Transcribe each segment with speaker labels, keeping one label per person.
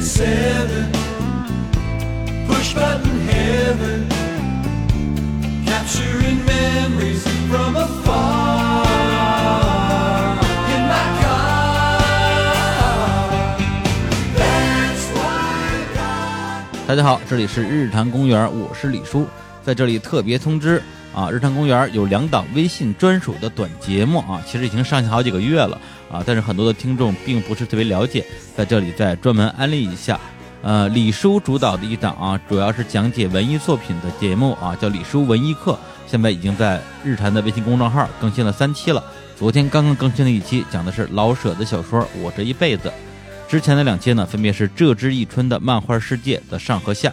Speaker 1: seven, push button heaven, capturing memories from afar. In my car, that's why. I
Speaker 2: 大家好，这里是日坛公园，我是李叔，在这里特别通知啊，日坛公园有两档微信专属的短节目啊，其实已经上线好几个月了啊，但是很多的听众并不是特别了解，在这里再专门安利一下。呃，李叔主导的一档啊，主要是讲解文艺作品的节目啊，叫《李叔文艺课》，现在已经在日坛的微信公众号更新了三期了。昨天刚刚更新了一期，讲的是老舍的小说《我这一辈子》。之前的两期呢，分别是这之一春的漫画世界的上和下，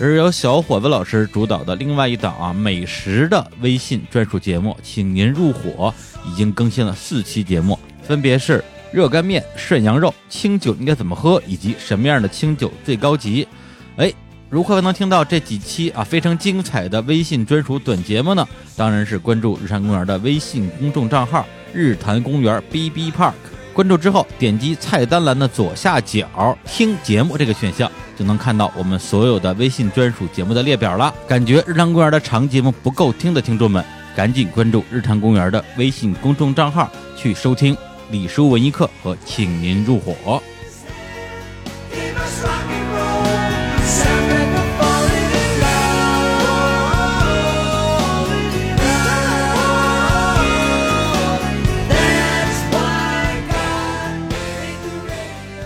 Speaker 2: 而由小伙子老师主导的另外一档啊美食的微信专属节目，请您入伙，已经更新了四期节目，分别是热干面、涮羊肉、清酒应该怎么喝，以及什么样的清酒最高级。哎，如何能听到这几期啊非常精彩的微信专属短节目呢？当然是关注日坛公园的微信公众账号“日坛公园 B B Park”。关注之后，点击菜单栏的左下角“听节目”这个选项，就能看到我们所有的微信专属节目的列表了。感觉日坛公园的长节目不够听的听众们，赶紧关注日坛公园的微信公众账号去收听《李叔文艺课》和《请您入伙》。
Speaker 1: Give us rock and roll, sound like we're falling in love. That's why God made the radio.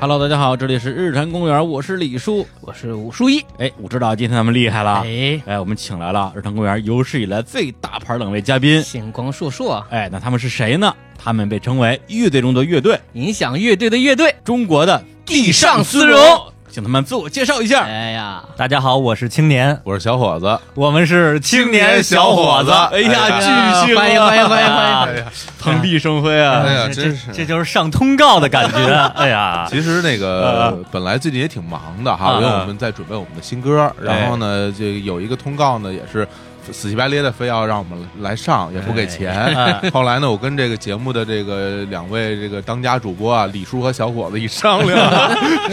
Speaker 2: 哈喽，大家好，这里是日坛公园，我是李叔。
Speaker 3: 我是武术一，
Speaker 2: 哎，我知道今天咱们厉害了，
Speaker 3: 哎，
Speaker 2: 哎，我们请来了日坛公园有史以来最大牌两位嘉宾。
Speaker 3: 星光啊烁烁，
Speaker 2: 哎，那他们是谁呢？他们被称为乐队中的乐队，
Speaker 3: 影响乐队的乐队。
Speaker 2: 中国的地上丝
Speaker 3: 地上丝
Speaker 2: 绒，请他们自我介绍一下。
Speaker 3: 哎呀，
Speaker 4: 大家好，我是青年，
Speaker 5: 我是小伙子，
Speaker 2: 啊
Speaker 4: 我们是青年小伙子。
Speaker 2: 哎呀，
Speaker 3: 呀
Speaker 2: 巨星啊，
Speaker 3: 欢迎欢迎欢迎欢
Speaker 5: 哎呀，
Speaker 2: 蓬荜生辉
Speaker 5: 哎
Speaker 2: 啊！
Speaker 5: 呀，
Speaker 4: 这
Speaker 5: 真是。
Speaker 4: 这就是上通告的感觉。 哎呀，
Speaker 5: 其实那个本来最近也挺忙的哈，
Speaker 4: 啊
Speaker 5: 因为我们在准备我们的新歌，然后呢，这有一个通告呢，也是死乞白咧的非要让我们来上，也不给钱。 后来呢，我跟这个节目的这个两位这个当家主播啊，李叔和小伙子一商量，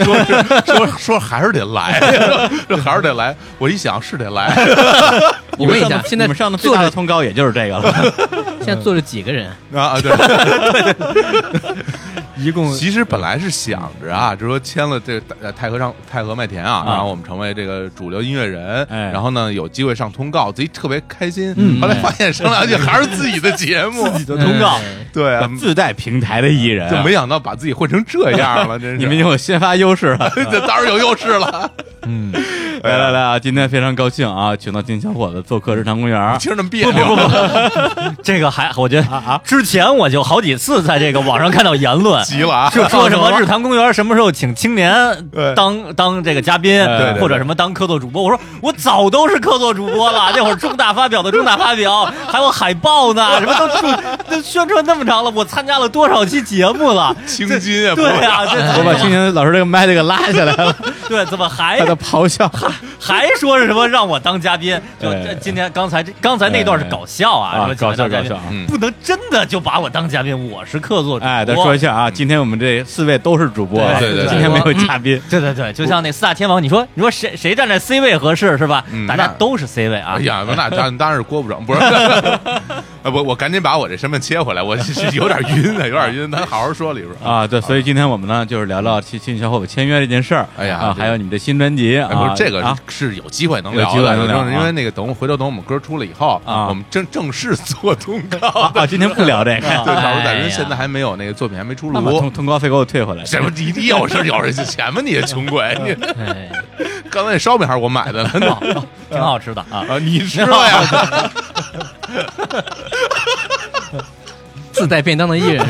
Speaker 5: 说是说说还是得来， 说还是得来。我一想是得来，
Speaker 3: 我问一下，现在
Speaker 2: 你们上的最
Speaker 3: 坐
Speaker 2: 大的
Speaker 3: 着
Speaker 2: 通告也就是这个了。
Speaker 3: 现在
Speaker 4: 嗯
Speaker 3: 坐着几个人？
Speaker 5: 啊，对，
Speaker 4: 一共
Speaker 5: 其实本来是想着啊，就是说签了这个呃太和上太和麦田啊，
Speaker 2: 啊
Speaker 5: 然后我们成为这个主流音乐人，
Speaker 2: 哎
Speaker 5: 然后呢有机会上通告，自己特别开心。
Speaker 2: 嗯
Speaker 5: 后来发现商量来还是自己的节目，自己的
Speaker 2: 通告
Speaker 3: 哎
Speaker 5: 对啊，
Speaker 2: 自带平台的艺人啊，
Speaker 5: 就没想到把自己混成这样了，真是
Speaker 2: 你们有先发优势了。
Speaker 5: 这当然有优势了。
Speaker 2: 来来来啊！今天非常高兴啊，请到金小伙子做客日坛公园。
Speaker 5: 听着那么别扭，
Speaker 4: 这个还，我觉
Speaker 2: 啊
Speaker 4: 得之前我就好几次在这个网上看到言论，
Speaker 5: 急了啊！
Speaker 4: 就说什么日坛公园什么时候请青年
Speaker 5: 对
Speaker 4: 当当这个嘉宾
Speaker 2: 呃哎
Speaker 5: 对对，
Speaker 4: 或者什么当客座主播。我说我早都是客座主播了，那会儿重大发表的重大发表，还有海报 呢，什么都出，都宣传那么长了，我参加了多少期节目了？
Speaker 5: 青筋也不
Speaker 4: 对啊，这
Speaker 2: 我把青年老师这个麦这个拉下来了，
Speaker 4: 对，怎么还
Speaker 2: 他的咆哮。
Speaker 4: 还说是什么让我当嘉宾？就
Speaker 2: 哎
Speaker 4: 这今天刚才这刚才那段是搞笑
Speaker 2: 哎哎
Speaker 4: 啊，什么请我当嘉宾
Speaker 2: 搞笑搞笑嗯
Speaker 4: 不能真的就把我当嘉宾，我是客座主播。
Speaker 2: 哎，再说一下啊，今天我们这四位都是主播啊，
Speaker 5: 对对对
Speaker 2: 今天没有嘉宾。
Speaker 4: 对对对，就像那四大天王，你说你说谁谁站在 C 位合适是吧？
Speaker 5: 嗯
Speaker 4: 大家
Speaker 5: 那
Speaker 4: 都是 C 位啊
Speaker 5: 哎。呀，那当当然是郭部长， 不是？啊，我我赶紧把我这身份切回来，我是有点晕啊，有点晕。咱好好说，李叔。
Speaker 2: 啊，对，所以今天我们呢，就是聊聊亲亲小伙伴签约这件事儿，
Speaker 5: 哎呀
Speaker 2: 啊，
Speaker 5: 这
Speaker 2: 还有你们的新专辑
Speaker 5: 哎，不
Speaker 2: 啊，
Speaker 5: 是这个
Speaker 2: 啊，
Speaker 5: 是是有机会能聊
Speaker 2: 有机
Speaker 5: 的，
Speaker 2: 会能聊啊
Speaker 5: 就是因为那个等我回头等我们歌出了以后，
Speaker 2: 啊
Speaker 5: 我们正正式做通 告。
Speaker 2: 啊，今天不聊这个，
Speaker 5: 对，
Speaker 4: 哎呀
Speaker 5: 导致在人现在还没有那个作品还没出
Speaker 2: 那把
Speaker 5: 炉
Speaker 2: 通。通告费给我退回来。
Speaker 5: 什么？你你有事有人 家钱吗？你穷鬼！你
Speaker 3: 哎，
Speaker 5: 刚才那烧饼还是我买的呢。
Speaker 4: 挺好吃的啊！
Speaker 5: 啊，你 吃了呀？
Speaker 3: 自带便当的艺人，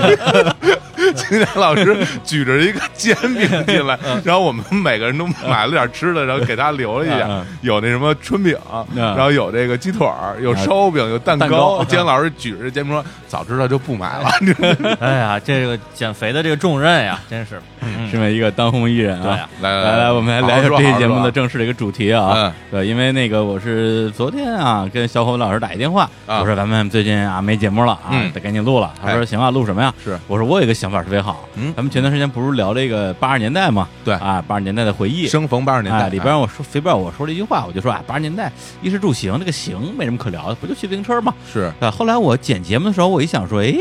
Speaker 5: 青年老师举着一个煎饼进来，然后我们每个人都买了点吃的，然后给他留了一点
Speaker 2: 嗯，
Speaker 5: 有那什么春饼，然后有这个鸡腿儿，有烧饼，有蛋
Speaker 2: 蛋糕
Speaker 5: 糕。姜老师举着煎饼说：“早知道就不买了。你知道吗
Speaker 4: 哎呀，这个减肥的这个重任呀，真是。嗯
Speaker 2: 这么一个当红艺人
Speaker 4: 对
Speaker 2: 啊
Speaker 4: 啊。”
Speaker 5: 来
Speaker 2: 来来，我们来聊一下这期节目的
Speaker 5: 正
Speaker 2: 正式的一个主题啊。
Speaker 5: 嗯
Speaker 2: 对，因为那个我是昨天啊跟小伙老师打一电话，
Speaker 5: 啊
Speaker 2: 我说咱们最近啊没节目了啊，
Speaker 5: 嗯
Speaker 2: 得赶紧录了。他说
Speaker 5: 哎
Speaker 2: 行啊，录什么呀？
Speaker 5: 是
Speaker 2: 我说我有一个想法特别好，
Speaker 5: 嗯
Speaker 2: 咱们前段时间不是聊这个八十年代嘛？
Speaker 5: 对
Speaker 2: 啊，八十年代的回忆。
Speaker 5: 生逢八十年代啊
Speaker 2: 哎，里边我说随便我说了一句话，我就说啊，八十年代衣食住行这个行没什么可聊的，不就骑自行车嘛？
Speaker 5: 是
Speaker 2: 啊，后来我剪节目的时候，我一想说，哎，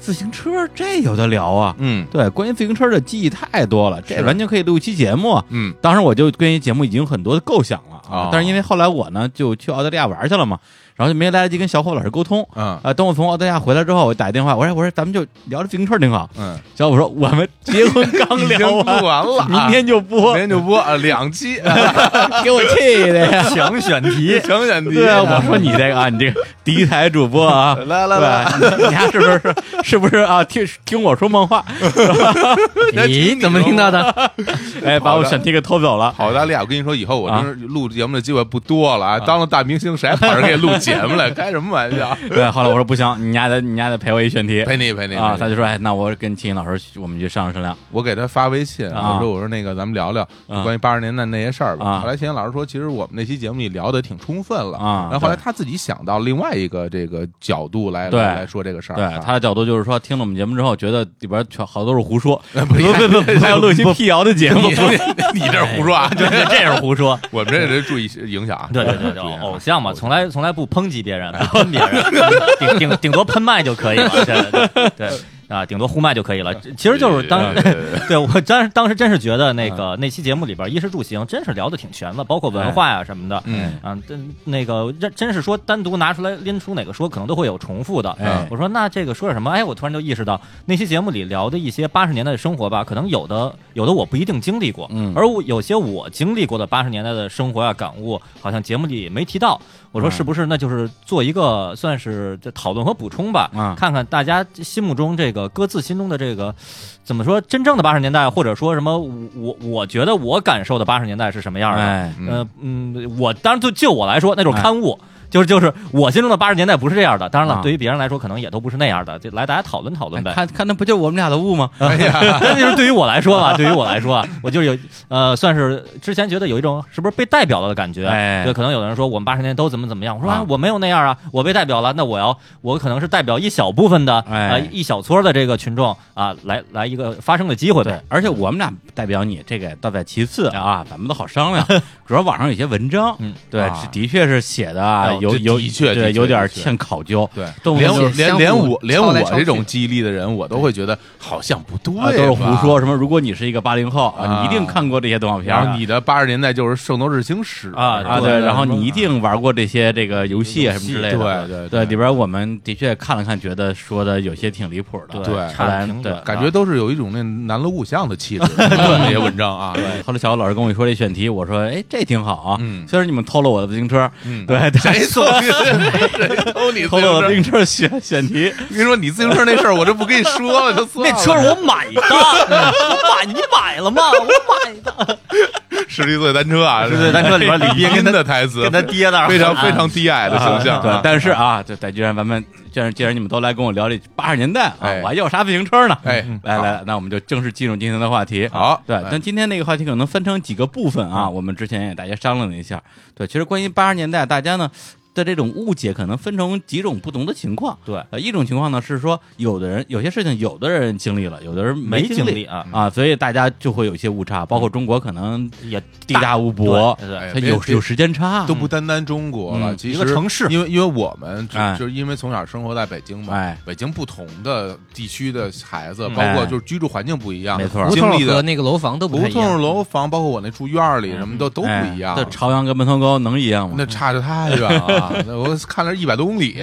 Speaker 2: 自行车这有的聊啊。
Speaker 5: 嗯
Speaker 2: 对，关于自行车的记忆太多了，这
Speaker 5: 是
Speaker 2: 完全可以录一期节目啊。
Speaker 5: 嗯
Speaker 2: 当时我就关于节目已经有很多的构想了啊
Speaker 5: 哦，
Speaker 2: 但是因为后来我呢就去澳大利亚玩去了嘛，然后就没来得及跟小伙老师沟通。
Speaker 5: 嗯
Speaker 2: 啊，等我从澳大利亚回来之后，我打一电话，我说我说咱们就聊这自行车挺好。
Speaker 5: 嗯，
Speaker 2: 小伙说我们结婚刚
Speaker 5: 已经
Speaker 2: 聊
Speaker 5: 录
Speaker 2: 完，
Speaker 5: 完了，
Speaker 2: 明天就播
Speaker 5: 明，天就播啊两期，，
Speaker 2: 给我气的呀！
Speaker 4: 强选题
Speaker 5: 强选题。
Speaker 2: 对啊，我说你这个啊，你这个敌台主 播啊，
Speaker 5: 来来来，
Speaker 2: 对，你还是不是是不是啊？听听我说梦话，
Speaker 3: 你怎么听到的？
Speaker 2: 哎，把我选题给偷走了。
Speaker 5: 澳大利亚，我跟你说，以后
Speaker 2: 啊
Speaker 5: 我真是录节目的机会不多了啊！当了大明星，谁还跑这儿给录节 目来？开什么玩笑？
Speaker 2: 对，后来我说不行，你丫得你丫得陪我一选题
Speaker 5: 陪你陪你
Speaker 2: 啊！
Speaker 5: 陪
Speaker 2: 他
Speaker 5: 你
Speaker 2: 就说，哎，那我跟秦老师我们去商量商量。
Speaker 5: 我给他发微信，
Speaker 2: 啊
Speaker 5: 我说我说那个咱们聊聊
Speaker 2: 啊
Speaker 5: 关于八十年代那些事儿
Speaker 2: 啊
Speaker 5: 吧。后来秦岩老师说，其实我们那期节目里聊的挺充分了
Speaker 2: 啊
Speaker 5: 然后后来
Speaker 2: 对
Speaker 5: 他自己想到另外一个这个角度来
Speaker 2: 对
Speaker 5: 来来说这个事儿，
Speaker 2: 对
Speaker 5: 啊
Speaker 2: 他的角度就是说，听了我们节目之后，觉得里边全好多是胡说，
Speaker 5: 不
Speaker 2: 不 不不，不还要录一期辟谣的节目
Speaker 5: 你 你这胡说
Speaker 2: 哎
Speaker 5: 啊！
Speaker 4: 对，这是胡说。
Speaker 5: 我们这得注意影响啊！
Speaker 4: 对对 对对，偶像嘛，从来从来不抨击别人，不喷别人，顶顶顶多喷麦就可以了，对对对 对啊，顶多互骂就可以了。其实就是当
Speaker 5: 对对对对 嗯
Speaker 4: 对我当时当时真是觉得那个那期节目里边衣食住行真是聊的挺全的，包括文化呀、什么的。
Speaker 5: 嗯
Speaker 4: 啊，真那个真真是说单独拿出来拎出哪个说，可能都会有重复的。嗯
Speaker 2: 哎
Speaker 4: 我说那这个说点什么？哎，我突然就意识到那期节目里聊的一些八十年代的生活吧，可能有的有的我不一定经历过，
Speaker 2: 嗯
Speaker 4: 而我有些我经历过的八十年代的生活啊感悟，好像节目里没提到。我
Speaker 2: 嗯
Speaker 4: 说是不是？那就是做一个算是这讨论和补充吧，
Speaker 2: 嗯
Speaker 4: 看看大家心目中这个各自心中的这个怎么说真正的八十年代，或者说什么我我我觉得我感受的八十年代是什么样的？
Speaker 2: 哎，
Speaker 5: 嗯啊
Speaker 4: 呃嗯，我当然就就我来说，那就是
Speaker 2: 哎
Speaker 4: 刊物，就是就是我心中的八十年代不是这样的。当然
Speaker 2: 啊
Speaker 4: 了，对于别人来说，可能也都不是那样的。就来大家讨论讨论呗。
Speaker 2: 看看那不就是我们俩的误吗？
Speaker 5: 哎呀，
Speaker 4: 但就是对于我来说吧，对于我来说啊，我就有呃，算是之前觉得有一种是不是被代表了的感觉。啊
Speaker 2: 哎
Speaker 4: 对，可能有的人说我们八十年代都怎么怎么样，我说
Speaker 2: 啊
Speaker 4: 啊，我没有那样啊，我被代表了，那我要我可能是代表一小部分的
Speaker 2: 哎
Speaker 4: 呃一小撮的这个群众啊，来来一个发声的机会呗。
Speaker 2: 而且我们俩代表你，这个倒在其次啊，咱们都好商 量。主要网上有些文章，
Speaker 4: 嗯
Speaker 2: 对，
Speaker 5: 啊
Speaker 2: 是的确是写的啊，
Speaker 5: 哎
Speaker 2: 有
Speaker 5: 这
Speaker 2: 有
Speaker 5: 的确
Speaker 2: 对
Speaker 5: 的确
Speaker 2: 有点
Speaker 5: 的确
Speaker 2: 欠考究，
Speaker 5: 对，
Speaker 2: 动啊不
Speaker 5: 连
Speaker 2: 动
Speaker 5: 我
Speaker 2: 就是
Speaker 5: 连
Speaker 3: 相
Speaker 5: 连
Speaker 3: 互
Speaker 5: 我连
Speaker 3: 抄
Speaker 5: 我
Speaker 3: 来抄
Speaker 5: 这种
Speaker 3: 去
Speaker 5: 激励的人，我都会觉得好像不对
Speaker 2: 啊
Speaker 5: 吧，
Speaker 2: 都是胡说。什么？如果你是一个八零后啊，
Speaker 5: 啊
Speaker 2: 你一定看过这些动画片
Speaker 5: 然
Speaker 2: 儿
Speaker 5: 后你的八十年代就是《圣斗士星矢》
Speaker 4: 啊
Speaker 2: 啊，对，然后你一定玩过这些这个游戏啊什么之类的。
Speaker 5: 对对
Speaker 2: 对，里边我们的确看了看，觉得说的有些挺离谱的。啊
Speaker 5: 对
Speaker 2: 后
Speaker 4: 差
Speaker 2: 来
Speaker 4: 评
Speaker 2: 对
Speaker 4: 论。
Speaker 5: 感觉都是有一种那南锣鼓巷 的气质，那些文章啊，
Speaker 2: 后来小欧老师跟我说这选题，我说哎这挺好啊，
Speaker 5: 嗯
Speaker 2: 虽然你们偷了我的自行车，
Speaker 5: 嗯
Speaker 2: 对，但
Speaker 5: 谁
Speaker 2: 是
Speaker 5: 偷你？谁偷你自
Speaker 2: 偷了
Speaker 5: 行
Speaker 2: 我的自行
Speaker 5: 车？
Speaker 2: 车选选题，
Speaker 5: 你说你自行车那事儿，我就不跟你说了，就算
Speaker 4: 那
Speaker 5: 了。
Speaker 4: 车是我买 的，我买你买了吗？我买的。
Speaker 5: 十七岁单车啊，十七岁
Speaker 4: 单车里 边李斌跟他
Speaker 5: 的台词，
Speaker 4: 跟他爹那儿
Speaker 5: 非常
Speaker 4: 喊啊
Speaker 5: 非常低矮的形象
Speaker 2: 对
Speaker 5: 啊，，
Speaker 2: 但是啊，对，对，既然咱们既然既然你们都来跟我聊这八十年代啊
Speaker 5: 哎，
Speaker 2: 我还要啥自行车呢？
Speaker 5: 哎
Speaker 2: 嗯来
Speaker 5: 好
Speaker 2: 来，那我们就正式进入今天的话题。
Speaker 5: 好
Speaker 2: 对
Speaker 5: 哎，嗯
Speaker 2: 但今天那个话题可能分成几个部分啊，我们之前也大家商量了一下。对，其实关于八十年代，大家呢。的这种误解可能分成几种不同的情况，
Speaker 4: 对
Speaker 2: 呃，一种情况呢是说，有的人有些事情，有的人经历了，有的人
Speaker 4: 没
Speaker 2: 经
Speaker 4: 经
Speaker 2: 历
Speaker 4: 历啊
Speaker 2: 啊，所以大家就会有一些误差，包括中国可能
Speaker 4: 也
Speaker 2: 地大物博，
Speaker 4: 对对
Speaker 5: 哎
Speaker 2: 它
Speaker 5: 嗯别
Speaker 2: 有
Speaker 5: 别
Speaker 2: 有时间差，
Speaker 5: 都不单单中国了，
Speaker 2: 嗯
Speaker 5: 其
Speaker 4: 一
Speaker 5: 实
Speaker 4: 个城市
Speaker 5: 因为因为我们就
Speaker 2: 哎
Speaker 5: 就是因为从小生活在北京嘛，
Speaker 2: 哎
Speaker 5: 北京不同的地区的孩子，
Speaker 4: 嗯
Speaker 5: 包括
Speaker 2: 哎
Speaker 5: 就是居住环境不一样，
Speaker 2: 没错
Speaker 5: 经历
Speaker 3: 和
Speaker 5: 的
Speaker 3: 那个楼房都不
Speaker 5: 胡
Speaker 3: 太一样
Speaker 5: 同。楼房，包括我那住院儿里什么的都不
Speaker 2: 哎
Speaker 5: 一样
Speaker 2: 这，朝阳跟门头沟能一样吗？
Speaker 5: 那差的太远了，那我看了一百多公里，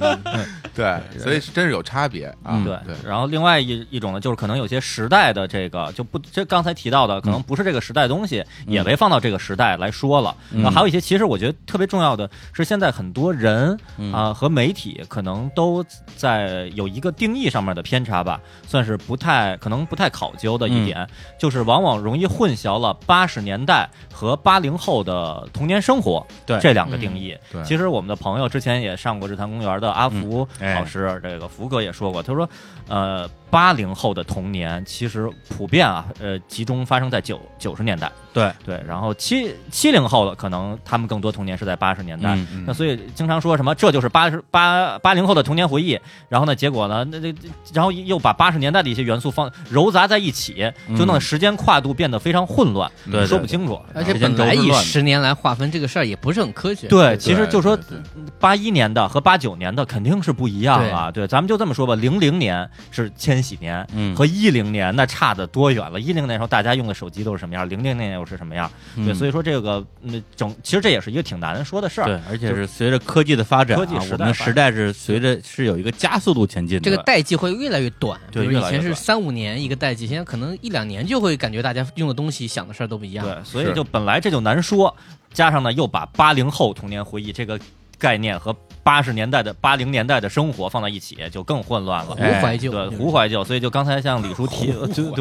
Speaker 5: 对，所以是真是有差别啊
Speaker 2: 嗯。
Speaker 4: 对
Speaker 5: 对，
Speaker 4: 然后另外一一种呢，就是可能有些时代的这个就不，这刚才提到的可能不是这个时代的东西，也被放到这个时代来说了。
Speaker 2: 嗯
Speaker 4: 然后还有一些，其实我觉得特别重要的是，现在很多人啊、
Speaker 2: 嗯
Speaker 4: 和媒体可能都在有一个定义上面的偏差吧，算是不太可能不太考究的一点，就是往往容易混淆了八十年代和八零后的童年生活
Speaker 2: 对
Speaker 4: 这两个定义。
Speaker 5: 嗯对
Speaker 4: 其实我们的朋友之前也上过日坛公园的阿福
Speaker 2: 嗯哎
Speaker 4: 老师，这个福哥也说过，他说，呃，八零后的童年其实普遍啊，呃，集中发生在九九十年代，
Speaker 2: 对
Speaker 4: 对，然后七七零后的可能他们更多童年是在八十年代。
Speaker 2: 嗯
Speaker 5: 嗯
Speaker 4: 那所以经常说什么，这就是八十八八零后的童年回忆。然后呢，结果呢，那那然后又把八十年代的一些元素放揉杂在一起，就弄得时间跨度变得非常混乱，
Speaker 5: 嗯
Speaker 2: 对
Speaker 4: 说不清楚。
Speaker 3: 而且
Speaker 2: 时间
Speaker 3: 本
Speaker 2: 轴
Speaker 3: 来
Speaker 2: 是
Speaker 3: 以
Speaker 2: 乱的
Speaker 3: 十年来划分这个事儿也不是很科学。
Speaker 4: 对，其实就说
Speaker 5: 对对
Speaker 4: 八一年的和八九年的肯定是不一样啊。对，咱们就这么说吧，零零年是千禧年，
Speaker 2: 嗯
Speaker 4: 和一零年那差的多远了？一零年的时候大家用的手机都是什么样，零零年又是什么样？对，所
Speaker 2: 以
Speaker 4: 以说这个嗯，整其实这也是一个挺难说的事儿。
Speaker 2: 嗯对，而且是随着科技的发展啊，
Speaker 4: 科技时代
Speaker 2: 我们的时代是随着是有一个加速度前进的。
Speaker 3: 这个代际会越来越短，
Speaker 4: 对
Speaker 3: 比如
Speaker 4: 越来
Speaker 3: 以
Speaker 4: 越
Speaker 3: 前是
Speaker 4: 短
Speaker 3: 三五年一个代际，现在可能一两年就会感觉大家用的东西、想的事儿都不一样。
Speaker 4: 对，所
Speaker 5: 是
Speaker 4: 以就本来这就难说，加上呢又把八零后童年回忆这个概念和八十年代的八零年代的生活放在一起，就更混乱了。
Speaker 3: 哎胡怀旧，
Speaker 4: 对，
Speaker 3: 就是
Speaker 4: 胡怀旧，所以就刚才像李叔 提，对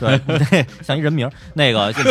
Speaker 4: 对对对， 像一人名儿那个， 就是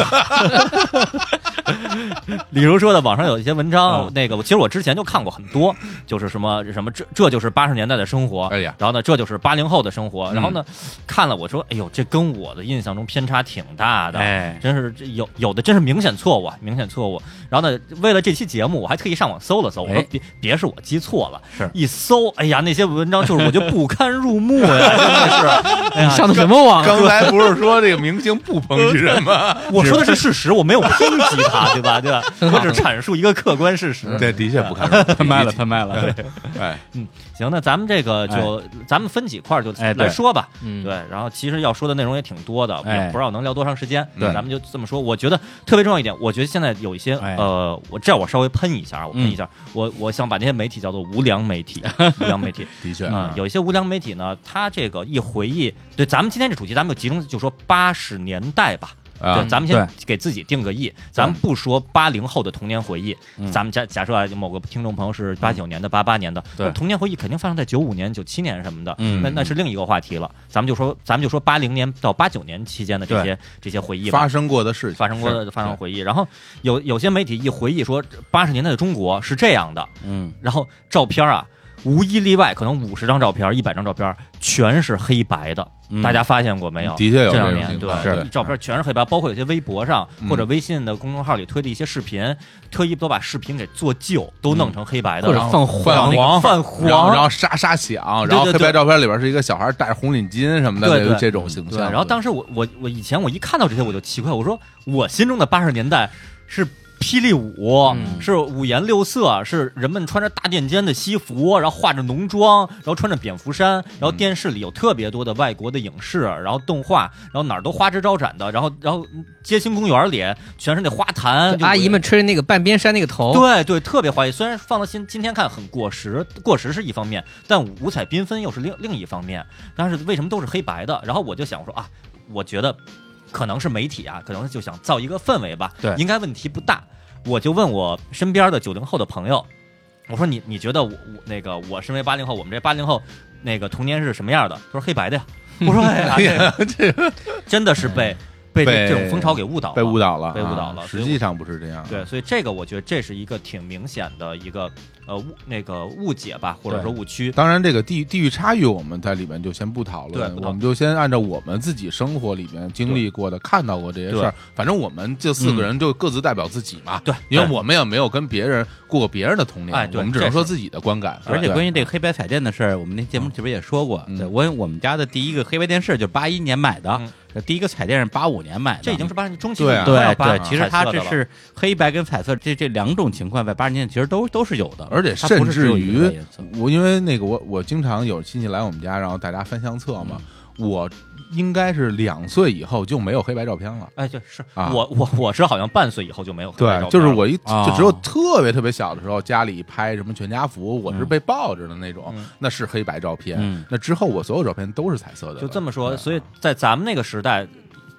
Speaker 4: 李叔说的，网上有一些文章
Speaker 2: 嗯，
Speaker 4: 那个我其实我之前就看过很多，就是什么什么这这就是八十年代的生活，
Speaker 5: 哎呀，
Speaker 4: 然后呢这就是八零后的生活，然后呢看了我说，哎呦，这跟我的印象中偏差挺大的，
Speaker 2: 哎，
Speaker 4: 真是这有有的真是明显错误，啊，明显错误。然后呢，为了这期节目，我还特意上网搜了搜，我说
Speaker 2: 哎
Speaker 4: 别、别是我记错了，
Speaker 2: 是
Speaker 4: 一搜，哎呀，那些文章就是我就不堪入目呀，真的 是，哎
Speaker 3: 你上
Speaker 4: 呀，
Speaker 3: 的什么网？
Speaker 5: 刚才不是说这个明星不抨击人 吗？
Speaker 4: 我说的是事实，我没有抨击他，对吧？对吧？我只阐述一个客观事实。
Speaker 5: 对，嗯 的确不堪入目
Speaker 2: 拍 卖了，拍卖了。
Speaker 5: 哎，
Speaker 4: 嗯行，那咱们这个就、咱们分几块儿就
Speaker 2: 哎哎对
Speaker 4: 来说吧。
Speaker 3: 嗯，
Speaker 4: 对，然后其实要说的内容也挺多的，
Speaker 2: 哎
Speaker 4: 也不知道能聊多长时间。
Speaker 5: 对
Speaker 4: 咱们就这么说。我觉得特别重要一点，我觉得现在有一些、
Speaker 2: 哎嗯
Speaker 4: 呃，我这样我稍微喷一下，啊我喷一下，我我想把那些媒体叫做无良 媒体，无良媒体
Speaker 5: 的确
Speaker 4: 啊、嗯有一些无良媒体呢，他这个一回忆，对，咱们今天这主题，咱们就集中就说八十年代吧。
Speaker 5: 啊
Speaker 4: 对，咱们先给自己定个义，咱们不说八零后的童年回忆
Speaker 2: 嗯，
Speaker 4: 咱们假假设啊，某个听众朋友是八九年的、八八年的，
Speaker 2: 对
Speaker 4: 那童年回忆肯定发生在九五年、九七年什么的，
Speaker 2: 嗯
Speaker 4: 那那是另一个话题了。咱们就说，咱们就说八零年到八九年期间的这些这些回忆吧
Speaker 5: 发。生过的事情，
Speaker 4: 发生过的发生回忆，然后有有些媒体一回忆说八十年代的中国是这样的，
Speaker 2: 嗯，
Speaker 4: 然后照片啊，无一例外，可能五十张照片、一百张照片全是黑白的，
Speaker 2: 嗯
Speaker 4: 大家发现过没有？
Speaker 5: 的确有这
Speaker 4: 这两
Speaker 5: 种
Speaker 4: 年
Speaker 5: 情
Speaker 4: 对
Speaker 5: 况，
Speaker 2: 是
Speaker 5: 对
Speaker 4: 照片全是黑白，包括有些微博上
Speaker 5: 嗯
Speaker 4: 或者微信的公众号里推的一些视频，特意都把视频给做旧，都弄成黑白的，
Speaker 3: 或者
Speaker 4: 然后
Speaker 3: 放
Speaker 5: 泛
Speaker 3: 黄
Speaker 4: 放那个泛
Speaker 5: 然后然
Speaker 4: 黄。
Speaker 5: 后沙沙响，
Speaker 4: 对
Speaker 5: 然后黑
Speaker 4: 对对
Speaker 5: 白照片里边是一个小孩戴着红领巾什么的，
Speaker 4: 对对
Speaker 5: 这这种形
Speaker 4: 对，
Speaker 5: 象。
Speaker 4: 然后当时我我我以前我一看到这些我就奇怪，我说我心中的八十年代是霹雳舞，
Speaker 3: 嗯
Speaker 4: 是五颜六色，是人们穿着大垫肩的西服，然后化着浓妆，然后穿着蝙蝠衫，然
Speaker 3: 嗯
Speaker 4: 后电视里有特别多的外国的影视，然后动画，然后哪儿都花枝招展的，然后然后街心公园里全是那花坛，就
Speaker 3: 阿姨们吹着那个半边山那个头，
Speaker 4: 对对，特别怀疑。虽然放到今今天看很过时，过时是一方面，但五彩缤纷又是另另一方面。但是为什么都是黑白的？然后我就想说啊，我觉得可能是媒体啊，可能就想造一个氛围吧，
Speaker 2: 对
Speaker 4: 应该问题不大。我就问我身边的九零后的朋友，我说你你觉得我我那个我身为八零后，我们这八零后那个童年是什么样的？他说黑白的呀。我说哎呀，这真的是被被这
Speaker 5: 被
Speaker 4: 这种风潮给误导了，
Speaker 5: 被误导了，
Speaker 4: 被误导
Speaker 5: 啊
Speaker 4: 了所
Speaker 5: 实
Speaker 4: 以我
Speaker 5: 际上不是这样。
Speaker 4: 对，所以这个我觉得这是一个挺明显的一个呃误那个误解吧，或者说误区。
Speaker 5: 当然，这个地地域差异我们在里边就先不讨
Speaker 4: 对
Speaker 5: 论，
Speaker 4: 不讨论
Speaker 5: 我们就先按照我们自己生活里边经历过的、看到过这些事儿，反正我们这四个人就各自代表自己嘛。
Speaker 4: 嗯对
Speaker 5: 因为
Speaker 4: 对
Speaker 5: 我们也没有跟别人过别人的童年，
Speaker 4: 哎对
Speaker 5: 我们只
Speaker 4: 这
Speaker 5: 能
Speaker 4: 是
Speaker 5: 说自己的观感。
Speaker 2: 而且
Speaker 5: 对
Speaker 2: 关于这个黑白彩电的事儿，我们那节目里边也说过。
Speaker 5: 嗯
Speaker 2: 对我我们家的第一个黑白电视就是八一年买的
Speaker 4: 嗯，
Speaker 2: 这第一个彩电是八五年买的，
Speaker 4: 这已经是八十中期
Speaker 5: 对啊
Speaker 2: 对
Speaker 4: 八
Speaker 2: 对，其实它
Speaker 4: 彩色
Speaker 2: 这
Speaker 4: 的了
Speaker 2: 是黑白跟彩色这这两种情况，在八十年代其实都都是有的，
Speaker 5: 而且
Speaker 2: 它不
Speaker 5: 甚
Speaker 2: 是只
Speaker 5: 至
Speaker 2: 有一个
Speaker 5: 于
Speaker 2: 颜色
Speaker 4: 嗯嗯
Speaker 5: 我，因为那个我我经常有亲戚来我们家，然后大家翻相册嘛，我应该是两岁以后就没有黑白照片了。
Speaker 4: 哎，对，是
Speaker 5: 啊
Speaker 4: 我我我是好像半岁以后 就没有黑白
Speaker 5: 对
Speaker 4: 照，
Speaker 5: 就是
Speaker 4: 片了
Speaker 5: 我一
Speaker 2: 啊
Speaker 5: 就只有特别特别小的时候，家里拍什么全家福，我是被抱着的那种
Speaker 4: 嗯，
Speaker 5: 那是黑白照片
Speaker 2: 嗯。
Speaker 5: 那之后我所有照片都是彩色的了，
Speaker 4: 就这么说，
Speaker 5: 对啊
Speaker 4: 所以在咱们那个时代，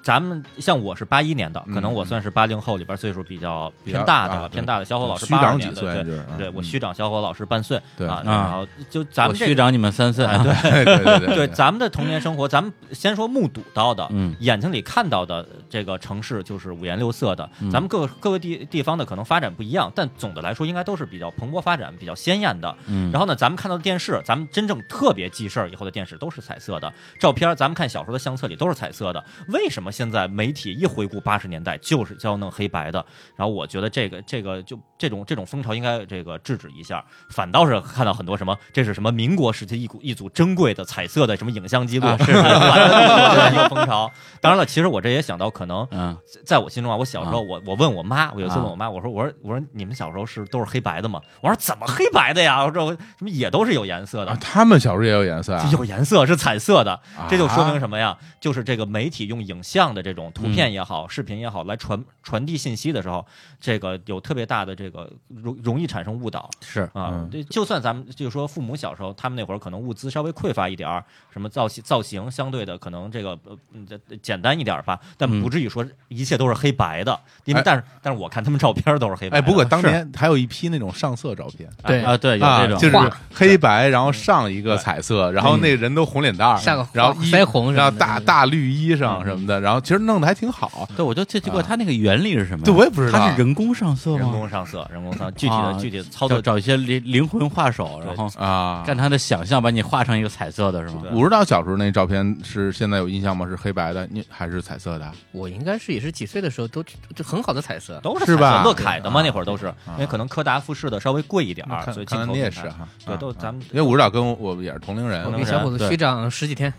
Speaker 4: 咱们像我是八一年的，
Speaker 5: 嗯
Speaker 4: 可能我算是八零后里边岁数比较
Speaker 5: 比较
Speaker 4: 偏大
Speaker 5: 啊
Speaker 4: 的，
Speaker 5: 对
Speaker 4: 偏大的。小伙老师
Speaker 5: 虚
Speaker 4: 八二
Speaker 5: 长几
Speaker 4: 年的，
Speaker 5: 岁
Speaker 4: 对，
Speaker 5: 就是
Speaker 4: 对 我
Speaker 5: 嗯
Speaker 4: 虚长小伙老师半岁
Speaker 5: 对
Speaker 4: 啊，
Speaker 2: 啊
Speaker 4: 然后就咱
Speaker 2: 我
Speaker 4: 们
Speaker 2: 虚
Speaker 4: 这个
Speaker 2: 长你们三岁啊，对，
Speaker 5: 对对对
Speaker 4: 对咱们的童年生活，咱们先说目睹到的，
Speaker 2: 嗯
Speaker 4: 眼睛里看到的这个城市就是五颜六色的，
Speaker 2: 嗯
Speaker 4: 咱们各各个地地方的可能发展不一样，但总的来说应该都是比较蓬勃发展、比较鲜艳的。
Speaker 2: 嗯，
Speaker 4: 然后呢，咱们看到的电视，咱们真正特别记事儿以后的电视都是彩色的照片儿，咱们看小时候的相册里都是彩色的。为什么现在媒体一回顾八十年代就是要弄黑白的？然后我觉得这个这个就这种这种风潮应该这个制止一下，反倒是看到很多什么这是什么民国时期一股一组珍贵的彩色的什么影像记录，啊 是是是一个风潮。当然了，其实我这也想到可能。
Speaker 2: 嗯
Speaker 4: 在我心中啊，我小时候，我我问我妈，我有一次
Speaker 2: 啊
Speaker 4: 问我妈，我说我说我说你们小时候是都是黑白的吗？我说怎么黑白的呀？我说我什么也都是有颜色
Speaker 5: 啊
Speaker 4: 的，，
Speaker 5: 他们小时候也有颜色啊，
Speaker 4: 有颜色是彩色的，
Speaker 5: 啊
Speaker 4: 这就说明
Speaker 5: 么？
Speaker 4: 什么呀？就是这个媒体用影像的这种图片也
Speaker 5: 嗯
Speaker 4: 好、视频也好来传传递信息的时候，这个有特别大的这个容容易产生误导。
Speaker 2: 是
Speaker 4: 啊
Speaker 5: 嗯，
Speaker 4: 对，就算咱们就是说父母小时候，他们那会儿可能物资稍微匮乏一点儿，什么造型造型相对的可能这个呃嗯这简单一点儿吧，但
Speaker 2: 嗯
Speaker 4: 不至于说一切都是黑白的，因为
Speaker 5: 哎
Speaker 4: 但是但是我看他们照片都是黑白
Speaker 5: 哎，
Speaker 4: 的。
Speaker 5: 不过当年还有一批那种上色照片。
Speaker 3: 对
Speaker 2: 啊，对，有
Speaker 5: 啊
Speaker 2: 这，种
Speaker 5: 就是
Speaker 3: 画
Speaker 5: 黑白，然后上一个彩色，然后那人都红脸蛋儿
Speaker 3: 下个，
Speaker 5: 然后
Speaker 3: 花
Speaker 5: 衣
Speaker 3: 腮红什么的
Speaker 5: 然后大大绿衣
Speaker 4: 嗯
Speaker 5: 裳什么的，然后其实弄得还挺好。
Speaker 2: 对，我就这这个它那个原理是什么呀？
Speaker 5: 对我也不知道
Speaker 2: 它是人工上色
Speaker 4: 人
Speaker 2: 吗？
Speaker 4: 工上色，人工上色具体的
Speaker 2: 啊
Speaker 4: 具体的
Speaker 2: 找
Speaker 4: 操作
Speaker 2: 找一些灵灵魂画手，然后
Speaker 5: 啊，
Speaker 2: 干他的想象，把你画成一个彩色的是吗
Speaker 4: 是？的
Speaker 5: 我不知道小时候那照片是现在有印象吗？是黑白的，你还是彩色的？
Speaker 3: 我应该是也是几岁的时候都就很好的彩色，
Speaker 4: 都是
Speaker 5: 是
Speaker 4: 彩色
Speaker 5: 吧
Speaker 4: 乐凯的嘛，那会儿都是，因为可能柯达富士的稍微贵一点
Speaker 5: 啊
Speaker 4: 儿，
Speaker 5: 看
Speaker 4: 所以进
Speaker 5: 看
Speaker 4: 口
Speaker 5: 来你
Speaker 4: 品牌
Speaker 5: 也是哈，
Speaker 4: 对，
Speaker 5: 啊
Speaker 4: 都咱们
Speaker 5: 因为我知道跟我我也是同龄人，
Speaker 4: 同
Speaker 3: 我
Speaker 4: 龄
Speaker 3: 比
Speaker 4: 人
Speaker 3: 小伙子虚长十几天，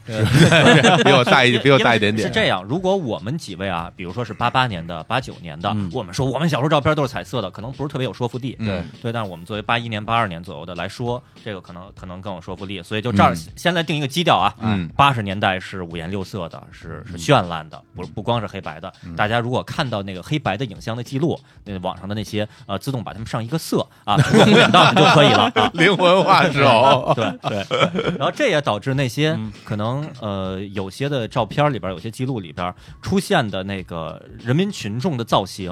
Speaker 5: 比我大一，比我大一点点。
Speaker 4: 是这样，如果我们几位啊，比如说是八八年的、八九年的
Speaker 2: 嗯，
Speaker 4: 我们说我们小时候照片都是彩色的，可能不是特别有说服力。
Speaker 5: 嗯
Speaker 4: 对，但是我们作为八一年、八二年左右的来说，这个可能可能更有说服力。所以就这儿
Speaker 5: 嗯
Speaker 4: 先来定一个基调啊。
Speaker 5: 嗯
Speaker 4: 八十年代是五颜六色的，是是绚烂的，
Speaker 5: 嗯
Speaker 4: 不不光是黑白的。大家如果看到那个黑白的影像的记录，那网上的那些呃，自动把它们上一个色啊，不用远到就可以了啊。
Speaker 5: 灵魂画 手，
Speaker 4: 对对，然后这也导致那些
Speaker 2: 嗯
Speaker 4: 可能呃有些的照片里边儿，有些记录里边儿出现的那个人民群众的造型。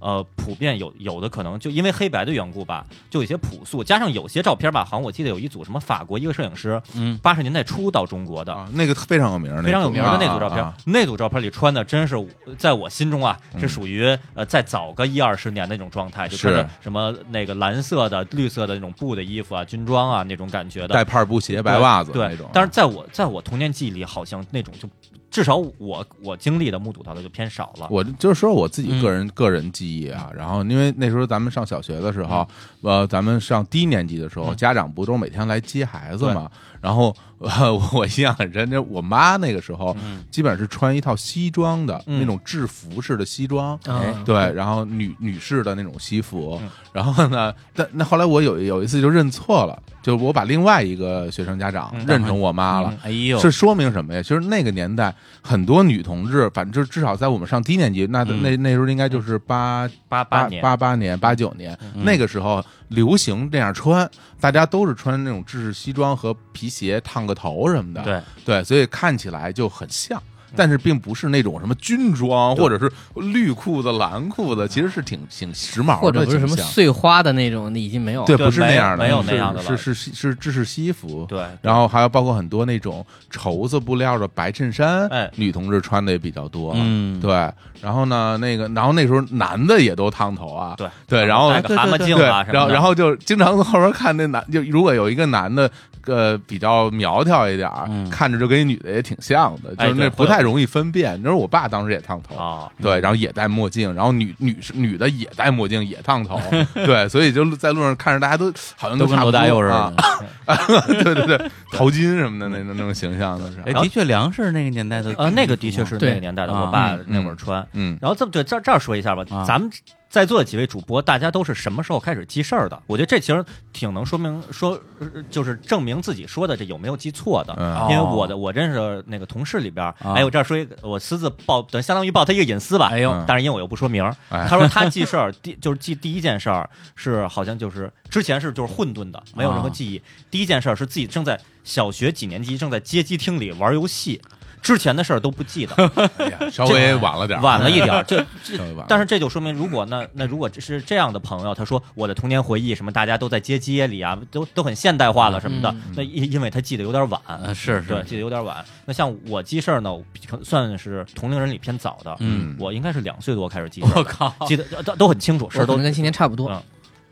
Speaker 4: 呃，普遍有有的可能就因为黑白的缘故吧，就有些朴素，加上有些照片吧，好像我记得有一组什么法国一个摄影师，
Speaker 2: 嗯，
Speaker 4: 八十年代初到中国的，
Speaker 5: 啊，那个非常有名儿，
Speaker 4: 非常有名的那组照
Speaker 5: 啊
Speaker 4: 片，
Speaker 5: 啊
Speaker 4: 那组照片里穿的真是我，在我心中啊，是属于呃再早个一二十年那种状态，就穿着
Speaker 5: 是
Speaker 4: 什么那个蓝色的、绿色的那种布的衣服啊、军装啊那种感觉的，
Speaker 5: 带帕儿布鞋、白袜子
Speaker 4: 对
Speaker 5: 那种。啊
Speaker 4: 但是在我在我童年记忆里，好像那种就至少我我经历的目睹到的就偏少了。
Speaker 5: 我就是说我自己个人、个人记忆啊，然后因为那时候咱们上小学的时候，呃，咱们上低年级的时候，家长不都每天来接孩子嘛？然后呃，我我印象很深，就我妈那个时候、基本上是穿一套西装的、
Speaker 4: 嗯
Speaker 5: 那种制服式的西装，
Speaker 3: 啊
Speaker 5: 对，然后女女士的那种西服，然后呢，但那后来我有有一次就认错了，就我把另外一个学生家长
Speaker 4: 嗯
Speaker 5: 认成我妈了。
Speaker 2: 嗯哎呦，
Speaker 5: 是说明什么呀？其实那个年代，很多女同志，反正就至少在我们上低年级，那、那那时候应该就是八
Speaker 4: 八
Speaker 5: 八
Speaker 4: 年，
Speaker 5: 八八年、八九年、那个时候流行这样穿，大家都是穿那种制式西装和皮鞋，烫个头什么的。
Speaker 2: 对
Speaker 5: 对，所以看起来就很像。但是并不是那种什么军装，或者是绿裤子、蓝裤子，其实是挺挺时髦的，
Speaker 3: 或者不是
Speaker 5: 挺
Speaker 3: 什么
Speaker 5: 像
Speaker 3: 碎花的那种，已经没有
Speaker 5: 对，
Speaker 3: 了。
Speaker 4: 对
Speaker 5: 不是那
Speaker 4: 没有
Speaker 5: 样的，
Speaker 4: 没有
Speaker 5: 是
Speaker 4: 那样的
Speaker 5: 是
Speaker 4: 了
Speaker 5: 是是是制式西服，
Speaker 4: 对，
Speaker 5: 然后还有包括很多那种绸子布料的白衬衫，
Speaker 4: 哎
Speaker 5: 女同志穿的也比较多，
Speaker 2: 嗯
Speaker 5: 对。然后呢，那个，然后那时候男的也都烫头啊，
Speaker 4: 对
Speaker 5: 对，然后
Speaker 4: 戴个蛤蟆镜
Speaker 5: 对，
Speaker 4: 啊什么的
Speaker 5: 然后然后就经常从后边看那男，就如果有一个男的，呃，比较苗条一点儿，
Speaker 2: 嗯
Speaker 5: 看着就跟一女的也挺像的，就
Speaker 4: 哎
Speaker 5: 是那
Speaker 4: 对
Speaker 5: 不
Speaker 4: 会有
Speaker 5: 太容易分辨。你知道我爸当时也烫头，
Speaker 4: 啊，
Speaker 5: 对，然后也戴墨镜，然后女女是女的也戴墨镜，也烫 头，对，所以就在路上看着大家都好像
Speaker 2: 都跟
Speaker 5: 差不
Speaker 2: 罗大佑
Speaker 5: 多
Speaker 2: 似
Speaker 5: 啊
Speaker 2: 的，。
Speaker 5: 对 对对，头巾什么的那种那种形象的是
Speaker 2: 哎，
Speaker 5: 吧，
Speaker 2: 的确，粮食那个年代的
Speaker 4: 呃，那个的确是那
Speaker 3: 对
Speaker 4: 个年代的，
Speaker 2: 啊
Speaker 4: 我爸
Speaker 5: 嗯
Speaker 4: 那会儿穿。
Speaker 5: 嗯
Speaker 4: 然后这么对这这儿说一下吧
Speaker 2: 啊，
Speaker 4: 咱们在座的几位主播，大家都是什么时候开始记事儿的？我觉得这其实挺能说明说，呃就是证明自己说的这有没有记错的。
Speaker 2: 哦
Speaker 5: 嗯
Speaker 4: 因为我的我认识那个同事里边儿，
Speaker 2: 啊
Speaker 4: 哎，我这儿说一个，我私自报，等于相当于报他一个隐私吧。哎
Speaker 5: 呦
Speaker 4: 但是因为我又不说名儿，
Speaker 5: 哎
Speaker 4: 他说他记事儿，第就是记第一件事儿是好像就是之前是就是混沌的，没有任何记忆。第一件事儿是自己正在小学几年级正在街机厅里玩游戏，之前的事儿都不记得，
Speaker 5: 哎呀稍微晚了点儿， 嗯
Speaker 4: 晚了一点儿。这这
Speaker 5: 稍微晚了，
Speaker 4: 但是这就说明，如果那那如果是这样的朋友，他说我的童年回忆什么，大家都在街街里啊，都都很现代化了什么的，
Speaker 3: 嗯
Speaker 4: 那因因为他记得有点晚，
Speaker 2: 呃是是
Speaker 4: 对，记得有点晚。那像我记事儿呢，我比可算是同龄人里偏早的，
Speaker 2: 嗯
Speaker 4: 我应该是两岁多开始记事
Speaker 2: 我
Speaker 4: 儿的，
Speaker 2: 靠，
Speaker 4: 记得都都很清楚，事
Speaker 3: 我
Speaker 4: 儿
Speaker 3: 可
Speaker 4: 都
Speaker 3: 能跟青年差不多
Speaker 4: 嗯，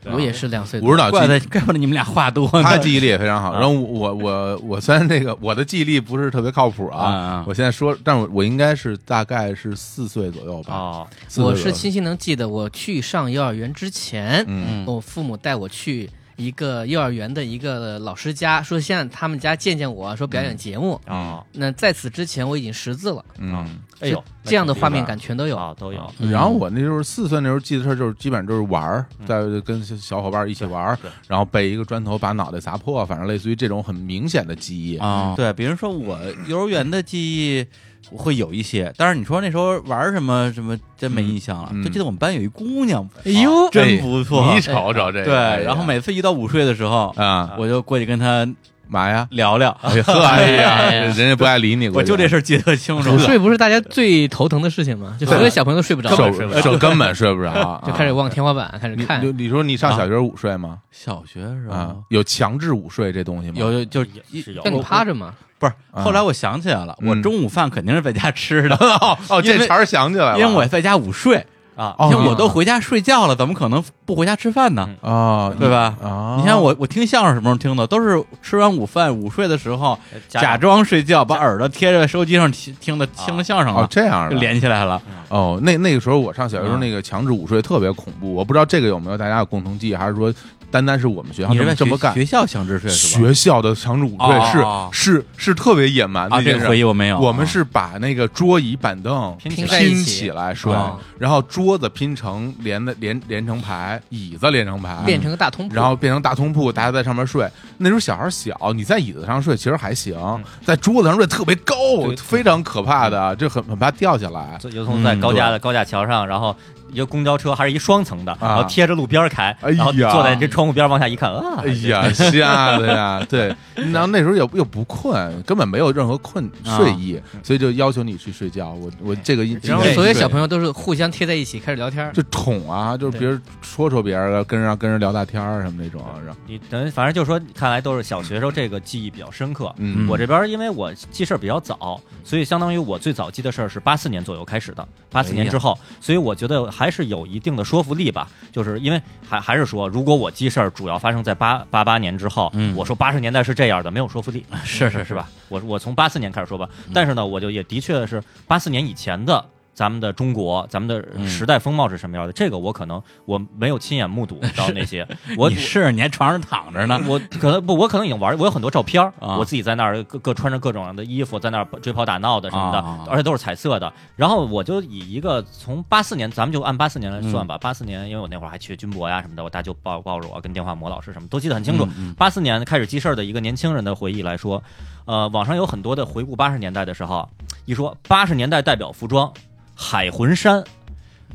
Speaker 4: 对
Speaker 3: 我也是两岁多
Speaker 5: 吴指导记
Speaker 2: 怪不得怪不得你们俩话多呢，
Speaker 5: 他记忆力也非常好。
Speaker 4: 啊
Speaker 5: 然后我我我虽然这个我的记忆力不是特别靠谱
Speaker 2: 啊
Speaker 5: 啊
Speaker 2: 啊，
Speaker 5: 我现在说，但我我应该是大概是四岁左右吧。
Speaker 4: 哦，
Speaker 5: 四岁
Speaker 3: 我
Speaker 5: 左右
Speaker 3: 是清晰能记得，我去上幼儿园之前，
Speaker 5: 嗯
Speaker 2: 嗯
Speaker 3: 我父母带我去一个幼儿园的一个老师家，说先让他们家见见我，啊说表演节目。
Speaker 2: 嗯
Speaker 4: 哦，
Speaker 3: 那在此之前我已经识字了，
Speaker 2: 啊
Speaker 5: 嗯。
Speaker 4: 哎呦
Speaker 3: 就，这样的画面
Speaker 4: 那
Speaker 3: 感全都有
Speaker 4: 挺厉害。啊，都有。
Speaker 2: 嗯
Speaker 5: 然后我那时候四岁那时候记的事儿就是基本上就是玩儿，在跟小伙伴一起玩儿
Speaker 4: 对对，
Speaker 5: 然后被一个砖头把脑袋砸破，反正类似于这种很明显的记忆。
Speaker 2: 啊， 对，比如说我幼儿园的记忆。我会有一些，但是你说那时候玩什么什么，真没印象了。
Speaker 5: 嗯嗯
Speaker 2: 就记得我们班有一姑娘，
Speaker 3: 哎呦，
Speaker 2: 真不错
Speaker 5: 哎你瞅瞅这个，
Speaker 2: 对，
Speaker 5: 哎呀
Speaker 2: 然后每次遇到午睡的时候，
Speaker 5: 啊，
Speaker 2: 我就过去跟她
Speaker 5: 嘛呀，
Speaker 2: 聊聊，
Speaker 5: 哎呵， 哎呀
Speaker 3: 哎，呀
Speaker 5: 人家不爱理你，
Speaker 2: 我就这
Speaker 5: 事
Speaker 2: 事儿记得清楚
Speaker 3: 午。睡不是大家最头疼的事情吗？就所有小朋友都睡不着，
Speaker 5: 手
Speaker 3: 就
Speaker 5: 手根本睡不 着啊，
Speaker 3: 开始望天花板，开始
Speaker 5: 你
Speaker 3: 看
Speaker 5: 你。你说你
Speaker 2: 啊
Speaker 5: 上小学午睡吗？
Speaker 2: 小学的时
Speaker 5: 啊
Speaker 2: 候，
Speaker 5: 有强制午睡这东西吗？
Speaker 2: 有有就
Speaker 4: 也
Speaker 2: 一
Speaker 4: 是有
Speaker 3: 让你
Speaker 2: 我
Speaker 3: 趴着嘛，
Speaker 2: 不是，
Speaker 5: 啊
Speaker 2: 后来我想起来了，我
Speaker 5: 嗯
Speaker 2: 中午饭肯定是在家吃的，
Speaker 5: 哦，
Speaker 2: 因
Speaker 5: 这
Speaker 2: 为
Speaker 5: 茬儿想起来了，
Speaker 2: 因为我在家午睡，
Speaker 4: 啊，
Speaker 5: 哦
Speaker 2: 因为我都回家睡觉了，怎么可能不回家吃饭呢？
Speaker 4: 嗯
Speaker 5: 啊，
Speaker 2: 对吧
Speaker 5: 啊，
Speaker 2: 你看我，我听相声什么时候听的？都是吃完午饭午睡的时候，
Speaker 4: 家啊
Speaker 2: 假装睡觉，把耳朵贴在收机上听听的听的相声
Speaker 5: 哦
Speaker 2: 了，
Speaker 5: 这样
Speaker 2: 就
Speaker 5: 的
Speaker 2: 连起来了。
Speaker 5: 哦，那那个时候我上小学时候
Speaker 2: 嗯
Speaker 5: 那个强制午睡特别恐怖，我不知道这个有没有大家有共同记忆，还是说单单是我们学校
Speaker 2: 你
Speaker 5: 这
Speaker 2: 是在
Speaker 5: 么这么
Speaker 2: 学
Speaker 5: 干？
Speaker 2: 学校强制睡是吧？
Speaker 5: 学校的强制午睡是、
Speaker 2: 哦
Speaker 5: 是是特别野蛮的
Speaker 2: 啊，
Speaker 5: 一件
Speaker 2: 这
Speaker 5: 事。
Speaker 2: 个回忆我没有。
Speaker 5: 我们
Speaker 2: 啊
Speaker 5: 是把那个桌椅板凳
Speaker 4: 拼
Speaker 3: 起
Speaker 5: 拼
Speaker 3: 来拼在一起
Speaker 5: 起来睡，
Speaker 2: 哦
Speaker 5: 然后桌子拼成连的连连成排，椅子连成排，
Speaker 3: 变成个大通铺，
Speaker 5: 嗯然后变成大通铺，大家在上面睡。那时候小孩小，你在椅子上睡其实还行，
Speaker 2: 嗯
Speaker 5: 在桌子上睡特别高，非常可怕的，这很很怕掉下来。
Speaker 4: 就从在
Speaker 2: 嗯
Speaker 4: 高
Speaker 5: 对
Speaker 4: 架的高架桥上，然后一个公交车还是一双层
Speaker 2: 啊
Speaker 4: 的，然后贴着路边儿开，
Speaker 5: 哎呀
Speaker 4: 然后坐在这窗户边儿往下一看，啊，
Speaker 5: 哎呀，吓的呀！对，然后那时候又又不困，根本没有任何困
Speaker 2: 啊
Speaker 5: 睡意，所以就要求你去睡觉。我我这个印
Speaker 3: 然后
Speaker 5: 印象
Speaker 3: 所有
Speaker 5: 对
Speaker 3: 小朋友都是互相贴在一起开始聊天儿。
Speaker 5: 就捅啊，就是别人戳戳别人啊，跟人让跟人聊大天儿什么那种，然后
Speaker 4: 你等于反正就是说，看来都是小学时候这个记忆比较深刻。
Speaker 5: 嗯
Speaker 4: 我这边儿因为我记事儿比较早，所以相当于我最早记的事儿是八四年左右开始的，八四年之后，所以我觉得还是有一定的说服力吧。就是因为还还是说，如果我记事儿主要发生在八八八年之后，
Speaker 2: 嗯
Speaker 4: 我说八十年代是这样的，没有说服力。
Speaker 2: 是
Speaker 4: 是
Speaker 2: 是
Speaker 4: 是
Speaker 2: 是嗯
Speaker 4: 吧
Speaker 2: 吧？？
Speaker 4: 我我从八四年开始说吧，但是呢，我就也的确是八四年以前的咱们的中国，咱们的
Speaker 2: 嗯
Speaker 4: 时代风貌是什么样的？这个我可能我没有亲眼目睹到 那些，我
Speaker 2: 你是你还床上躺着呢，
Speaker 4: 我可能不，我可能已经玩儿，我有很多照片儿，
Speaker 2: 啊
Speaker 4: 我自己在那儿各各穿着各种的衣服，在那儿追跑打闹的什么的，
Speaker 2: 啊
Speaker 4: 而且都是彩色的。然后我就以一个从八四年，咱们就按八四年来算
Speaker 2: 嗯
Speaker 4: 吧，八四、年，因为我那会儿还去军博呀什么的，我大舅抱抱着我跟电话魔老师什么都记得很清楚
Speaker 2: 嗯嗯。
Speaker 4: 八四、年开始记事儿的一个年轻人的回忆来说，呃，网上有很多的回顾八十年代的时候，一说八十年代代表服装海魂衫。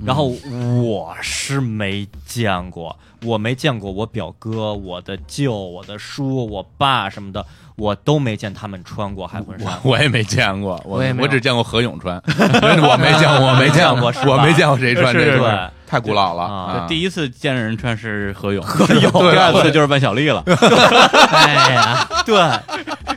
Speaker 4: 然后我是没见过，我没见过我表哥、我的舅、我的叔、我爸什么的，我都没见他们穿过海魂衫。
Speaker 5: 我我也没见过，我
Speaker 3: 我也没有
Speaker 5: 只见过何勇穿，我没见过，我没见过，
Speaker 4: 是
Speaker 5: 我
Speaker 4: 吧
Speaker 5: 没见过谁穿
Speaker 4: 是
Speaker 5: 这
Speaker 4: 对
Speaker 5: 个，太古老了。
Speaker 4: 啊
Speaker 5: 啊
Speaker 2: 第一次见着人穿是何勇，何
Speaker 5: 勇
Speaker 2: 第二次就是万晓利了，
Speaker 4: 哎呀， 对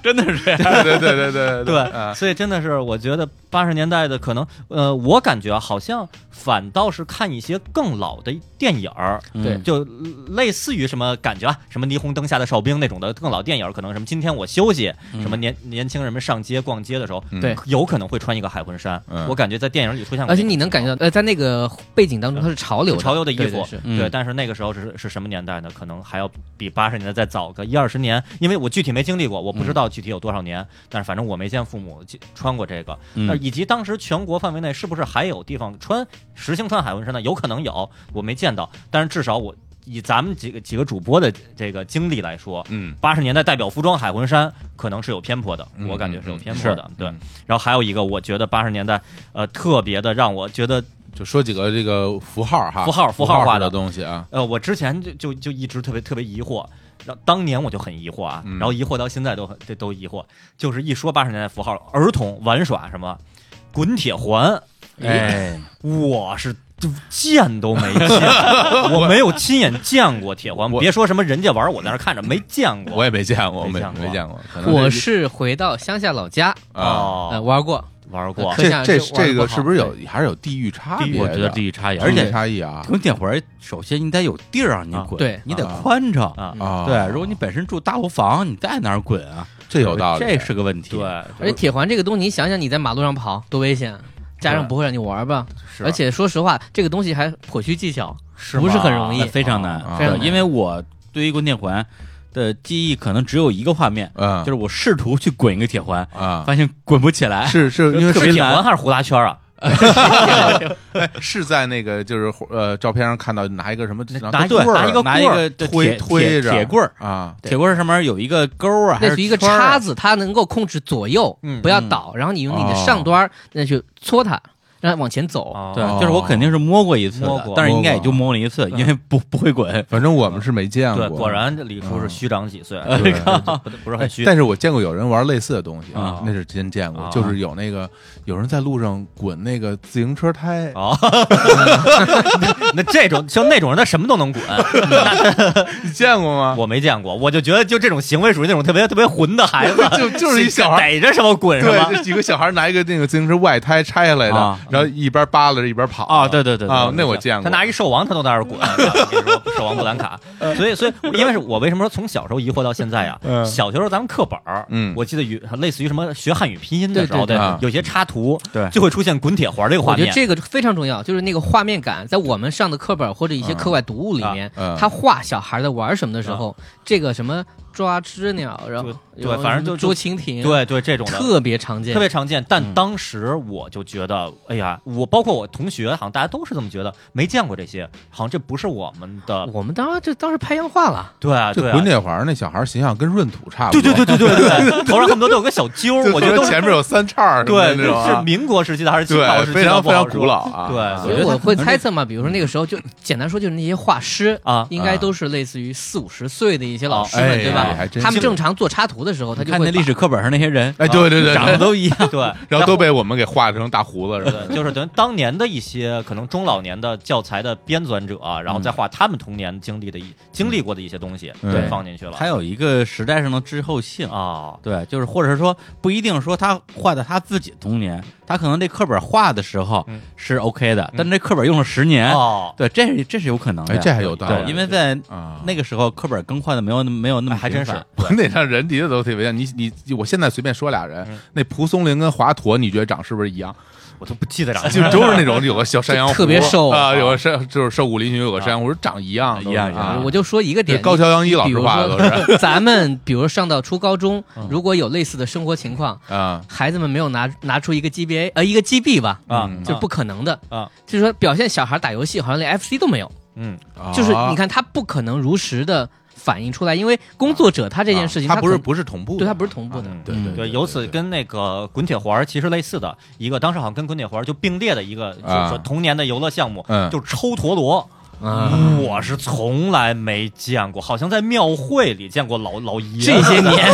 Speaker 2: 真的是这样。
Speaker 5: 对 对对对对
Speaker 4: 对，
Speaker 3: 嗯
Speaker 5: 啊
Speaker 4: 所以真的是，我觉得八十年代的可能，呃，我感觉好像反倒是看一些更老的电影儿，
Speaker 2: 对
Speaker 4: 就类似于什么感觉啊，什么霓虹灯下的哨兵那种的更老电影儿，可能什么今天我休息，什么年年轻人们上街逛街的时候，
Speaker 3: 嗯
Speaker 5: 嗯
Speaker 3: 对
Speaker 4: 有可能会穿一个海魂衫。
Speaker 5: 嗯
Speaker 4: 我感觉在电影里出现过，
Speaker 3: 而且你能感觉到，呃，在那个背景当中，它是潮流的，
Speaker 4: 潮流的衣
Speaker 3: 对
Speaker 4: 服
Speaker 3: 对是
Speaker 2: 嗯
Speaker 4: 对，但是那个时候是是什么年代呢？可能还要比八十年代再早个一二十年，因为我具体没经历过，我不知道具体有多少年，但是反正我没见父母去穿过这个。
Speaker 2: 嗯
Speaker 4: 那以及当时全国范围内是不是还有地方穿实行穿海纹身的？有可能有，我没见到，但是至少我以咱们几个几个主播的这个经历来说，
Speaker 5: 嗯，
Speaker 4: 八十年代代表服装海魂衫可能是有偏颇的，
Speaker 5: 嗯
Speaker 4: 我感觉是有
Speaker 5: 嗯
Speaker 4: 偏颇的。
Speaker 5: 是
Speaker 4: 对
Speaker 5: 嗯，
Speaker 4: 然后还有一个，我觉得八十年代呃特别的让我觉得，
Speaker 5: 就说几个这个符号哈，
Speaker 4: 符号符
Speaker 5: 啊符
Speaker 4: 号化
Speaker 5: 式
Speaker 4: 的
Speaker 5: 的东西啊，
Speaker 4: 呃，我之前就就就一直特别特别疑惑。然后当年我就很疑惑啊，
Speaker 5: 嗯
Speaker 4: 然后疑惑到现在都很这都疑惑，就是一说八十年代符号，儿童玩耍什么滚铁环，
Speaker 2: 哎，
Speaker 4: 我是就见都没见 过，我没有亲眼见过铁环，
Speaker 5: 我
Speaker 4: 别说什么人家玩，我在那儿看着没见过。
Speaker 5: 我也没见过，我
Speaker 4: 没
Speaker 5: 没
Speaker 4: 见过
Speaker 5: 没见过，可能
Speaker 3: 我
Speaker 5: 这
Speaker 3: 是回到乡下老家，
Speaker 5: 啊，
Speaker 3: 呃，
Speaker 4: 哦，
Speaker 3: 玩过，
Speaker 4: 玩过
Speaker 3: 可，
Speaker 5: 这
Speaker 3: 想
Speaker 5: 这
Speaker 3: 是玩
Speaker 5: 这
Speaker 3: 得
Speaker 5: 个
Speaker 3: 不
Speaker 5: 是
Speaker 3: 好
Speaker 5: 不是有还是有地域差
Speaker 2: 地
Speaker 5: 别
Speaker 2: 域我觉得
Speaker 5: 的
Speaker 2: 地域差异，
Speaker 5: 地
Speaker 2: 而
Speaker 5: 域
Speaker 2: 且
Speaker 5: 差异啊
Speaker 2: 滚铁环首先你得有地儿让你
Speaker 4: 啊
Speaker 2: 滚，
Speaker 3: 对
Speaker 2: 你得
Speaker 5: 啊
Speaker 2: 宽敞
Speaker 4: 啊
Speaker 3: 嗯
Speaker 5: 啊，
Speaker 2: 嗯对，如果你本身住大楼房，你在哪儿滚啊？
Speaker 5: 这有道理，
Speaker 2: 这是个问题。
Speaker 4: 对，
Speaker 3: 而且铁环这个东西，你想想你在马路上跑多危险，家长不会让你玩吧？
Speaker 4: 是啊
Speaker 3: 而且说实话，这个东西还颇需技巧，
Speaker 4: 是
Speaker 3: 不是
Speaker 4: 吗
Speaker 3: 很容易
Speaker 2: 哎那非常难，
Speaker 5: 啊
Speaker 3: 非常
Speaker 2: 对
Speaker 3: 难
Speaker 2: 因为我对于滚铁环的记忆可能只有一个画面，
Speaker 5: 嗯，
Speaker 2: 就是我试图去滚一个铁环，
Speaker 5: 啊，
Speaker 2: 发现滚不起来。
Speaker 5: 是是因为啊是
Speaker 4: 特别
Speaker 2: 别
Speaker 4: 铁
Speaker 2: 难
Speaker 4: 环还是呼啦圈啊？
Speaker 5: 是在那个就是呃照片上看到拿一个什么
Speaker 4: 拿
Speaker 5: 拿
Speaker 4: 一棍儿
Speaker 2: 拿一个
Speaker 4: 拿一
Speaker 2: 棍
Speaker 4: 个
Speaker 2: 儿
Speaker 5: 这
Speaker 2: 推
Speaker 5: 铁推
Speaker 2: 推
Speaker 5: 着
Speaker 2: 铁棍儿，
Speaker 5: 啊，
Speaker 2: 铁棍儿上面有一个钩儿啊，还
Speaker 3: 类
Speaker 2: 是
Speaker 3: 似于一个
Speaker 2: 圈儿啊
Speaker 3: 叉，子，它能够控制左右
Speaker 4: 嗯，
Speaker 3: 不要倒，然后你用你的上端儿那去搓它，让它往前走。
Speaker 4: 哦
Speaker 2: 对，就是我肯定是摸过一次
Speaker 4: 摸
Speaker 2: 的
Speaker 4: 过，
Speaker 2: 但是应该
Speaker 5: 摸
Speaker 2: 也
Speaker 5: 过
Speaker 2: 就摸了一次，因为不不会滚。
Speaker 5: 反正我们是没见过，嗯
Speaker 4: 对，果然这李叔是虚长几岁，
Speaker 5: 对。
Speaker 4: 不不是很虚。
Speaker 5: 但是我见过有人玩类似的东西
Speaker 4: 啊
Speaker 5: 那是真见过
Speaker 4: 啊，
Speaker 5: 就是有那个有人在路上滚那个自行车胎，
Speaker 2: 啊
Speaker 4: 哦， 那这种像那种人，他什么都能滚，
Speaker 5: 啊你见过吗？
Speaker 4: 我没见过，我就觉得就这种行为属于那种特别特别混的孩子，
Speaker 5: 就就是一小孩
Speaker 4: 逮着什么滚什么
Speaker 5: 对，，就几个小孩拿一个那个自行车外胎拆下来的，
Speaker 2: 啊
Speaker 5: 然后一边扒拉着一边跑
Speaker 2: 啊对对对对
Speaker 5: 啊，那我见过。
Speaker 4: 他拿一兽王，他都在那 儿滚，我跟你说兽王布兰卡。 所以，所以，因为是我为什么说从小时候疑惑到现在呀、
Speaker 5: 嗯
Speaker 4: 小学时候咱们课本儿，
Speaker 5: 嗯
Speaker 4: 我记得语类似于什么学汉语拼音的时候，
Speaker 3: 对
Speaker 5: 对啊对
Speaker 4: 有些插图，
Speaker 2: 对
Speaker 4: 就会出现滚铁环这个
Speaker 3: 我
Speaker 4: 画
Speaker 3: 觉得
Speaker 4: 面。
Speaker 3: 这个非常重要，就是那个画面感，在我们上的课本或者一些课外读物里面
Speaker 5: 嗯嗯，
Speaker 3: 他画小孩在玩什么的时候，这个什么抓知了，然后
Speaker 4: 对对反正就
Speaker 3: 捉蜻蜓，，
Speaker 4: 对对，这种的
Speaker 3: 特别常见，
Speaker 4: 特别常见。但当时我就觉得，哎呀，我包括我同学，好像大家都是这么觉得，没见过这些，好像这不是我们的。
Speaker 3: 我们当时就当时拍样画了，
Speaker 4: 对啊，
Speaker 5: 这
Speaker 4: 对啊，
Speaker 5: 滚铁环那小孩形象跟闰土差不
Speaker 4: 对
Speaker 5: 多，
Speaker 4: 对对对对对，头上恨不得都有个小揪 儿，
Speaker 5: 就
Speaker 4: 我觉得都是
Speaker 5: 前面有三叉儿什么
Speaker 4: 对，
Speaker 5: 的那种
Speaker 4: 是
Speaker 5: 啊，
Speaker 4: 民国时期的还是清朝
Speaker 5: 对
Speaker 4: 时，期
Speaker 5: 非
Speaker 4: 的
Speaker 5: 常
Speaker 4: 不
Speaker 5: 非
Speaker 4: 好
Speaker 5: 常
Speaker 4: 说
Speaker 5: 古老啊。
Speaker 4: 对
Speaker 5: 啊
Speaker 4: 我
Speaker 3: 所
Speaker 4: 觉
Speaker 3: 以
Speaker 4: 得
Speaker 3: 我会猜测嘛，比如说那个时候就简单说就是那些画师
Speaker 4: 啊
Speaker 3: 应该都是类似于四五十岁的一些老师
Speaker 5: 哎
Speaker 3: 们，对吧
Speaker 5: 哎还真？
Speaker 3: 他
Speaker 5: 是
Speaker 3: 们正常做插图的时候，他就
Speaker 2: 看
Speaker 3: 会
Speaker 2: 那历史课本上那些人，
Speaker 5: 哎，对对对，
Speaker 2: 长得
Speaker 5: 对
Speaker 2: 都 一样。
Speaker 4: 对，
Speaker 5: 然后都被我们给画成大胡子似的。
Speaker 4: 对，就是等于当年的一些可能中老年的教材的编纂者啊，然后再画他们童年经历的一经历过的一些东西，
Speaker 5: 嗯
Speaker 4: 对
Speaker 5: 对
Speaker 4: 放进去了
Speaker 2: 还有一个时代上的滞后性啊。
Speaker 4: 啊，
Speaker 2: 对，就是或者是说不一定说他画的他自己的童年，他可能这课本画的时候
Speaker 4: 嗯
Speaker 2: 是 OK 的，但这课本用了十年，
Speaker 4: 哦，
Speaker 2: 对，这这是有可能的。
Speaker 5: 哎，这还有道
Speaker 2: 对，
Speaker 5: 理
Speaker 2: 因为在
Speaker 5: 啊。
Speaker 2: 那个时候课本更换的没有那没有那么
Speaker 4: 哎还真
Speaker 2: 频繁
Speaker 4: 是。
Speaker 5: 滚铁上人的确都特别像，你你我现在随便说俩人
Speaker 4: 嗯，
Speaker 5: 那蒲松龄跟华佗，你觉得长是不是一样？
Speaker 4: 我都不记得了，
Speaker 5: 就都是那种有个小山羊胡，
Speaker 3: 特别瘦
Speaker 5: 啊，有个山就是瘦骨嶙峋，有个山羊胡，长一样
Speaker 2: 一样一样
Speaker 5: 啊
Speaker 3: 我就说一个
Speaker 5: 这
Speaker 3: 点，
Speaker 5: 高桥阳一老
Speaker 3: 比
Speaker 5: 师
Speaker 3: 如
Speaker 5: 画的
Speaker 3: 说
Speaker 5: 都是
Speaker 3: 咱们比如上到初高中，如果有类似的生活情况，
Speaker 5: 啊，
Speaker 3: 孩子们没有拿拿出一个 GBA 呃一个 GB 吧，
Speaker 4: 啊，
Speaker 5: 嗯
Speaker 3: 就不可能的
Speaker 4: 啊。
Speaker 3: 就是说表现小孩打游戏好像连 FC 都没有，
Speaker 4: 嗯，
Speaker 3: 就是
Speaker 5: 啊
Speaker 3: 你看他不可能如实的反映出来，因为工作者他这件事情
Speaker 5: 啊它不是
Speaker 3: 可
Speaker 5: 不是同步的，
Speaker 3: 对他不是同步的。
Speaker 4: 嗯
Speaker 5: 对
Speaker 2: 嗯
Speaker 5: 对
Speaker 4: 对，由此跟那个滚铁环儿其实类似的一个，当时好像跟滚铁环儿就并列的一个，就是说
Speaker 5: 啊
Speaker 4: 童年的游乐项目，
Speaker 5: 嗯啊
Speaker 4: 就是抽陀螺。嗯我是从来没见过，好像在庙会里见过老老爷，
Speaker 3: 这些 年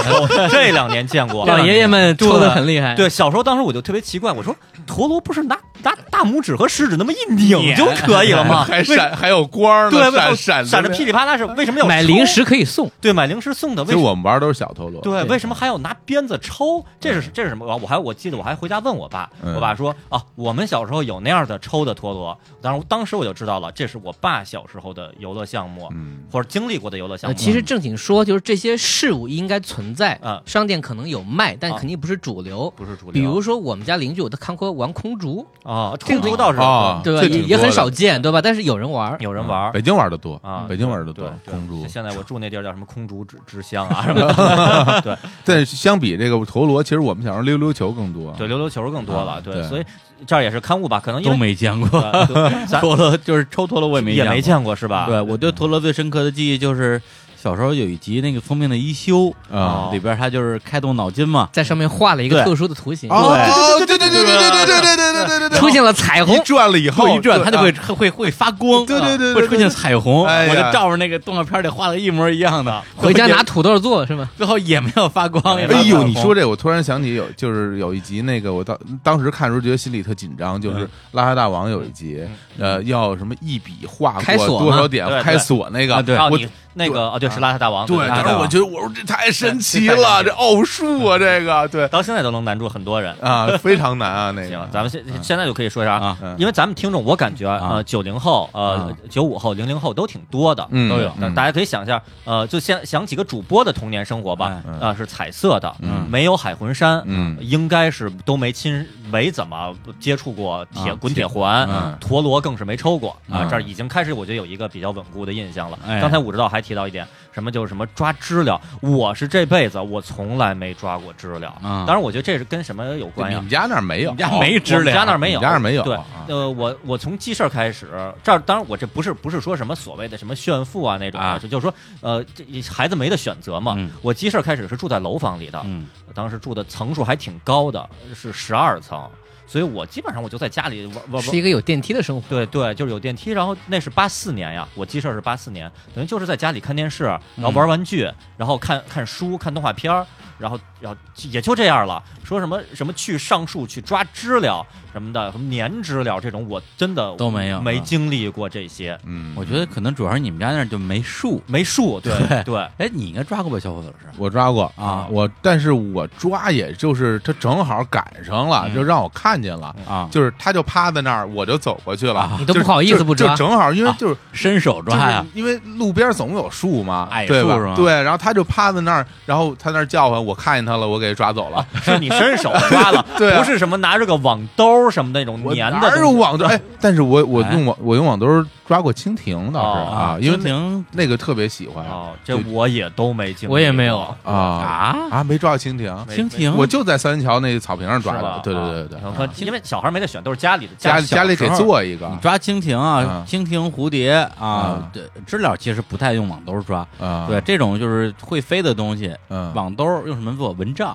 Speaker 4: 这两年见过
Speaker 3: 老爷爷们
Speaker 4: 对
Speaker 3: 抽的很厉害，
Speaker 4: 对，小时候当时我就特别奇怪，我说陀螺不是拿拿大拇指和食指那么一拧就可以了 吗？
Speaker 5: 还闪还有光呢，
Speaker 4: 对，为什么
Speaker 5: 闪闪
Speaker 4: 闪着噼
Speaker 5: 屁。
Speaker 4: 里啪啦是为什么要
Speaker 3: 买
Speaker 4: 抽
Speaker 3: 零？食可以送，
Speaker 4: 对，买零食送的，
Speaker 5: 其
Speaker 4: 为
Speaker 5: 实
Speaker 4: 什么？
Speaker 5: 我们玩的都是小陀螺，
Speaker 4: 对，为什么还要拿鞭子抽？这是这是什么？啊我还我记得我还回家问我爸，
Speaker 5: 嗯
Speaker 4: 我爸说啊，我们小时候有那样的抽的陀螺，当然当时我就知道了，这是我爸小时候的游乐项目，
Speaker 5: 嗯，
Speaker 4: 或者经历过的游乐项
Speaker 3: 呃，
Speaker 4: 目。
Speaker 3: 其实正经说，就是这些事物应该存在，
Speaker 4: 啊
Speaker 3: 商店可能有卖，但
Speaker 4: 啊
Speaker 3: 肯定不是主流。
Speaker 4: 不是主流，
Speaker 3: 比如说我们家邻居，我都看过玩空竹，
Speaker 4: 啊，
Speaker 3: 这
Speaker 4: 红州倒是
Speaker 5: 啊
Speaker 3: 对吧？
Speaker 5: 这
Speaker 3: 也
Speaker 5: 挺
Speaker 3: 也
Speaker 5: 多
Speaker 3: 很
Speaker 5: 的
Speaker 3: 少见，对吧？但是有人玩儿，
Speaker 4: 有人玩儿
Speaker 5: 北京玩的多
Speaker 4: 啊
Speaker 5: 北京玩的多
Speaker 4: 对，对
Speaker 5: 空竹。
Speaker 4: 现在我住那地儿叫什么空竹之之 乡啊什么的，对
Speaker 5: 但是相比这个陀螺，其实我们想要溜溜球更多。
Speaker 4: 对，溜溜球更多了，
Speaker 5: 啊
Speaker 4: 对，
Speaker 5: 对
Speaker 4: 所以这儿也是刊物吧，可能因
Speaker 2: 都
Speaker 4: 为
Speaker 2: 没见过。
Speaker 4: 呃 对咱
Speaker 2: 陀螺就是抽陀螺，我也没
Speaker 4: 也没
Speaker 2: 见
Speaker 4: 见过是嗯吧？
Speaker 2: 过。对，我对陀螺最深刻的记忆就是小时候有一集那个封面的一休
Speaker 5: 啊
Speaker 2: 里边他就是开动脑筋嘛，
Speaker 3: 在上面画了一
Speaker 2: 对
Speaker 3: 个特殊的图形，
Speaker 5: 哦，对对对对对对对对对对对对对，
Speaker 3: 出现了彩虹
Speaker 5: 一，转了以后，
Speaker 2: 后一转
Speaker 5: 哦对啊
Speaker 2: 它就会会会发光，啊
Speaker 5: 对对对对
Speaker 2: 会出现彩虹。
Speaker 5: 哎呀
Speaker 2: 我就照着那个动画片里画的一模一样的，
Speaker 3: 回家拿土豆做是吗？
Speaker 2: 最后也没有发光。也没有
Speaker 5: 哎
Speaker 2: 发
Speaker 5: 呦，
Speaker 2: 红
Speaker 5: 你说这，我突然想起有，就是有一集那个，我当当时看的时候觉得心里特紧张，就是《邋遢大王》有一集，呃，要什么一笔画
Speaker 3: 开
Speaker 5: 过
Speaker 3: 锁
Speaker 5: 多
Speaker 3: 嘛
Speaker 5: 少点
Speaker 4: 对对
Speaker 5: 开锁那
Speaker 2: 啊
Speaker 5: 个，
Speaker 2: 对
Speaker 4: 然后
Speaker 5: 我啊
Speaker 4: 你那个哦，对，是邋遢大王，
Speaker 5: 对，
Speaker 4: 邋遢
Speaker 5: 当时
Speaker 4: 大王
Speaker 5: 我觉得我说这太神奇
Speaker 4: 对太神
Speaker 5: 了，
Speaker 4: 奇
Speaker 5: 这
Speaker 4: 了
Speaker 5: 奥数啊，这个对
Speaker 4: 到现在都能难住很多人。
Speaker 5: 啊，非常难啊，那
Speaker 4: 行
Speaker 5: 个，
Speaker 4: 咱们现现在就可以说一下
Speaker 2: 啊
Speaker 5: 嗯
Speaker 4: 因为咱们听众我感觉
Speaker 2: 啊
Speaker 4: 呃，九零后呃
Speaker 2: 啊，
Speaker 4: 九五后、零零后都挺多的，
Speaker 5: 嗯
Speaker 2: 都有
Speaker 4: 那
Speaker 5: 嗯
Speaker 4: 大家可以想一下，呃，就先想几个主播的童年生活吧
Speaker 5: 哎。
Speaker 4: 啊，是彩色的
Speaker 5: 嗯，
Speaker 4: 没有海魂衫，
Speaker 5: 嗯
Speaker 4: 应该是都没亲没怎么接触过铁
Speaker 2: 啊
Speaker 4: 滚铁环
Speaker 5: 嗯，
Speaker 4: 陀螺更是没抽过啊
Speaker 5: 嗯。
Speaker 4: 这儿已经开始，我觉得有一个比较稳固的印象了。
Speaker 2: 哎
Speaker 4: 刚才武指导还提到一点，什么就是什么抓知了，我是这辈子我从来没抓过知了。
Speaker 2: 啊
Speaker 4: 当然，我觉得这是跟什么有关
Speaker 5: 你
Speaker 4: 呀
Speaker 5: 们？家那儿没有，哦
Speaker 2: 你们家没知
Speaker 4: 哦我
Speaker 2: 了
Speaker 4: 们家那儿没有，
Speaker 5: 你们家那儿没有
Speaker 4: 对
Speaker 5: 啊，
Speaker 4: 呃，我我从记事儿开始，这儿当然我这不是不是说什么所谓的什么炫富啊那种
Speaker 2: 啊
Speaker 4: 就是说呃，这孩子没得选择嘛。
Speaker 2: 嗯
Speaker 4: 我记事儿开始是住在楼房里的，
Speaker 2: 嗯，
Speaker 4: 当时住的层数还挺高的，是十二层，所以我基本上我就在家里玩玩玩
Speaker 3: 是一个有电梯的生活。
Speaker 4: 对对，就是有电梯，然后那是八四年呀，我记事儿是八四年，等于就是在家里看电视，然后
Speaker 5: 嗯
Speaker 4: 玩玩具，然后看看书、看动画片儿，然后然后也就这样了。说什么什么去上树去抓知了什么的，什么粘知了这种，我真的
Speaker 2: 都没有
Speaker 4: 没
Speaker 2: 啊
Speaker 4: 经历过这些，
Speaker 5: 嗯，
Speaker 2: 我觉得可能主要是你们家那儿就没树。
Speaker 4: 没树，对对
Speaker 2: 哎，你应该抓过吧，小伙子老师？
Speaker 5: 我抓过
Speaker 2: 啊
Speaker 5: 我但是我抓也就是他正好赶上了，
Speaker 4: 嗯
Speaker 5: 就让我看见了，
Speaker 2: 啊，
Speaker 5: 就是他就趴在那儿，我就走过去了，
Speaker 2: 啊
Speaker 3: 你都
Speaker 5: 就是
Speaker 3: 不好意思不抓
Speaker 5: 就就正好因为
Speaker 2: 啊
Speaker 5: 就是
Speaker 2: 伸手抓呀，
Speaker 5: 就是因为路边总有树嘛，
Speaker 2: 矮
Speaker 5: 对吧
Speaker 2: 树是吗
Speaker 5: 对，然后他就趴在那儿，然后他那儿叫唤，我看见他了，我给抓走了。
Speaker 4: 是你伸手抓了，
Speaker 5: 对啊
Speaker 4: 不是什么拿着个网兜儿什么那种
Speaker 5: 我
Speaker 4: 粘
Speaker 5: 哪
Speaker 4: 的东西，
Speaker 5: 有网兜？哎，但是我我
Speaker 2: 哎
Speaker 5: 用网我用网兜抓过蜻蜓倒是
Speaker 4: 哦
Speaker 5: 啊，因为
Speaker 2: 蜻
Speaker 5: 那
Speaker 2: 蜓
Speaker 5: 那个特别喜欢
Speaker 4: 哦，这
Speaker 5: 就
Speaker 4: 我也都没经历，
Speaker 3: 我也没有，
Speaker 5: 啊
Speaker 2: 啊，嗯
Speaker 5: 啊，没抓过蜻蜓，
Speaker 2: 蜻蜓
Speaker 5: 我就在三元桥那草坪上
Speaker 4: 是
Speaker 5: 抓
Speaker 4: 吧
Speaker 5: 的。？对
Speaker 4: 啊
Speaker 5: 对对对
Speaker 4: 然
Speaker 5: 对
Speaker 4: 后，因为小孩没得选，都是家里的
Speaker 5: 家
Speaker 4: 小
Speaker 5: 家里给
Speaker 4: 时候
Speaker 5: 做一个
Speaker 2: 你抓蜻蜓啊
Speaker 5: 啊，
Speaker 2: 蜻蜓、蝴蝶啊
Speaker 5: 啊，
Speaker 2: 对，知了其实不太用网兜抓，
Speaker 5: 啊，
Speaker 2: 对，这种就是会飞的东西，
Speaker 5: 嗯
Speaker 2: 网兜用什么做？蚊帐，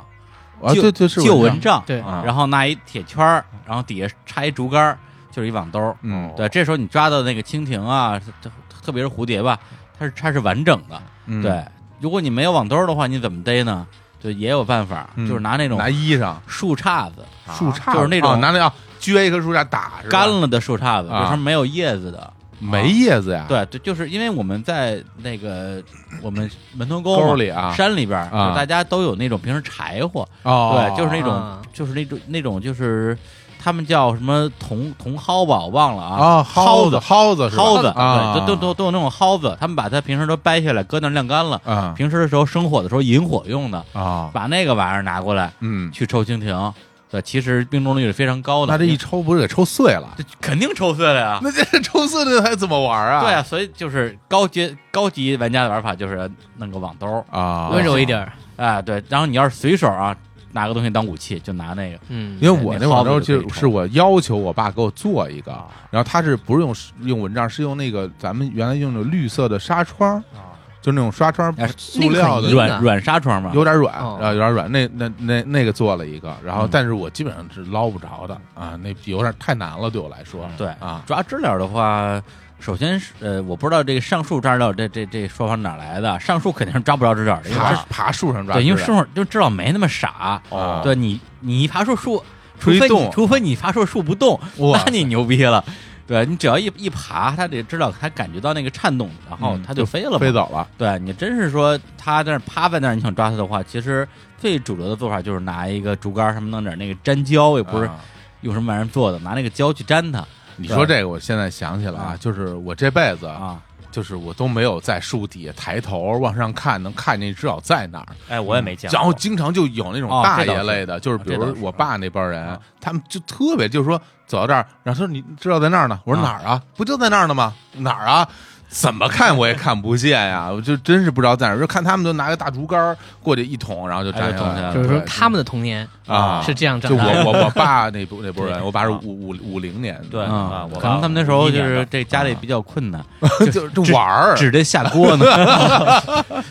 Speaker 5: 啊，
Speaker 2: 就
Speaker 5: 对对是
Speaker 2: 旧
Speaker 5: 蚊
Speaker 2: 蚊
Speaker 5: 帐，
Speaker 2: 帐，
Speaker 3: 对
Speaker 5: 啊
Speaker 2: 然后拿一铁圈儿，然后底下插一竹竿儿，就是一网兜。
Speaker 5: 嗯
Speaker 2: 对，这时候你抓到那个蜻蜓啊，特特别是蝴蝶吧，它是它是完整的。
Speaker 5: 嗯
Speaker 2: 对，如果你没有网兜的话，你怎么逮呢？就也有办法，
Speaker 5: 嗯
Speaker 2: 就是拿那种
Speaker 5: 拿衣裳
Speaker 2: 树杈子，
Speaker 5: 树杈
Speaker 2: 就是那种
Speaker 5: 哦拿那要撅一棵树杈打是吧
Speaker 2: 干了的树杈子，
Speaker 5: 啊
Speaker 2: 就是没有叶子的。
Speaker 5: 没叶子呀，
Speaker 2: 对对，就是因为我们在那个我们门头沟嘛
Speaker 5: 沟里啊，
Speaker 2: 山里边儿，
Speaker 5: 啊
Speaker 2: 就大家都有那种平时柴火，
Speaker 5: 哦，
Speaker 2: 对，就是那种、
Speaker 3: 啊
Speaker 2: 就是那种那种就是他们叫什么茼茼蒿吧，我忘了啊。
Speaker 5: 啊，蒿
Speaker 2: 子
Speaker 5: 蒿子是吧
Speaker 2: 蒿子，
Speaker 5: 啊，
Speaker 2: 对，都都都都有那种蒿子，他们把它平时都掰下来，搁那儿晾干了。
Speaker 5: 啊
Speaker 2: 平时的时候生火的时候引火用的，
Speaker 5: 啊，
Speaker 2: 把那个玩意儿拿过来
Speaker 5: 嗯，
Speaker 2: 去抽蜻蜓，对，其实命中率是非常高的。
Speaker 5: 那这一抽不是给抽碎了？
Speaker 2: 这肯定抽碎了呀。
Speaker 5: 那这抽碎了还怎么玩啊？
Speaker 2: 对啊，所以就是高级高级玩家的玩法就是弄个网兜儿，
Speaker 5: 啊，
Speaker 3: 温柔一点儿，
Speaker 2: 哎，对，然后你要是随手啊拿个东西当武器，就拿那个
Speaker 3: 嗯，
Speaker 5: 因为我那网
Speaker 2: 那
Speaker 5: 兜
Speaker 2: 蒿子就可以
Speaker 5: 就
Speaker 2: 抽啊
Speaker 5: 是我要求我爸给我做一个，然后他是不是用用蚊帐，是用那个咱们原来用的绿色的纱窗，就那种纱窗
Speaker 2: 啊哎
Speaker 5: 塑料的
Speaker 3: 那个很硬啊
Speaker 2: 软软纱窗嘛，
Speaker 5: 有点软，啊
Speaker 3: 哦
Speaker 5: 然后有点软，那那那那个做了一个，然后
Speaker 2: 嗯
Speaker 5: 但是我基本上是捞不着的啊，那有点太难了对我来说，
Speaker 2: 对
Speaker 5: 啊
Speaker 2: 抓知了的话，首先是呃，我不知道这个上树抓知了这这这说法哪来的，上树肯定是抓不着知了的，因为
Speaker 5: 爬爬树上抓知了，
Speaker 2: 对，因为树上就知了没那么傻，
Speaker 5: 哦
Speaker 2: 对你你一爬树树，除
Speaker 5: 一
Speaker 2: 非你
Speaker 5: 动
Speaker 2: 除非你爬树树不动，
Speaker 5: 哇
Speaker 2: 那你牛逼了。对你只要一一爬，它这知了它感觉到那个颤动，然后
Speaker 5: 嗯
Speaker 2: 它就飞了嘛，
Speaker 5: 飞走了，
Speaker 2: 对你真是说它在那儿趴在那儿，你想抓它的话，其实最主流的做法就是拿一个竹竿儿什么弄点那个粘胶，也不是
Speaker 5: 啊
Speaker 2: 用什么玩意儿做的，拿那个胶去粘它
Speaker 5: 你
Speaker 2: 对
Speaker 5: 说这个，我现在想起来啊，
Speaker 2: 啊
Speaker 5: 就是我这辈子
Speaker 2: 啊
Speaker 5: 就是我都没有在树底下抬头往上看，能看见至少在哪儿。
Speaker 4: 哎，我也没见过。
Speaker 5: 然后经常就有那种
Speaker 4: 哦
Speaker 5: 大
Speaker 4: 这倒
Speaker 5: 爷
Speaker 4: 是
Speaker 5: 类的，就是比
Speaker 4: 这倒
Speaker 5: 如
Speaker 4: 是
Speaker 5: 我爸那帮人
Speaker 4: 啊，
Speaker 5: 他们就特别就是说走到这儿，然后他说你知道在那儿呢？
Speaker 4: 哦
Speaker 5: 我说
Speaker 2: 啊
Speaker 5: 哪儿啊？不就在那儿呢吗？哪儿啊？怎么看我也看不见呀，我就真是不知道在哪儿。就看他们都拿个大竹竿儿过去一捅，然后就
Speaker 2: 哎
Speaker 5: 站
Speaker 2: 就
Speaker 5: 下
Speaker 2: 捅下来了
Speaker 5: 来了。
Speaker 3: 就是说
Speaker 5: 对
Speaker 3: 他们的童年
Speaker 5: 啊
Speaker 3: 是这样
Speaker 5: 就
Speaker 3: 长大的。
Speaker 5: 我我我爸那波那波人，
Speaker 4: 对
Speaker 5: 我爸是
Speaker 4: 啊
Speaker 5: 五五五零年的，
Speaker 4: 对啊，我
Speaker 2: 嗯可能他们那时候就是这家里
Speaker 4: 啊
Speaker 2: 比较困难，
Speaker 5: 就就玩儿，
Speaker 2: 指着下锅 呢，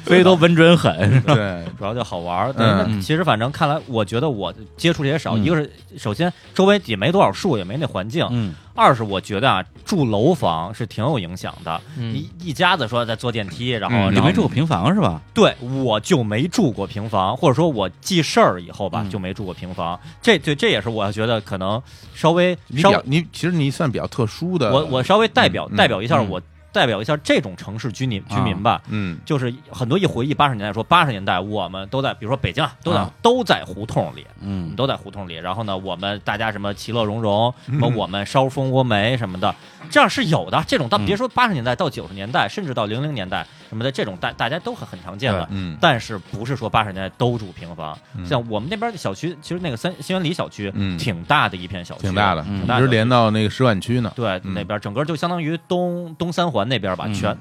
Speaker 2: 所以都稳准狠。
Speaker 5: 对，
Speaker 4: 主要就好玩儿。
Speaker 5: 嗯
Speaker 4: 但是其实反正看来，我觉得我接触的也少。
Speaker 2: 嗯
Speaker 4: 一个是首先周围也没多少树，也没那环境；
Speaker 2: 嗯，
Speaker 4: 二是我觉得啊，住楼房是挺有影响的。
Speaker 3: 嗯
Speaker 4: 一一家子说在坐电梯，然
Speaker 5: 嗯
Speaker 4: 后然
Speaker 2: 你
Speaker 4: 后
Speaker 2: 没住过平房是吧？
Speaker 4: 对，我就没住过平房，或者说我记事儿以后吧，
Speaker 2: 嗯
Speaker 4: 就没住过平房。这对，这也是我觉得可能稍微
Speaker 5: 你比
Speaker 4: 稍
Speaker 5: 较你其实你算比较特殊的，
Speaker 4: 我我稍微代表、
Speaker 5: 嗯
Speaker 4: 代表一下
Speaker 2: 嗯
Speaker 4: 我、代表一下这种城市居民居民吧。
Speaker 5: 嗯
Speaker 4: 就是很多一回忆八十年代说，八十年代我们都在，比如说北京啊，都在、
Speaker 2: 啊
Speaker 4: 都在胡同里，我
Speaker 2: 嗯
Speaker 4: 们，都在胡同里。然后呢，我们大家什么其乐融融，什么
Speaker 5: 嗯
Speaker 4: 我们烧蜂窝煤什么的，这样是有的。这种到
Speaker 2: 嗯
Speaker 4: 别说八十年代到九十年代，甚至到零零年代什么的，这种大大家都很很常见的。
Speaker 5: 嗯
Speaker 4: 但是不是说八十年代都住平房？
Speaker 5: 嗯
Speaker 4: 像我们那边的小区，其实那个三新源里小区，
Speaker 5: 嗯
Speaker 4: 挺大的一片小区，啊
Speaker 5: 挺大的，
Speaker 2: 嗯
Speaker 5: 一直连到那个石碗区呢，
Speaker 4: 对，
Speaker 5: 嗯
Speaker 4: 那边整个就相当于东东三环那边吧，
Speaker 2: 嗯
Speaker 4: 全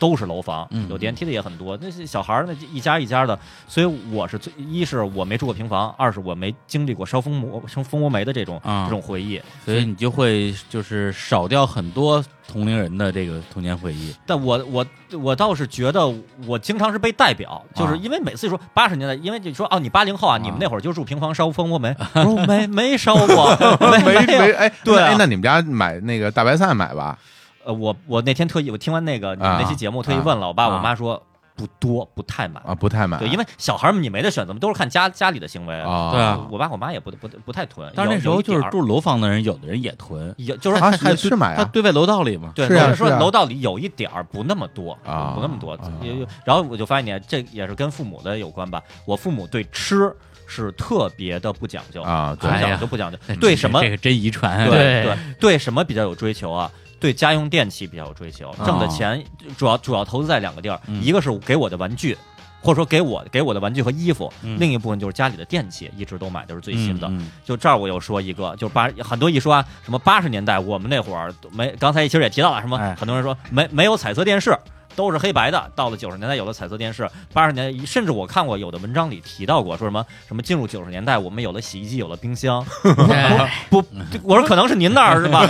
Speaker 4: 都是楼房
Speaker 2: 嗯，
Speaker 4: 有电梯的也很多。那些小孩儿那一家一家的，所以我是最一是我没住过平房，二是我没经历过烧蜂窝烧蜂窝煤的这种
Speaker 2: 啊
Speaker 4: 这种回忆。
Speaker 2: 所以你就会就是少掉很多同龄人的这个童年回忆。
Speaker 4: 但我我我倒是觉得，我经常是被代表，
Speaker 2: 啊
Speaker 4: 就是因为每次说八十年代，因为你说哦，你八零后啊，你们那会儿就住平房烧 蜂窝煤，我说没没烧过， 没
Speaker 5: 没
Speaker 4: 有
Speaker 5: 没哎，
Speaker 4: 对啊
Speaker 5: 哎，那你们家买那个大白菜买吧，
Speaker 4: 呃，我我那天特意我听完那个你
Speaker 5: 啊
Speaker 4: 们那期节目，特意问了我爸
Speaker 2: 啊
Speaker 4: 我妈说不多不太买，
Speaker 5: 啊，不太买，
Speaker 4: 对，因为小孩儿们你没得选择嘛，都是看家家里的行为。
Speaker 5: 啊，
Speaker 2: 对啊
Speaker 4: 我爸我妈也不不不太囤，
Speaker 2: 但是那
Speaker 4: 有
Speaker 2: 时候
Speaker 4: 有一
Speaker 2: 就是
Speaker 4: 点儿
Speaker 2: 住楼房的人，有的人也囤，
Speaker 4: 有就是
Speaker 5: 啊
Speaker 4: 还还
Speaker 5: 是是买
Speaker 2: 他
Speaker 5: 啊，
Speaker 2: 对外楼道里嘛。
Speaker 4: 对，
Speaker 5: 是啊
Speaker 4: 我说
Speaker 5: 是啊
Speaker 4: 楼道里有一点儿不那么多
Speaker 5: 啊
Speaker 4: 不那么多
Speaker 5: 啊。
Speaker 4: 也有然后我就发现，啊这也是跟父母的有关吧。我父母对吃是特别的不讲究，
Speaker 5: 啊，
Speaker 4: 从
Speaker 5: 对
Speaker 2: 哎呀
Speaker 4: 小就不讲究，对什么
Speaker 2: 这个真遗传。
Speaker 4: 哎
Speaker 2: 啊
Speaker 4: 对
Speaker 3: 对
Speaker 4: 对对什么比较有追求啊？对家用电器比较有追求，挣的钱主要主要投资在两个地儿，
Speaker 2: 啊嗯
Speaker 4: 一个是给我的玩具，或者说给我给我的玩具和衣服，
Speaker 2: 嗯
Speaker 4: 另一部分就是家里的电器，一直都买的是最新的。
Speaker 2: 嗯嗯
Speaker 4: 就这儿我又说一个，就是八很多一说啊，什么八十年代我们那会儿都没，刚才其实也提到了，什么、
Speaker 2: 哎
Speaker 4: 很多人说没没有彩色电视。都是黑白的，到了九十年代有了彩色电视，八十年代甚至我看过有的文章里提到过，说什么什么进入九十年代，我们有了洗衣机，有了冰箱，
Speaker 3: 哎
Speaker 4: 不，我说可能是您那儿是吧？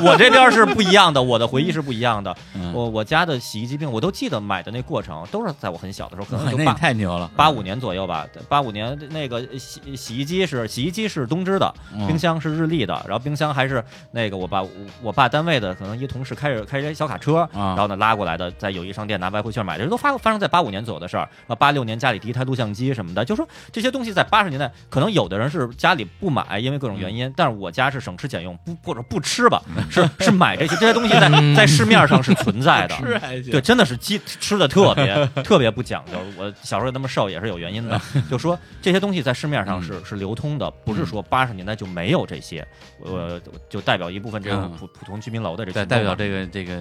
Speaker 4: 我我这边是不一样的，我的回忆是不一样的。
Speaker 2: 嗯
Speaker 4: 我我家的洗衣机并我都记得买的那过程，都是在我很小的时候，可
Speaker 2: 哇
Speaker 4: 能就
Speaker 2: 嗯那也
Speaker 4: 八
Speaker 2: 太牛了，
Speaker 4: 八五年左右吧，八五年那个洗洗衣机是洗衣机是东芝的，
Speaker 2: 嗯
Speaker 4: 冰箱是日立的，然后冰箱还是那个我爸我我爸单位的可能一同事开着开着小卡车，
Speaker 2: 啊
Speaker 4: 然后呢拉过来的，在友谊商店拿外汇券买的，这都发发生在八五年左右的事儿。啊，八六年家里第一台录像机什么的，就说这些东西在八十年代，可能有的人是家里不买，因为各种原
Speaker 2: 嗯
Speaker 4: 因，但是我家是省吃俭用，不或者不吃吧，是 是买这些这些东西在
Speaker 3: 嗯
Speaker 4: 在市面上是存在的。
Speaker 2: 还行
Speaker 4: 对，真的是鸡吃的特别特别不讲究。我小时候那么瘦也是有原 因的，就说这些东西在市面
Speaker 2: 嗯
Speaker 4: 上是、是流通的，不是说八十年代就没有这些。我就代表一部分这种
Speaker 2: 嗯
Speaker 4: 普、普通居民楼的这
Speaker 2: 对，
Speaker 4: 些，
Speaker 2: 代表这个这个，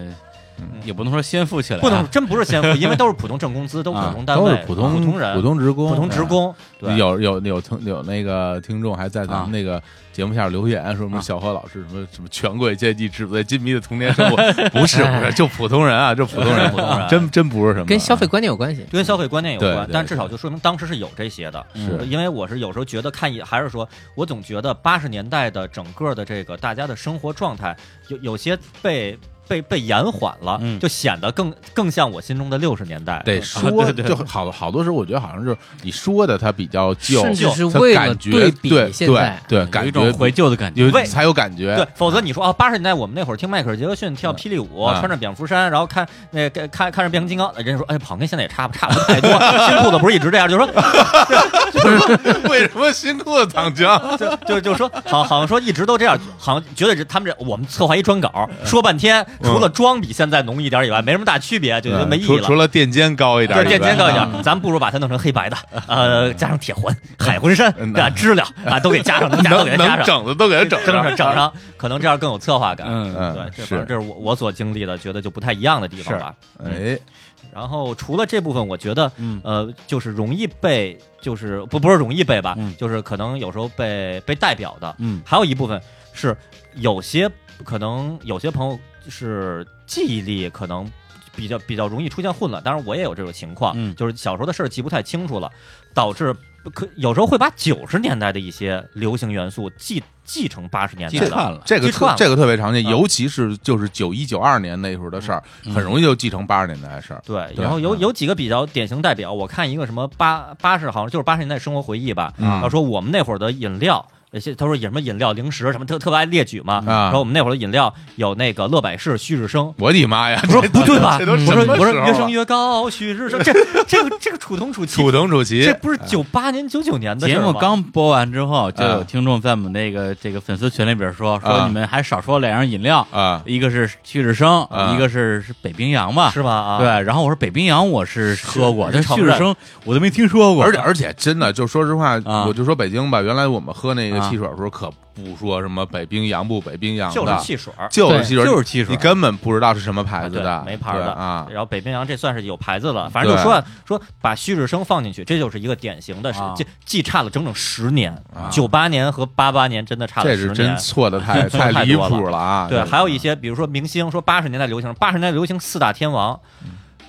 Speaker 2: 也嗯不能说先富起来啊，
Speaker 4: 不能真不是先富，因为都是普通挣工资，都普通单
Speaker 5: 啊都
Speaker 4: 位，
Speaker 5: 是普通
Speaker 4: 普通人、
Speaker 5: 普通职工，啊
Speaker 4: 普通职工，对，
Speaker 5: 有有有听有那个听众还在咱
Speaker 2: 啊
Speaker 5: 们那个节目下留言，说什么
Speaker 2: 啊
Speaker 5: 小何老师什么什么权贵阶级纸醉金迷的童年生活，不是不是，就普通人啊，就普通人，
Speaker 4: 普通人
Speaker 5: 真真不是什么
Speaker 3: 跟消费观念有关系。
Speaker 4: 跟消费观念有
Speaker 5: 对
Speaker 4: 关，
Speaker 5: 对
Speaker 4: 但至少就说明当时是有这些的。
Speaker 5: 是
Speaker 4: 因为我是有时候觉得看一，还是说我总觉得八十年代的整个的这个大家的生活状态有有些被被被延缓了，
Speaker 2: 嗯
Speaker 4: 就显得更更像我心中的六十年代。
Speaker 5: 得
Speaker 2: 啊
Speaker 5: 说，
Speaker 2: 对对
Speaker 5: 就好好多时候，我觉得好像就是你说的，它比较旧，
Speaker 3: 甚至是
Speaker 5: 它
Speaker 3: 为了
Speaker 5: 感觉
Speaker 3: 对比
Speaker 5: 对
Speaker 3: 现在
Speaker 5: 对对，
Speaker 2: 有一
Speaker 5: 感
Speaker 2: 种
Speaker 5: 觉
Speaker 2: 怀旧的感觉。
Speaker 5: 有
Speaker 4: 为
Speaker 5: 才有感觉，
Speaker 4: 对，否则你说啊，八十年代我们那会儿听迈克尔·杰克逊跳霹雳舞，
Speaker 5: 啊
Speaker 4: 穿着蝙蝠衫，然后看那个看看着变形金刚，人家说哎，跑跟现在也差不差不太多。 新裤子不是一直这样，就说
Speaker 5: 为什么新裤子躺 枪？嗯
Speaker 4: 就就就说好好像说一直都这样，好像觉得这他们这我们策划一专稿，说半天除了妆比现在浓一点以外，没什么大区别，就觉得没意义
Speaker 5: 嗯除除
Speaker 4: 了。
Speaker 5: 了垫肩高一点以
Speaker 4: 对，
Speaker 5: 外，
Speaker 4: 垫肩高一
Speaker 5: 啊
Speaker 4: 点，咱不如把它弄成黑白的，呃，加上铁环、海魂衫
Speaker 5: 嗯
Speaker 4: 啊、知了啊，都给加上，能加都给
Speaker 5: 能
Speaker 4: 它加
Speaker 5: 能
Speaker 4: 上，
Speaker 5: 整的都给它整
Speaker 4: 整
Speaker 5: 上。
Speaker 4: 上整上，可能这样更有策划感。
Speaker 2: 嗯，
Speaker 5: 嗯
Speaker 4: 对，这
Speaker 5: 是
Speaker 4: 反正这是我我所经历的，觉得就不太一样的地方吧。
Speaker 5: 哎，
Speaker 4: 然后除了这部分，我觉得，
Speaker 2: 嗯
Speaker 4: 呃，就是容易被，就是不不是容易被吧，
Speaker 2: 嗯
Speaker 4: 就是可能有时候被被代表的，
Speaker 2: 嗯
Speaker 4: 还有一部分是有些可能有些朋友是记忆力可能比较比较容易出现混乱，当然我也有这种情况，
Speaker 2: 嗯
Speaker 4: 就是小时候的事儿记不太清楚了，导致可有时候会把九十年代的一些流行元素继继承八十年代
Speaker 2: 记
Speaker 4: 的，
Speaker 2: 串了，
Speaker 5: 这个
Speaker 4: 记串
Speaker 5: 特
Speaker 4: 了
Speaker 5: 这个特别常见，
Speaker 4: 嗯
Speaker 5: 尤其是就是九一九二年那会儿的事儿，
Speaker 2: 嗯
Speaker 5: 很容易就继承八十年代的事儿。
Speaker 4: 对，
Speaker 5: 对
Speaker 4: 然后有
Speaker 5: 嗯
Speaker 4: 有几个比较典型代表，我看一个什么八八十，好像就是八十年代生活回忆吧。
Speaker 5: 嗯
Speaker 4: 然后说我们那会儿的饮料，呃些他说什么饮料、零食什么特特别爱列举嘛。
Speaker 5: 嗯
Speaker 4: 然后我们那会儿的饮料有那个乐百氏、旭日升。
Speaker 5: 我的妈呀，
Speaker 4: 我说不对吧？
Speaker 5: 这都
Speaker 4: 我
Speaker 5: 什
Speaker 4: 说
Speaker 5: 么时候
Speaker 4: 我说
Speaker 5: 了
Speaker 4: 越升越高，旭 日升，这这个这个楚同楚
Speaker 5: 楚
Speaker 4: 齐，
Speaker 5: 藤楚齐
Speaker 4: 这，不是九八年九九年的事
Speaker 2: 节
Speaker 4: 儿
Speaker 2: 目
Speaker 4: 吗
Speaker 2: 刚播完之后，就有
Speaker 5: 啊
Speaker 2: 听众在我们那个这个粉丝群里边说，说
Speaker 5: 啊
Speaker 2: 你们还少说两样饮料，
Speaker 5: 啊，
Speaker 2: 一个是旭日升，
Speaker 5: 啊
Speaker 2: 一个是是北冰洋吧？
Speaker 4: 是吧？啊，
Speaker 2: 对，然后我说北冰洋我是喝过，
Speaker 4: 是
Speaker 2: 但
Speaker 4: 是承
Speaker 2: 旭日
Speaker 4: 认
Speaker 2: 升我都没听说过。
Speaker 5: 而且而且真的，就说实话，
Speaker 2: 啊
Speaker 5: 我就说北京吧，原来我们喝那个
Speaker 2: 啊
Speaker 5: 汽水的时候，可不说什么北冰洋不北冰洋的，
Speaker 4: 就是汽水儿。
Speaker 5: 就是
Speaker 3: 对
Speaker 5: 汽水，
Speaker 2: 就是汽水
Speaker 5: 你根本不知道是什么牌子
Speaker 4: 啊
Speaker 5: 的，
Speaker 4: 对没牌儿的
Speaker 5: 对啊。
Speaker 4: 然后北冰洋这算是有牌子了，反正就
Speaker 5: 对
Speaker 4: 说啊说把旭日升放进去，这就是一个典型的，是
Speaker 2: 啊
Speaker 4: 这既差了整整十年
Speaker 5: 啊，
Speaker 4: 九八年和八八年真的差了
Speaker 5: 这
Speaker 4: 十
Speaker 5: 是真
Speaker 4: 年。
Speaker 5: 错的 太
Speaker 4: 错得太
Speaker 5: 离
Speaker 4: 多
Speaker 5: 谱了啊！
Speaker 4: 对，
Speaker 5: 这个
Speaker 4: 还有一些比如说明星，说八十年代流行，八十年代流行四大天王。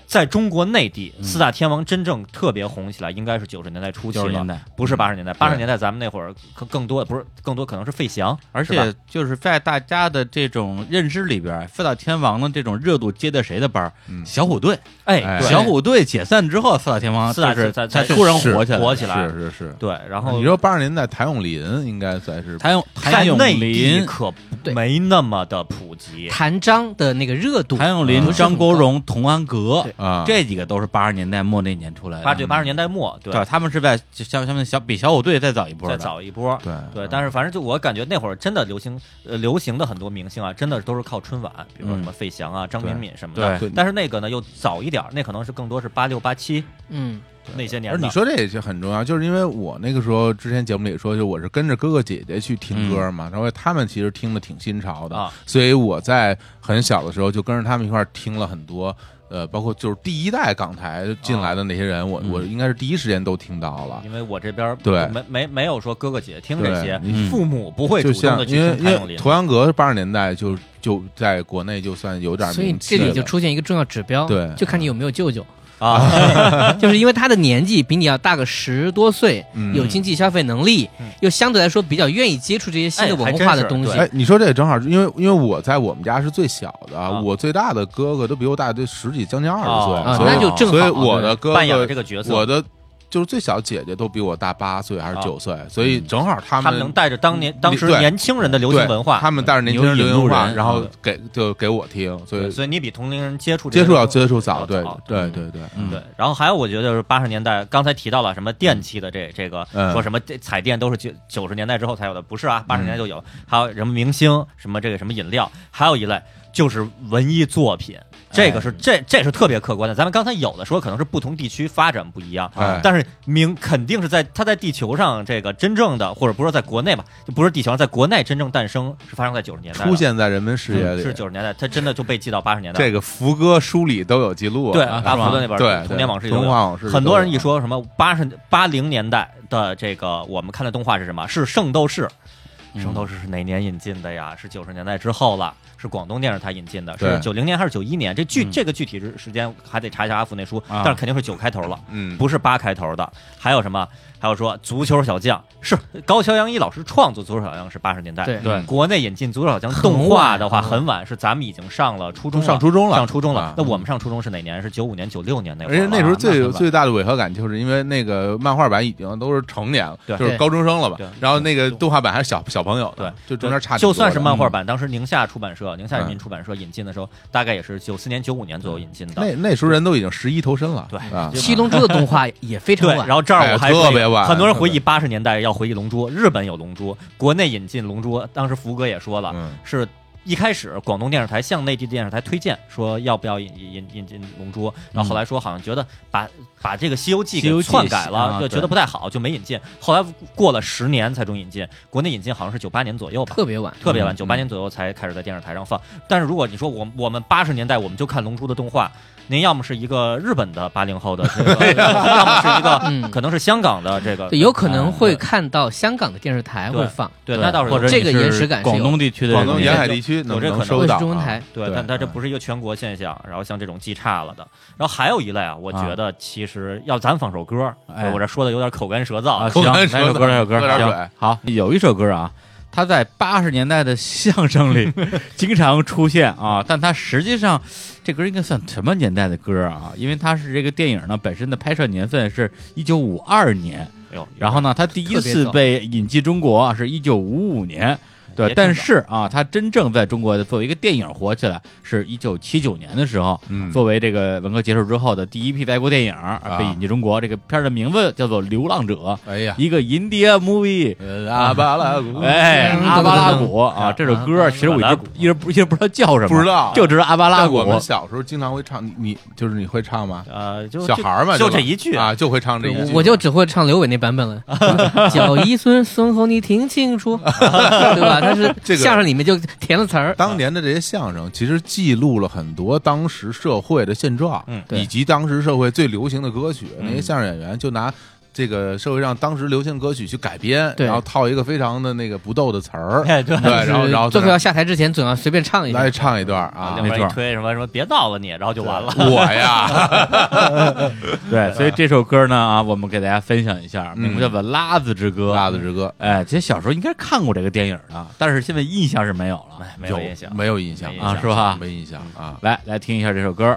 Speaker 4: 在中国内地，四大天王真正特别红起来，应该是九十年代初期
Speaker 2: 九十年
Speaker 4: 了，
Speaker 2: 代，
Speaker 4: 不是八十年代。八十
Speaker 5: 对
Speaker 4: 年代咱们那会儿更更多，不是更多可能是费翔，
Speaker 2: 而
Speaker 4: 是吧
Speaker 2: 且就是在大家的这种认知里边，四大天王的这种热度接的谁的班儿？
Speaker 5: 嗯
Speaker 2: 小虎队，
Speaker 5: 哎
Speaker 4: 哎，对
Speaker 2: 小虎队解散之后，四大天王
Speaker 4: 四大
Speaker 2: 就是
Speaker 4: 才
Speaker 2: 才
Speaker 4: 才
Speaker 2: 突然
Speaker 5: 是
Speaker 2: 火起来。
Speaker 4: 火起来。
Speaker 5: 是是是。
Speaker 4: 对，然后
Speaker 5: 你说八十年代谭咏麟应该算是
Speaker 2: 谭咏谭
Speaker 4: 在
Speaker 2: 咏
Speaker 4: 内地
Speaker 2: 麟、
Speaker 4: 可
Speaker 3: 对
Speaker 4: 没那么的普及。
Speaker 3: 谭张的那个热度，
Speaker 2: 谭咏麟、
Speaker 3: 不是很
Speaker 2: 张国
Speaker 3: 高，
Speaker 2: 荣、童安格
Speaker 3: 对，
Speaker 5: 啊，
Speaker 2: 这几个都是八十年代末那年
Speaker 5: 哎
Speaker 2: 出来的。
Speaker 4: 八
Speaker 5: 嗯
Speaker 4: 九八十年代末，对，
Speaker 2: 对，他们是在就像他们小比小虎队再早一波
Speaker 4: 再
Speaker 2: 的。
Speaker 4: 早一波。
Speaker 5: 对嗯
Speaker 4: 对，但是反正就我感觉那会儿真的流行，呃，流行的很多明星啊，真的都是靠春晚，比如说
Speaker 2: 嗯
Speaker 4: 什么费翔啊、张
Speaker 5: 对
Speaker 4: 敏敏什么的。
Speaker 5: 对
Speaker 4: 但是那个呢又早一点儿，那可能是更多是八六八七
Speaker 3: 嗯，
Speaker 4: 那些年
Speaker 5: 而
Speaker 4: 的。
Speaker 5: 你说这也是很重要，就是因为我那个时候之前节目里说，就我是跟着哥哥姐姐去听歌嘛，然后他们其实听的挺新潮的，
Speaker 4: 嗯啊
Speaker 5: 所以我在很小的时候就跟着他们一块儿听了很多。呃，包括就是第一代港台进来的那些人，我
Speaker 2: 嗯
Speaker 5: 我应该是第一时间都听到了。
Speaker 4: 因为我这边儿
Speaker 5: 对
Speaker 4: 没没没有说哥哥姐姐听
Speaker 5: 对
Speaker 4: 这些，
Speaker 5: 你
Speaker 4: 父母不会
Speaker 5: 就
Speaker 4: 主动
Speaker 5: 像
Speaker 4: 的去
Speaker 5: 因为
Speaker 4: 听
Speaker 5: 因
Speaker 4: 谭咏麟
Speaker 5: 为。童安格八十年代就就在国内就算有点
Speaker 3: 所以
Speaker 5: 名气
Speaker 3: 这
Speaker 5: 了，
Speaker 3: 里就出现一个重要指标，
Speaker 5: 对
Speaker 3: 就看你有没有舅舅，
Speaker 4: 啊，
Speaker 3: 就是因为他的年纪比你要大个十多岁，
Speaker 5: 嗯
Speaker 3: 有经济消费能力
Speaker 4: 嗯，
Speaker 3: 又相对来说比较愿意接触这些新的
Speaker 4: 哎还
Speaker 3: 文
Speaker 4: 真
Speaker 3: 化的
Speaker 4: 是
Speaker 3: 东西
Speaker 4: 对，
Speaker 5: 哎，你说这个正好，因为因为我在我们家是最小的，我最大的哥哥都比我大对十几，将近二十岁，
Speaker 4: 哦
Speaker 3: 啊，
Speaker 5: 所以
Speaker 3: 那就正
Speaker 5: 所以
Speaker 3: 好。
Speaker 5: 我的哥
Speaker 4: 扮演了
Speaker 5: 哥
Speaker 4: 这，个角色，
Speaker 5: 我的就是最小姐姐都比我大八岁还是
Speaker 4: 啊
Speaker 5: 九岁，所以正好嗯他
Speaker 4: 他
Speaker 5: 们
Speaker 4: 们能带着当年当时
Speaker 5: 嗯对
Speaker 4: 年轻人的流行
Speaker 5: 对
Speaker 4: 文化，
Speaker 5: 他们带着年轻人
Speaker 2: 你有
Speaker 5: 流
Speaker 2: 引
Speaker 5: 行文
Speaker 2: 路
Speaker 5: 化，
Speaker 2: 人
Speaker 5: 然后
Speaker 4: 对
Speaker 5: 给就给我听，所
Speaker 4: 嗯对
Speaker 5: 以
Speaker 4: 所以你比同龄人接触这
Speaker 5: 接
Speaker 4: 些
Speaker 5: 触要
Speaker 4: 东西
Speaker 5: 接触早，
Speaker 4: 要
Speaker 5: 对
Speaker 4: 早
Speaker 5: 对对对，
Speaker 2: 嗯
Speaker 4: 对，然后还有我觉得是八十年代，刚才提到了什么电器的这这个，
Speaker 5: 嗯
Speaker 4: 说什么这彩电都是九九十年代之后才有的，不是啊，八十年代就有。还有什么明星，什么这个什么饮料，还有一类就是文艺作品，这
Speaker 5: 哎
Speaker 4: 个是这这是特别客观的。咱们刚才有的说可能是不同地区发展不一样
Speaker 5: 哎，
Speaker 4: 但是明肯定是在它在地球上这个真正的，或者不是说在国内吧，就不是地球上，在国内真正诞生是发生在九十年代的，
Speaker 5: 出现在人们视野里，
Speaker 4: 嗯是九十年代，它真的就被记到八十年代。
Speaker 5: 这个福哥书里都有记录啊，
Speaker 4: 对，
Speaker 2: 啊
Speaker 4: 阿
Speaker 2: 是吗
Speaker 4: 福的那本
Speaker 5: 对
Speaker 4: 《
Speaker 5: 对
Speaker 4: 童年往事》有
Speaker 5: 童话往事里都有，
Speaker 4: 很多人一说什么八十八零年代的这个我们看的动画是什么？是《圣斗士》。
Speaker 5: 嗯
Speaker 4: 《圣斗士》是哪年引进的呀？是九十年代之后了，是广东电视台引进的，
Speaker 5: 对
Speaker 4: 是九零年还是九一年？这具
Speaker 2: 嗯
Speaker 4: 这个具体时时间还得查一下阿福那书，
Speaker 2: 啊
Speaker 4: 但是肯定是九开头了，
Speaker 5: 嗯，
Speaker 4: 不是八开头的。还有什么？还有说《足球小将》是高桥阳一老师创作《足球小将》是八十年代，
Speaker 3: 对
Speaker 2: 对
Speaker 4: 国内引进《足球小将》
Speaker 3: 很
Speaker 4: 动画
Speaker 3: 晚
Speaker 4: 的话
Speaker 3: 啊
Speaker 4: 很晚，是咱们已经上了初中
Speaker 5: 都
Speaker 4: 了，
Speaker 5: 上初中了，
Speaker 4: 上初中
Speaker 5: 啊
Speaker 4: 了。那我们上初中是哪年？是九五年、九六年那会
Speaker 5: 而
Speaker 4: 儿
Speaker 5: 且
Speaker 4: 了。
Speaker 5: 那时候
Speaker 2: 啊那
Speaker 5: 最
Speaker 2: 很晚
Speaker 5: 最大的违和感，就是因为那个漫画版已经都是成年了，
Speaker 4: 对
Speaker 5: 就是高中生了吧
Speaker 4: 对？
Speaker 5: 然后那个动画版还是小小朋友呢，
Speaker 4: 对，
Speaker 5: 就中间差挺多
Speaker 4: 就
Speaker 5: 的
Speaker 4: 算是漫画
Speaker 5: 嗯
Speaker 4: 版，当时宁夏出版社、宁夏人民
Speaker 5: 嗯
Speaker 4: 出版社引进的时候，大概也是九四年、九五年左右引进的。
Speaker 5: 那那时候人都已经十一投身了，
Speaker 4: 对
Speaker 5: 啊，
Speaker 3: 七龙珠的动画也非常
Speaker 4: 对，
Speaker 3: 晚
Speaker 4: 然，后这儿
Speaker 5: 哎
Speaker 4: 我还
Speaker 5: 特别晚
Speaker 4: 很多人回忆
Speaker 5: 特
Speaker 4: 八十年代要回忆《龙珠》，日本有《龙珠》，国内引进《龙珠》，当时福哥也说了，
Speaker 5: 嗯
Speaker 4: 是一开始广东电视台向内地电视台推荐说要不要引引引进《龙珠》，然后后来说好像觉得把把这个《西游记》
Speaker 2: 西游
Speaker 4: 给
Speaker 2: 记
Speaker 4: 篡改了
Speaker 2: 啊，
Speaker 4: 就
Speaker 2: 对
Speaker 4: 觉得不太好，就没引进。后来过了十年才终于引进，国内引进好像是九八年左右吧。
Speaker 3: 特别晚，
Speaker 4: 特别晚，
Speaker 2: 嗯
Speaker 4: 九八年左右才开始在电视台上放。但是如果你说我我们八十年代我们就看《龙珠》的动画，您要么是一个日本的八零后的这 个，要么是一个
Speaker 3: 嗯
Speaker 4: 可能是香港的这个，
Speaker 3: 对，有可
Speaker 5: 嗯
Speaker 3: 能会看到香港的电视台会
Speaker 4: 对
Speaker 3: 放，
Speaker 4: 对，那倒是
Speaker 2: 或者
Speaker 4: 有
Speaker 3: 这个
Speaker 2: 你是
Speaker 3: 延时感是有
Speaker 2: 广东地区的
Speaker 5: 广东
Speaker 2: 人
Speaker 5: 沿
Speaker 2: 民
Speaker 5: 海地区能
Speaker 4: 有这
Speaker 5: 能
Speaker 4: 可能
Speaker 3: 或
Speaker 5: 收到
Speaker 3: 者是中文
Speaker 5: 啊
Speaker 3: 台
Speaker 4: 对，
Speaker 2: 对
Speaker 4: 但但这
Speaker 2: 嗯
Speaker 4: 不是一个全国现象。然后像这种记差了的，然后还有一类啊，我觉得其实要咱放首歌，
Speaker 2: 啊哎
Speaker 4: 我这说的有点口干舌燥
Speaker 2: 啊，
Speaker 4: 啊，
Speaker 2: 行，
Speaker 5: 口
Speaker 2: 来
Speaker 5: 干舌
Speaker 2: 首歌，
Speaker 5: 燥
Speaker 2: 来首歌，
Speaker 5: 喝点
Speaker 2: 行
Speaker 5: 水，
Speaker 2: 好，有一首歌啊，它在八十年代的相声 里经常出现啊，但它实际上这歌应该算什么年代的歌啊？因为它是这个电影呢本身的拍摄年份是一九五二年，
Speaker 4: 哎呦
Speaker 2: 然后呢，它第一
Speaker 3: 特别
Speaker 2: 次
Speaker 3: 早
Speaker 2: 被引进中国啊是一九五五年。对
Speaker 4: 也，挺
Speaker 2: 但
Speaker 4: 早
Speaker 2: 是啊，它真正在中国作为一个电影火起来，是一九七九年的时候，
Speaker 5: 嗯啊
Speaker 2: 作为这个文革结束之后的第一批外国电影、被引进中国。这个片儿的名字叫做《流浪者》，
Speaker 5: 哎呀，呃
Speaker 2: 一个 India movie。
Speaker 5: 阿巴拉古，
Speaker 2: 哎，
Speaker 3: 嗯
Speaker 2: 阿巴拉
Speaker 3: 噔噔噔
Speaker 2: 古啊，这首歌其实我一
Speaker 4: 阿巴拉
Speaker 2: 直
Speaker 4: 古
Speaker 2: 一直不一直不知道叫什么，
Speaker 5: 不知道
Speaker 2: 就知道阿巴拉
Speaker 5: 但
Speaker 2: 古
Speaker 5: 我。们小时候经常会唱，你你就是你会唱吗？
Speaker 4: 呃，就
Speaker 5: 小孩儿嘛，
Speaker 4: 就
Speaker 5: 对吧
Speaker 4: 这一句
Speaker 5: 啊，就会唱这一
Speaker 3: 我
Speaker 5: 句，啊
Speaker 3: 我就只会唱刘伟那版本 了，叫一孙孙猴你听清楚，对吧？他是
Speaker 5: 这个
Speaker 3: 相声里面就填了词儿，
Speaker 5: 当年的这些相声，其实记录了很多当时社会的现状，
Speaker 4: 嗯
Speaker 3: 对
Speaker 5: 以及当时社会最流行的歌曲。
Speaker 4: 嗯
Speaker 5: 那些相声演员就拿这个社会上当时流行歌曲去改编，
Speaker 3: 对
Speaker 5: 然后套一个非常的那个不逗的词儿，
Speaker 4: 哎对
Speaker 5: 对，然后
Speaker 3: 就是
Speaker 5: 然后
Speaker 3: 最后
Speaker 5: 在
Speaker 3: 要下台之前总要随便唱一
Speaker 5: 那来
Speaker 3: 下，
Speaker 5: 唱一段
Speaker 4: 啊
Speaker 5: 啊
Speaker 4: 两。边
Speaker 2: 没错
Speaker 4: 一推什么什么别闹了你，然后就完了。
Speaker 5: 我呀，
Speaker 2: 对，所以这首歌呢啊，我们给大家分享一下，名字叫做《拉子之歌》。
Speaker 5: 嗯辣子之歌
Speaker 2: 哎，其实小时候应该看过这个电影的，但是现在印象是没有了。
Speaker 4: 哎没有印象，
Speaker 5: 没有印象
Speaker 4: 没印
Speaker 2: 象啊是吧
Speaker 5: 没印象啊。
Speaker 2: 来，来听一下这首歌。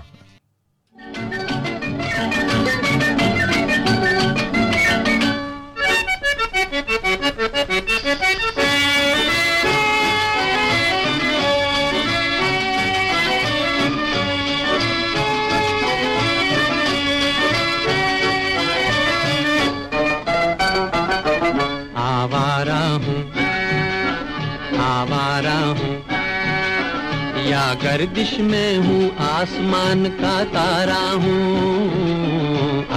Speaker 6: आवारा हूँ आवारा हूँ या गर्दिश में हूँ आसमान का तारा हूँ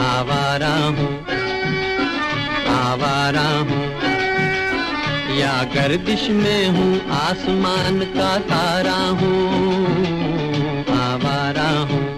Speaker 6: आवारा हूँ आवारा हूँ या गर्दिश में हूँ आसमान का तारा हूँ आवारा हूँ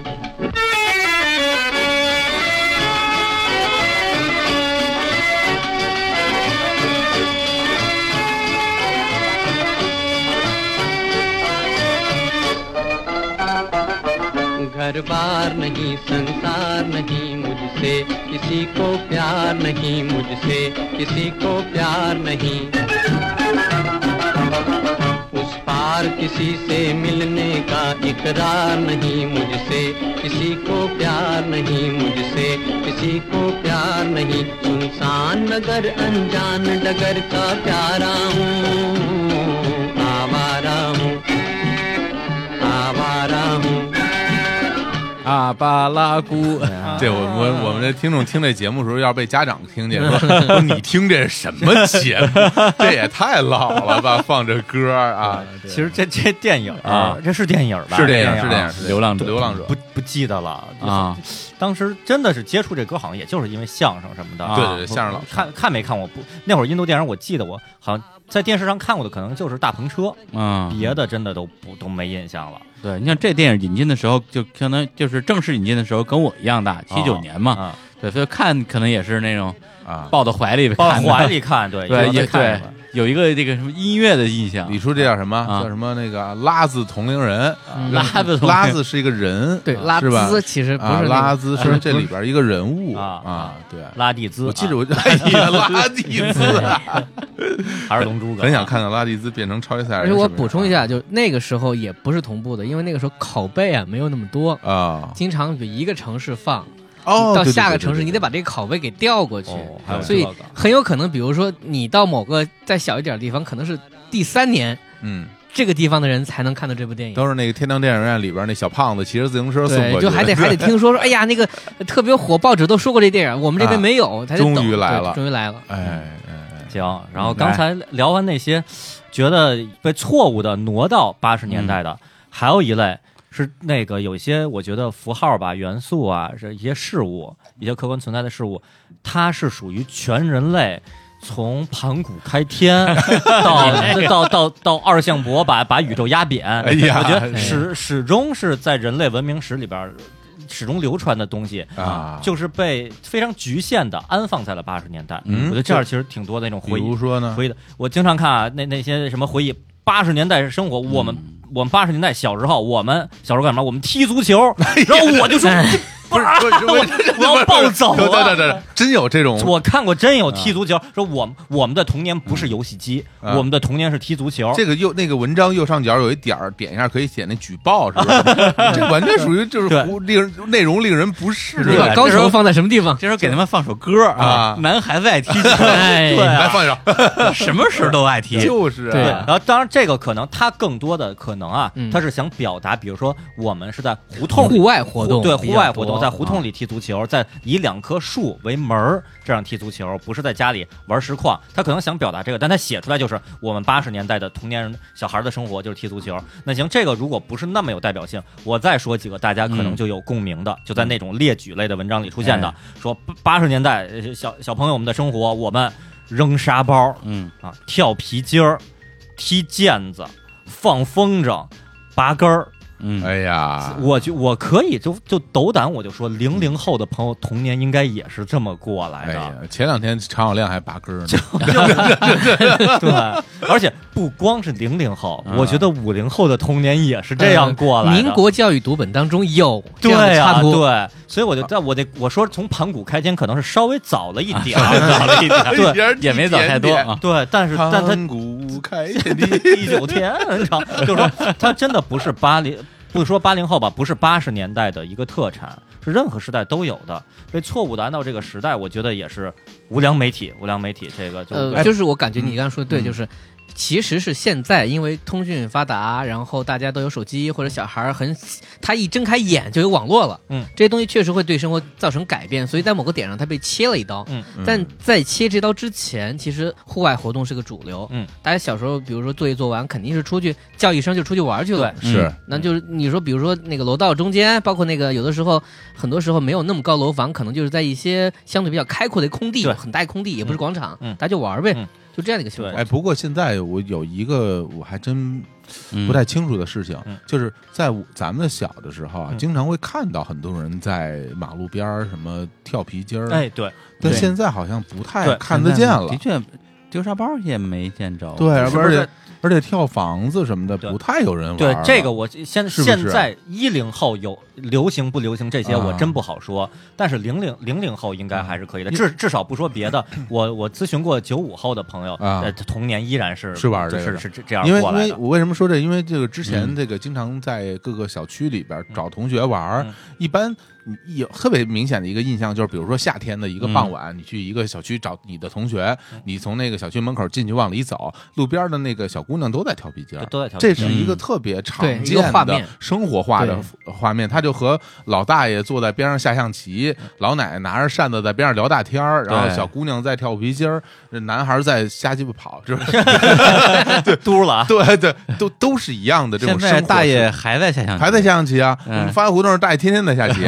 Speaker 6: घर बार नहीं संसार नहीं मुझसे किसी को प्यार नहीं मुझसे किसी को प्यार नहीं उस पार किसी से मिलने का इकरार नहीं मुझसे किसी को प्यार नहीं मुझसे किसी को प्यार नहीं सुनसान नगर अनजान नगर का प्यारा हूँ आवारा हूँ आवारा हूँ
Speaker 2: 阿巴拉古，
Speaker 5: 这我我我们这听众听这节目的时候，要被家长听见说说你听这是什么节目？这也太老了吧，放这歌儿啊！
Speaker 4: 其实这这电影
Speaker 2: 啊，
Speaker 4: 这是电影吧？
Speaker 5: 是
Speaker 4: 电
Speaker 5: 电影，是
Speaker 4: 啊
Speaker 5: 电影，是
Speaker 2: 流浪者
Speaker 5: 流浪者
Speaker 4: 不。不记得了就是
Speaker 2: 啊
Speaker 4: 当时真的是接触这歌，好像也就是因为相声什么的。
Speaker 2: 啊
Speaker 5: 对对对相声老师
Speaker 4: 看看没看过？不，那会儿印度电影，我记得我好像在电视上看过的，可能就是《大篷车》，
Speaker 2: 嗯，
Speaker 4: 别的真的都不都没印象了。
Speaker 2: 对，你像这电影引进的时候，就相当于就是正式引进的时候跟我一样大，
Speaker 5: 哦
Speaker 2: 七九年嘛，
Speaker 4: 啊，
Speaker 2: 对，所以看可能也是那种
Speaker 5: 啊，
Speaker 2: 抱到怀里
Speaker 4: 抱
Speaker 2: 看的
Speaker 4: 怀里看，对
Speaker 2: 对，也
Speaker 4: 也
Speaker 2: 对，
Speaker 4: 看
Speaker 2: 有一个这个什么音乐的印象
Speaker 5: 李，叔这叫什么？
Speaker 2: 啊
Speaker 5: 叫什么？那个拉兹同龄人，
Speaker 3: 嗯
Speaker 2: 拉子同
Speaker 5: 拉兹是一个人，
Speaker 3: 对，拉
Speaker 5: 啊是吧
Speaker 3: 兹其实不
Speaker 5: 啊，
Speaker 3: 是
Speaker 5: 拉
Speaker 3: 那个
Speaker 5: 兹是这里边一个人物
Speaker 4: 啊
Speaker 5: 啊，对。
Speaker 4: 拉蒂兹，
Speaker 5: 我记着
Speaker 4: 啊
Speaker 5: 我就哎呀，拉蒂兹啊，
Speaker 4: 还是龙珠哥，啊
Speaker 5: 很想看到拉蒂兹变成超级赛亚
Speaker 3: 而
Speaker 5: 人。
Speaker 3: 且我
Speaker 5: 是不是啊
Speaker 3: 补充一下，就那个时候也不是同步的，因为那个时候拷贝啊没有那么多，
Speaker 5: 啊，
Speaker 3: 经常比一个城市放，
Speaker 5: 哦，
Speaker 3: 到
Speaker 5: 对
Speaker 3: 下个城市你得。
Speaker 5: 对对对对
Speaker 3: 把这个拷贝给调过去，
Speaker 4: 哦还有
Speaker 3: 所以
Speaker 4: 这个
Speaker 3: 很有可能，比如说你到某个再小一点的地方，可能是第三年
Speaker 5: 嗯，
Speaker 3: 这个地方的人才能看到这部电影。
Speaker 5: 都是那个天堂电影院里边那小胖子骑着自行车送
Speaker 3: 对，
Speaker 5: 过去，
Speaker 3: 就还得还得听说说，哎呀，那个特别火，报纸都说过这电影，我们这边没有，他就
Speaker 5: 啊终
Speaker 3: 等
Speaker 5: 于来
Speaker 3: 对
Speaker 5: 了
Speaker 3: 终于来了。
Speaker 5: 哎，哎哎
Speaker 4: 行，然后刚才聊完那些，觉得被错误的挪到八十
Speaker 5: 嗯
Speaker 4: 年代的，还有一类是那个有些我觉得符号吧、元素啊，是一些事物、一些客观存在的事物，它是属于全人类。从盘古 开天到到到到二向箔把把宇宙压扁，
Speaker 5: 哎呀
Speaker 4: 我觉得始始终是在人类文明史里边儿始终流传的东西
Speaker 5: 啊
Speaker 4: 就是被非常局限的安放在了八十年代。
Speaker 5: 嗯
Speaker 4: 我觉得这样其实挺多的那种
Speaker 5: 比
Speaker 4: 回忆
Speaker 5: 如说呢，
Speaker 4: 回忆的。我经常看啊，那那些什么回忆八十年代生活，
Speaker 5: 嗯
Speaker 4: 我们我们八十年代小时候，我们小时候干嘛？我们踢 足球，然后我就说。
Speaker 5: 哎 不
Speaker 4: 这
Speaker 5: 是，不是，我
Speaker 4: 我要暴走啊
Speaker 5: 对对对对，真有这种
Speaker 4: 我看过真有踢足球，说我们我们的童年不是游戏机，
Speaker 5: 啊嗯
Speaker 4: 我们的童年是踢足球。
Speaker 5: 这个右那个文章右上角有一点儿，点一下可以写那举报，是吧？ 这完全属于就是
Speaker 4: 对
Speaker 5: 胡令人内容令人不适
Speaker 3: 你把
Speaker 5: 的。
Speaker 3: 高手放在什么地方？
Speaker 2: 这时候给他们放首歌
Speaker 5: 啊
Speaker 2: 男孩子爱踢，
Speaker 3: 哎，
Speaker 4: 对
Speaker 5: 来放一首，
Speaker 2: 什么时候都爱 踢
Speaker 5: 就是啊
Speaker 3: 对
Speaker 4: 然后当然这个可能他更多的可能啊
Speaker 3: 嗯，
Speaker 4: 他是想表达，比如说我们是在胡同里
Speaker 3: 户外活动，
Speaker 4: 对户外活动，在胡
Speaker 3: 啊
Speaker 4: 同里踢足球，在以两棵树为门儿这样踢足球，不是在家里玩实况。他可能想表达这个，但他写出来就是我们八十年代的童年人小孩的生活就是踢足球。那行，这个如果不是那么有代表性，我再说几个大家可
Speaker 3: 嗯
Speaker 4: 能就有共鸣的，就在那种列举类的文章里出现
Speaker 3: 哎
Speaker 4: 的，说八十年代呃小小朋友们的生活，我们扔沙包
Speaker 2: 嗯，
Speaker 4: 啊，跳皮筋儿，踢毽子，放风筝，拔根儿。
Speaker 2: 嗯，
Speaker 5: 哎呀，
Speaker 4: 我就我可以就就斗胆我就说，零零后的朋友童年应该也是这么过来
Speaker 5: 哎
Speaker 4: 的，
Speaker 5: 呀，前两天常小亮还拔根儿呢，
Speaker 4: 对，而且不光是零零后，
Speaker 2: 嗯
Speaker 4: 我觉得五零后的童年也是这样过来的。
Speaker 3: 呃民国教育读本当中有这
Speaker 4: 对
Speaker 3: 样的
Speaker 4: 啊，
Speaker 3: 插图，
Speaker 4: 对，所以我就在我得我说从盘古开天可能是稍微早了一 点儿，早了一点儿，对。
Speaker 2: 也没早太多啊，
Speaker 4: 对，但是但他
Speaker 5: 盘古开 天地，
Speaker 4: 地久天 长，就是说它真的不是八零，不说八零后吧，不是八十年代的一个特产，是任何时代都有的。被错误的按到这个时代，我觉得也是无良媒体，无良媒体这个就、
Speaker 3: 呃，
Speaker 4: 哎
Speaker 3: 就是我感觉你刚刚说的对，
Speaker 4: 嗯
Speaker 3: 就是其实是现在因为通讯发达，然后大家都有手机，或者小孩儿很他一睁开眼就有网络了，
Speaker 4: 嗯，
Speaker 3: 这些东西确实会对生活造成改变，所以在某个点上他被切了一刀，
Speaker 4: 嗯
Speaker 3: 但在切这刀之前，其实户外活动是个主流，
Speaker 4: 嗯，
Speaker 3: 大家小时候比如说作业做完，肯定是出去叫一声就出去玩去了，
Speaker 4: 对
Speaker 2: 是
Speaker 3: 那就是你说，比如说那个楼道中间，包括那个有的时候，很多时候没有那么高楼房，可能就是在一些相对比较开阔的空地，
Speaker 4: 对
Speaker 3: 很大空地，也不是广场，
Speaker 4: 嗯
Speaker 3: 大家就玩儿呗，
Speaker 4: 嗯
Speaker 3: 就这样的一个情
Speaker 4: 对
Speaker 3: 况。
Speaker 5: 哎，不过现在我有一个我还真
Speaker 2: 嗯
Speaker 5: 不太清楚的事情，
Speaker 4: 嗯
Speaker 5: 就是在我咱们小的时候啊，
Speaker 4: 嗯
Speaker 5: 经常会看到很多人在马路边儿什么跳皮筋儿，
Speaker 4: 哎，对，
Speaker 5: 但
Speaker 2: 对
Speaker 5: 现在好像不太
Speaker 4: 对
Speaker 5: 看得见了
Speaker 2: 的。确，丢沙包也没见着，
Speaker 5: 对，
Speaker 4: 是不
Speaker 5: 而
Speaker 4: 是
Speaker 5: 且而且跳房子什么的
Speaker 4: 对
Speaker 5: 不太有人玩
Speaker 4: 对
Speaker 5: 儿了。
Speaker 4: 这个我现
Speaker 5: 是不是
Speaker 4: 现在一零后有流行不流行这些
Speaker 5: 啊
Speaker 4: 我真不好说，但是零零零零后应该还是可以的，至
Speaker 5: 嗯
Speaker 4: 至少不说 别的，我我咨询过九五后的朋友，
Speaker 5: 啊
Speaker 4: 呃童年依然是
Speaker 5: 是玩
Speaker 4: 就
Speaker 5: 这个
Speaker 4: 是
Speaker 5: 的
Speaker 4: 是这这样
Speaker 5: 因为
Speaker 4: 过
Speaker 5: 因
Speaker 4: 来
Speaker 5: 为
Speaker 4: 的，
Speaker 5: 我为什么说这？因为这个之前
Speaker 2: 嗯
Speaker 5: 这个经常在各个小区里边儿找同学玩儿
Speaker 4: 嗯，
Speaker 5: 一般你有特别明显的一个印象就是，比如说夏天的一个傍
Speaker 4: 嗯
Speaker 5: 晚，你去一个小区找你的同学，你从那个小区门口进去往里走，路边的那个小姑娘都在跳皮筋儿
Speaker 4: 都。都在调整
Speaker 5: 这是一
Speaker 2: 嗯
Speaker 5: 个特别常
Speaker 3: 对一个
Speaker 5: 见
Speaker 3: 画
Speaker 5: 的
Speaker 3: 面
Speaker 5: 生活化的画面，他就和老大爷坐在边上下象棋，
Speaker 2: 嗯
Speaker 5: 老奶奶拿着扇子在边上聊大天儿，然后
Speaker 4: 对
Speaker 5: 小姑娘在跳皮筋儿，这男孩儿在瞎鸡巴跑，是 不是？
Speaker 4: 嘟了啊，
Speaker 5: 对对，都都是一样的这
Speaker 2: 现
Speaker 5: 种生活
Speaker 2: 在
Speaker 5: 式。
Speaker 2: 大爷还在下象棋，
Speaker 5: 还在下象棋啊
Speaker 2: 嗯，
Speaker 5: 发现胡同儿大爷天天在下棋，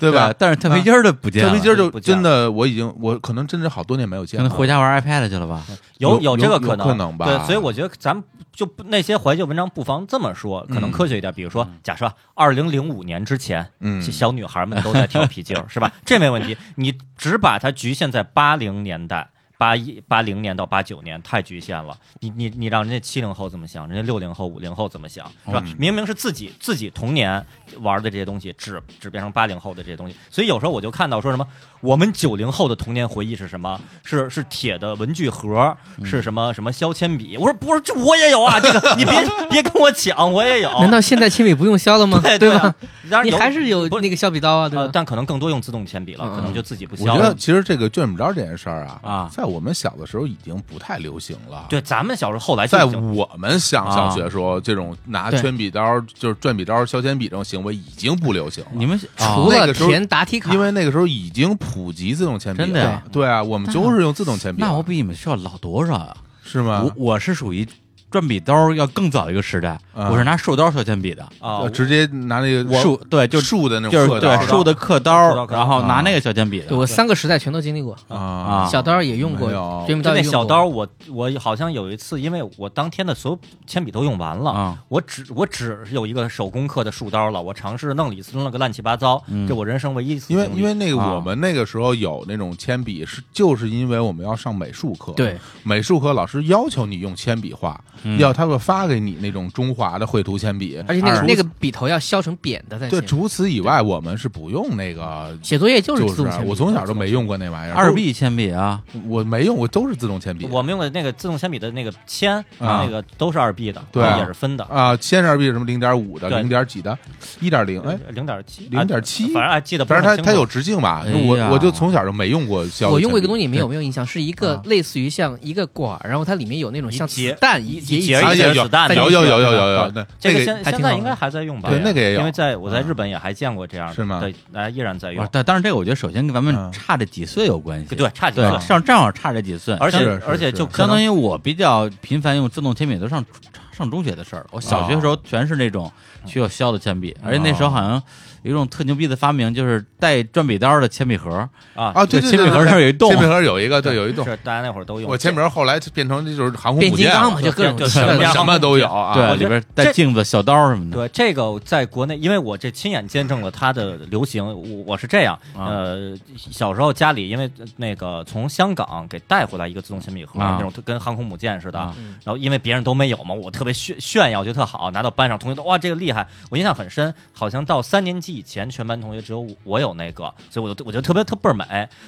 Speaker 5: 对吧？啊
Speaker 2: 但是跳皮筋儿的不见
Speaker 5: 跳
Speaker 2: 了，
Speaker 5: 皮筋儿
Speaker 4: 这
Speaker 5: 就
Speaker 4: 就不见
Speaker 5: 真的，我已经我可能真是好多年没有
Speaker 2: 可
Speaker 5: 见
Speaker 2: 能
Speaker 5: 了。
Speaker 2: 回家玩 iPad 去了吧？
Speaker 5: 有有
Speaker 4: 有这个
Speaker 5: 有
Speaker 4: 能，
Speaker 5: 可能吧
Speaker 4: 对，所以我觉得咱们就不那些怀旧文章不妨这么说，可能科学一点。比如说，假设二零零五年之前，
Speaker 5: 嗯
Speaker 4: 小小女孩们都在跳皮筋儿，是吧？这没问题。你只把它局限在八零年代。八一八零年到八九年太局限了，你你你让人家七零后怎么想，人家六零后五零后怎么想，是吧？明明是自己自己童年玩的这些东西，只只变成八零后的这些东西，所以有时候我就看到说什么，我们九零后的童年回忆是什么？是是铁的文具盒，是什么什么削铅笔？我说不是，这我也有啊，这个你别别跟我抢，我也有。
Speaker 3: 难道现在铅笔不用削了吗？
Speaker 4: 对
Speaker 3: 吧？
Speaker 4: 啊？当然
Speaker 3: 你
Speaker 4: 有
Speaker 3: 还是有
Speaker 4: 不
Speaker 3: 那个削笔刀啊，对
Speaker 4: 呃
Speaker 3: 吧？
Speaker 4: 但可能更多用自动铅笔了，
Speaker 3: 嗯
Speaker 4: 可能就自己不
Speaker 5: 我
Speaker 4: 削
Speaker 5: 觉得
Speaker 4: 了。
Speaker 5: 其实这个卷不着这件事儿啊
Speaker 2: 啊
Speaker 5: 在在我们小的时候已经不太流行了。
Speaker 4: 对，咱们小时候后来就
Speaker 5: 在
Speaker 4: 已经
Speaker 5: 我们想
Speaker 4: 啊
Speaker 5: 小学时候，这种拿
Speaker 3: 对
Speaker 5: 圈笔刀就是转笔刀、削铅笔这种行为已经不流行了。啊
Speaker 2: 你们
Speaker 3: 除
Speaker 5: 那
Speaker 3: 了
Speaker 5: 个时候
Speaker 3: 填答题卡，
Speaker 5: 因为那个时候已经普及自动铅笔了，
Speaker 2: 真的呀啊
Speaker 5: 对啊，我们就是用自动铅笔了，
Speaker 2: 那我比你们学校老多少啊？
Speaker 5: 是吗
Speaker 2: 我？我是属于转笔刀要更早一个时代，
Speaker 5: 啊
Speaker 2: 我是拿竖刀削铅笔的，
Speaker 4: 啊
Speaker 5: 呃，直接拿那个
Speaker 2: 竖对就
Speaker 5: 竖的那
Speaker 2: 就
Speaker 5: 种
Speaker 2: 是
Speaker 5: 刻
Speaker 2: 对
Speaker 5: 刀
Speaker 2: 竖的刻
Speaker 4: 刻刀
Speaker 2: 刀，
Speaker 4: 刻刀啊
Speaker 2: 然后拿那个削铅笔的
Speaker 3: 对。我三个时代全都经历过，
Speaker 5: 啊
Speaker 2: 啊
Speaker 3: 小刀也用过
Speaker 5: 没有，
Speaker 3: 追梦
Speaker 4: 就
Speaker 3: 刀也
Speaker 4: 那
Speaker 3: 用
Speaker 4: 小
Speaker 3: 过
Speaker 4: 刀，我我好像有一次，因为我当天的所有铅笔都用完了，
Speaker 5: 嗯
Speaker 2: 啊
Speaker 4: 我只我只有一个手工课的竖刀了，我尝试弄了一次，弄了个乱七八糟，
Speaker 2: 嗯
Speaker 4: 这我人生唯一一次
Speaker 5: 因
Speaker 4: 经历。
Speaker 5: 为因为那个
Speaker 2: 啊
Speaker 5: 我们那个时候有那种铅笔是，就是因为我们要上美术课，
Speaker 4: 嗯
Speaker 3: 对，
Speaker 5: 美术课老师要求你用铅笔画，
Speaker 2: 嗯
Speaker 5: 要他会发给你那种中华的绘图铅笔，
Speaker 3: 而且那个
Speaker 5: 除
Speaker 3: 那个笔头要削成扁的才
Speaker 5: 对，
Speaker 3: 行。
Speaker 5: 除此以外我们是不用那个，
Speaker 3: 写作业就
Speaker 5: 就是啊
Speaker 3: 自动铅笔
Speaker 5: 我从小都没用过那玩意儿，
Speaker 2: 二 B 铅笔啊，
Speaker 5: 都我没用，我都是自动铅笔，
Speaker 4: 我们用的那个自动铅笔的那个铅，
Speaker 5: 啊
Speaker 4: 那个都是二 B 的，
Speaker 5: 对
Speaker 4: 也是分的，
Speaker 5: 啊，铅是二 B 什么零点五的，
Speaker 4: 对
Speaker 5: 零点几的，一点零，哎，
Speaker 4: 零点七，啊
Speaker 5: 0.7
Speaker 4: 反正还记得不
Speaker 5: 反
Speaker 4: 是
Speaker 5: 正它
Speaker 4: 很清楚
Speaker 5: 它有直径吧，
Speaker 2: 哎
Speaker 5: 我
Speaker 2: 呀
Speaker 5: 我就从小就没用过削，
Speaker 3: 我用过一个东
Speaker 5: 西，
Speaker 3: 西，你们有没有印象？是一个类似于像一个管儿，然后它里面有那种
Speaker 4: 一
Speaker 3: 像
Speaker 4: 节
Speaker 3: 子弹一
Speaker 4: 一
Speaker 3: 节
Speaker 4: 一
Speaker 3: 一
Speaker 4: 节
Speaker 3: 节
Speaker 4: 儿
Speaker 5: 啊
Speaker 4: 一节儿
Speaker 5: 有
Speaker 4: 子弹的，
Speaker 5: 有有有有有有，那
Speaker 4: 这
Speaker 5: 那
Speaker 4: 个
Speaker 5: 个
Speaker 4: 现
Speaker 3: 还挺好
Speaker 4: 现在
Speaker 3: 的
Speaker 4: 应该还在用吧？
Speaker 5: 对那个也有
Speaker 4: 因为在我在
Speaker 5: 啊
Speaker 4: 日本也还见过这样的，
Speaker 5: 是吗哦
Speaker 4: 对，哎，依然在用
Speaker 2: 不是。但当然这个我觉得首先跟咱们
Speaker 5: 嗯
Speaker 2: 差这几岁有关系，
Speaker 4: 对，差几
Speaker 2: 对
Speaker 4: 岁，，
Speaker 2: 上正好差这几岁，
Speaker 4: 而且
Speaker 5: 是是
Speaker 4: 而且
Speaker 5: 是
Speaker 4: 就可
Speaker 2: 相
Speaker 4: 能
Speaker 2: 当于我比较频繁用自动铅笔都上上中学的事儿了，我小学的时
Speaker 4: 啊
Speaker 2: 候全是那种需要削的铅笔，而且那时候好像有一种特牛逼的发明，就是带转笔刀的铅笔盒，
Speaker 4: 啊，
Speaker 5: 啊，对对
Speaker 2: 铅笔
Speaker 5: 对，
Speaker 2: 盒上有一洞
Speaker 5: 铅笔盒有一个，对，有一洞。
Speaker 4: 是大家那会儿都用。
Speaker 5: 我铅笔盒后来变成这就是航空
Speaker 3: 变
Speaker 5: 母
Speaker 3: 金
Speaker 5: 舰
Speaker 3: 刚
Speaker 5: 了，
Speaker 3: 嘛，就各种
Speaker 4: 啊就
Speaker 5: 什
Speaker 4: 变
Speaker 5: 么
Speaker 4: 成
Speaker 5: 什么都有啊。
Speaker 2: 对，
Speaker 4: 我觉
Speaker 2: 里
Speaker 4: 得
Speaker 2: 边
Speaker 4: 这
Speaker 2: 带镜子、小刀什么的。
Speaker 4: 对这个，在国内，因为我这亲眼见证了它的流行。我我是这样，
Speaker 2: 啊
Speaker 4: 呃，小时候家里因为呃那个从香港给带回来一个自动铅笔盒，
Speaker 2: 啊
Speaker 4: 那种特跟航空母舰似的。
Speaker 2: 啊
Speaker 4: 然后因为别人都没有嘛，我特别炫炫耀，觉得特好，拿到班上同学都哇这个厉害。我印象很深，好像到三年级以前，全班同学只有我我有那个，所以我就我觉得特别特倍儿美。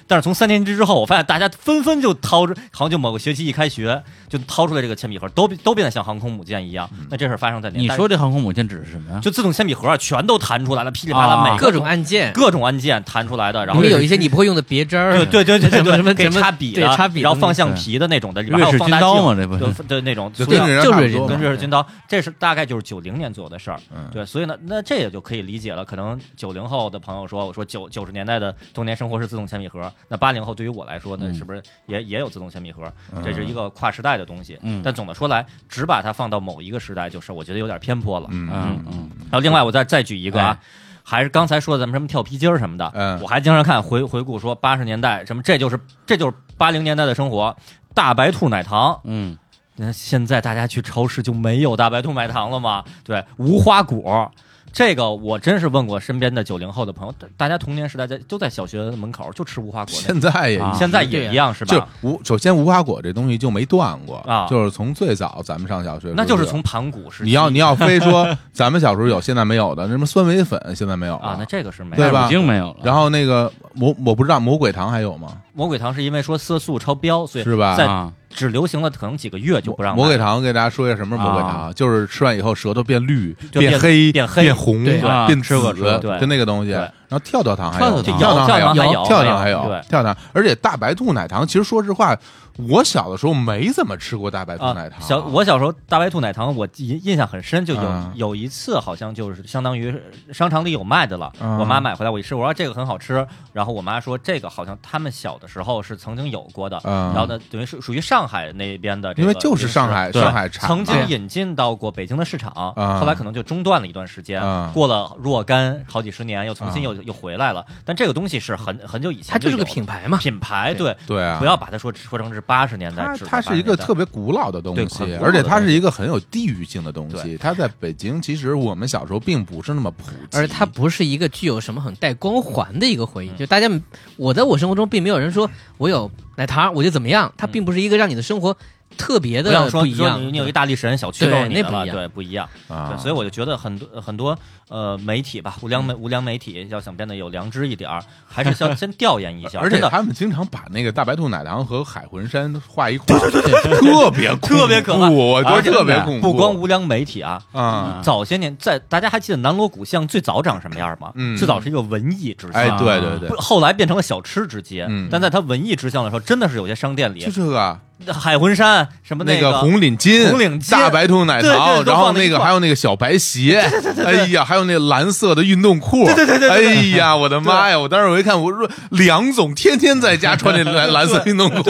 Speaker 4: 但是从三年级之后，我发现大家纷纷就掏出，好像就某个学期一开学就掏出来这个铅笔盒，都都变得像航空母舰一样。那这事儿发生在
Speaker 2: 嗯
Speaker 4: 年
Speaker 2: 你
Speaker 4: 代
Speaker 2: 说这航空母舰指的是什么呀？
Speaker 4: 就自动铅笔盒啊，全都弹出来了，噼里啪啦，
Speaker 2: 啊
Speaker 4: 每个
Speaker 3: 各种按键，
Speaker 4: 各种按键弹出来的，然后
Speaker 3: 里面有一些你不会用的别针儿，
Speaker 4: 对 对对对
Speaker 3: 什么
Speaker 4: 对，
Speaker 3: 什么
Speaker 4: 可以
Speaker 3: 什么
Speaker 4: 插笔的，啊
Speaker 3: 对插笔的
Speaker 4: 然后放橡皮的那种的，里边
Speaker 2: 瑞
Speaker 4: 还有
Speaker 2: 士
Speaker 4: 放
Speaker 2: 军
Speaker 4: 大
Speaker 2: 刀嘛，
Speaker 4: 镜，
Speaker 2: 这不
Speaker 4: 对
Speaker 2: 是
Speaker 4: 对那种
Speaker 5: 就
Speaker 4: 塑料
Speaker 5: 跟人
Speaker 3: 就
Speaker 5: 差
Speaker 3: 是
Speaker 5: 不多
Speaker 3: 人
Speaker 4: 跟
Speaker 5: 嘛
Speaker 4: 瑞士军刀，这是大概就是九零年左右的事儿，
Speaker 5: 嗯
Speaker 4: 对，所以呢，那这也就可以理解了。可能九零后的朋友说，我说九九十年代的童年生活是自动铅笔盒，那八零后对于我来说呢，
Speaker 2: 嗯
Speaker 4: 是不是也也有自动铅笔盒？这是一个跨时代的东西。
Speaker 2: 嗯
Speaker 4: 但总的说来，只把它放到某一个时代，就是我觉得有点偏颇了。啊
Speaker 5: 嗯
Speaker 2: 嗯嗯，
Speaker 4: 然后另外我再再举一个啊
Speaker 2: 哎，
Speaker 4: 还是刚才说的咱们什么跳皮筋儿什么的，
Speaker 5: 嗯
Speaker 4: 我还经常看回回顾说八十年代什么，这就是这就是八零年代的生活，大白兔奶糖。
Speaker 2: 嗯，
Speaker 4: 那现在大家去超市就没有大白兔奶糖了吗？对，无花果。这个我真是问过身边的九零后的朋友，大大家童年时代在就在小学门口就吃无花果那，
Speaker 5: 现在啊也
Speaker 2: 啊
Speaker 4: 现在也一样是
Speaker 5: 就
Speaker 4: 吧？
Speaker 5: 无首先无花果这东西就没断过
Speaker 4: 啊
Speaker 5: 就是从最早咱们上小学的时候有，
Speaker 4: 那就是从盘古时期
Speaker 5: 啊你要你要非说 咱们小时候有现在没有的，什么酸梅粉现在没有了
Speaker 4: 啊，那这个是没有
Speaker 5: 对吧
Speaker 2: 已经没有了。
Speaker 5: 然后那个魔我不知道魔鬼糖还有吗？
Speaker 4: 魔鬼糖是因为说色素超标，所以
Speaker 5: 是吧
Speaker 4: 在
Speaker 2: 啊，
Speaker 4: 只流行了可能几个月就不让
Speaker 5: 魔
Speaker 4: 卖
Speaker 5: 鬼
Speaker 4: 了啊
Speaker 5: 糖给大家说一下什么是魔鬼糖，就是吃完以后舌头变绿、
Speaker 4: 就变
Speaker 5: 黑、
Speaker 4: 变
Speaker 5: 变
Speaker 4: 黑
Speaker 5: 红、
Speaker 3: 对
Speaker 2: 啊
Speaker 5: 变
Speaker 2: 吃
Speaker 5: 紫
Speaker 2: 过吃过，
Speaker 4: 对
Speaker 5: 就那个东西。
Speaker 4: 对
Speaker 5: 然后跳跳糖还有吗，
Speaker 2: 跳
Speaker 5: 跳
Speaker 4: 跳
Speaker 5: 糖
Speaker 4: 糖
Speaker 5: 还有，
Speaker 4: 跳糖还有
Speaker 5: 跳糖还有
Speaker 4: 对，
Speaker 5: 跳糖。而且大白兔奶糖，其实说实话，我小的时候没怎么吃过大白兔奶糖。
Speaker 4: 啊
Speaker 5: 啊
Speaker 4: 小我小时候大白兔奶糖，我印印象很深，就有、
Speaker 5: 嗯
Speaker 4: 有一次好像就是相当于商场里有卖的了，
Speaker 5: 嗯
Speaker 4: 我妈买回来我一吃，我说啊这个很好吃，然后我妈说这个好像他们小的时候是曾经有过的，
Speaker 5: 嗯
Speaker 4: 然后呢等于是属于上海那边的这
Speaker 5: 因为
Speaker 4: 个零食，
Speaker 5: 就是上海
Speaker 4: 对
Speaker 5: 上海产
Speaker 4: 曾
Speaker 5: 嘛
Speaker 4: 经引进到过北京的市场，
Speaker 5: 嗯
Speaker 4: 后来可能就中断了一段时间，
Speaker 5: 嗯
Speaker 4: 过了若干好几十年，又重新又、又回来了，但这个东西是很很久以前
Speaker 3: 它就是
Speaker 4: 有
Speaker 3: 个
Speaker 4: 的
Speaker 3: 品牌嘛。
Speaker 4: 品牌，
Speaker 3: 对
Speaker 4: 对。
Speaker 5: 对啊，
Speaker 4: 不要把它说说成是八十年代
Speaker 5: 它，
Speaker 4: 只
Speaker 5: 它是一个
Speaker 4: 80年代
Speaker 5: 特别古老的东
Speaker 4: 对
Speaker 5: 西
Speaker 4: 很古，老的
Speaker 5: 而且它
Speaker 4: 东
Speaker 5: 是一个很有地域性的东西。
Speaker 4: 对
Speaker 5: 它在北京，其实我们小时候并不是那么普及，
Speaker 3: 而它不是一个具有什么很带光环的一个回忆，
Speaker 4: 嗯
Speaker 3: 就大家，我在我生活中并没有人说我有奶糖我就怎么样，它并不是一个让你的生活特别
Speaker 4: 不
Speaker 3: 的
Speaker 4: 嗯要说
Speaker 3: 不一
Speaker 4: 说
Speaker 3: 样。
Speaker 4: 你你有一大力神小区都是
Speaker 3: 对
Speaker 4: 你
Speaker 3: 那
Speaker 4: 的
Speaker 3: 不
Speaker 4: 了，
Speaker 3: 一样
Speaker 4: 对，不一样。
Speaker 5: 啊
Speaker 4: 对，，所以我就觉得很多很多呃媒体吧，无良媒无良媒体要想变得有良知一点儿，还是要先调研一下。
Speaker 5: 而且
Speaker 4: 真的
Speaker 5: 他们经常把那个大白兔奶糖和海魂衫都画一块儿，特别恐怖
Speaker 4: 特别可怕啊
Speaker 5: 我觉得
Speaker 4: 而且
Speaker 5: 特别恐怖。
Speaker 4: 不光无良媒体啊，
Speaker 5: 啊，
Speaker 4: 早些年在大家还记得南锣鼓巷最早长什么样吗？
Speaker 5: 嗯
Speaker 4: 最早是一个文艺之
Speaker 5: 哎，
Speaker 4: 乡，
Speaker 5: 对对对
Speaker 4: 不，后来变成了小吃之街。
Speaker 5: 嗯
Speaker 4: 但在它文艺之乡的时候，真的是有些商店
Speaker 5: 就
Speaker 4: 里，
Speaker 5: 这个啊
Speaker 4: 海魂衫什么
Speaker 5: 那
Speaker 4: 个
Speaker 5: 红领巾、
Speaker 4: 红领巾
Speaker 5: 大白兔奶
Speaker 4: 对
Speaker 5: 糖，
Speaker 4: 对都
Speaker 5: 然后
Speaker 4: 放在
Speaker 5: 那
Speaker 4: 一
Speaker 5: 个
Speaker 4: 块儿
Speaker 5: 还有那个小白鞋，哎呀，还有那蓝色的运动裤，对对对对，哎呀，我的妈呀！我当时我一看，我说梁总天天在家穿这 蓝蓝色运动裤，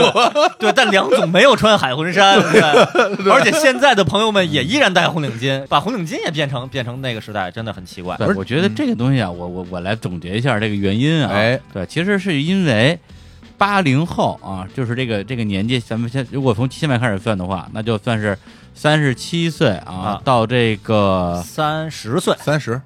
Speaker 4: 对，但梁总没有穿海魂衫，对而且现在的朋友们也依然戴红领巾，把红领巾也变成变成那个时代，真的很奇怪。
Speaker 2: 对，我觉得这个东西啊，我我我来总结一下这个原因啊。
Speaker 5: 哎，
Speaker 2: 对，其实是因为八零后啊，就是这个这个年纪，咱们先如果从现在开始算的话，那就算是三十七岁啊
Speaker 4: 啊，
Speaker 2: 到这个
Speaker 4: 三十岁，
Speaker 5: 三十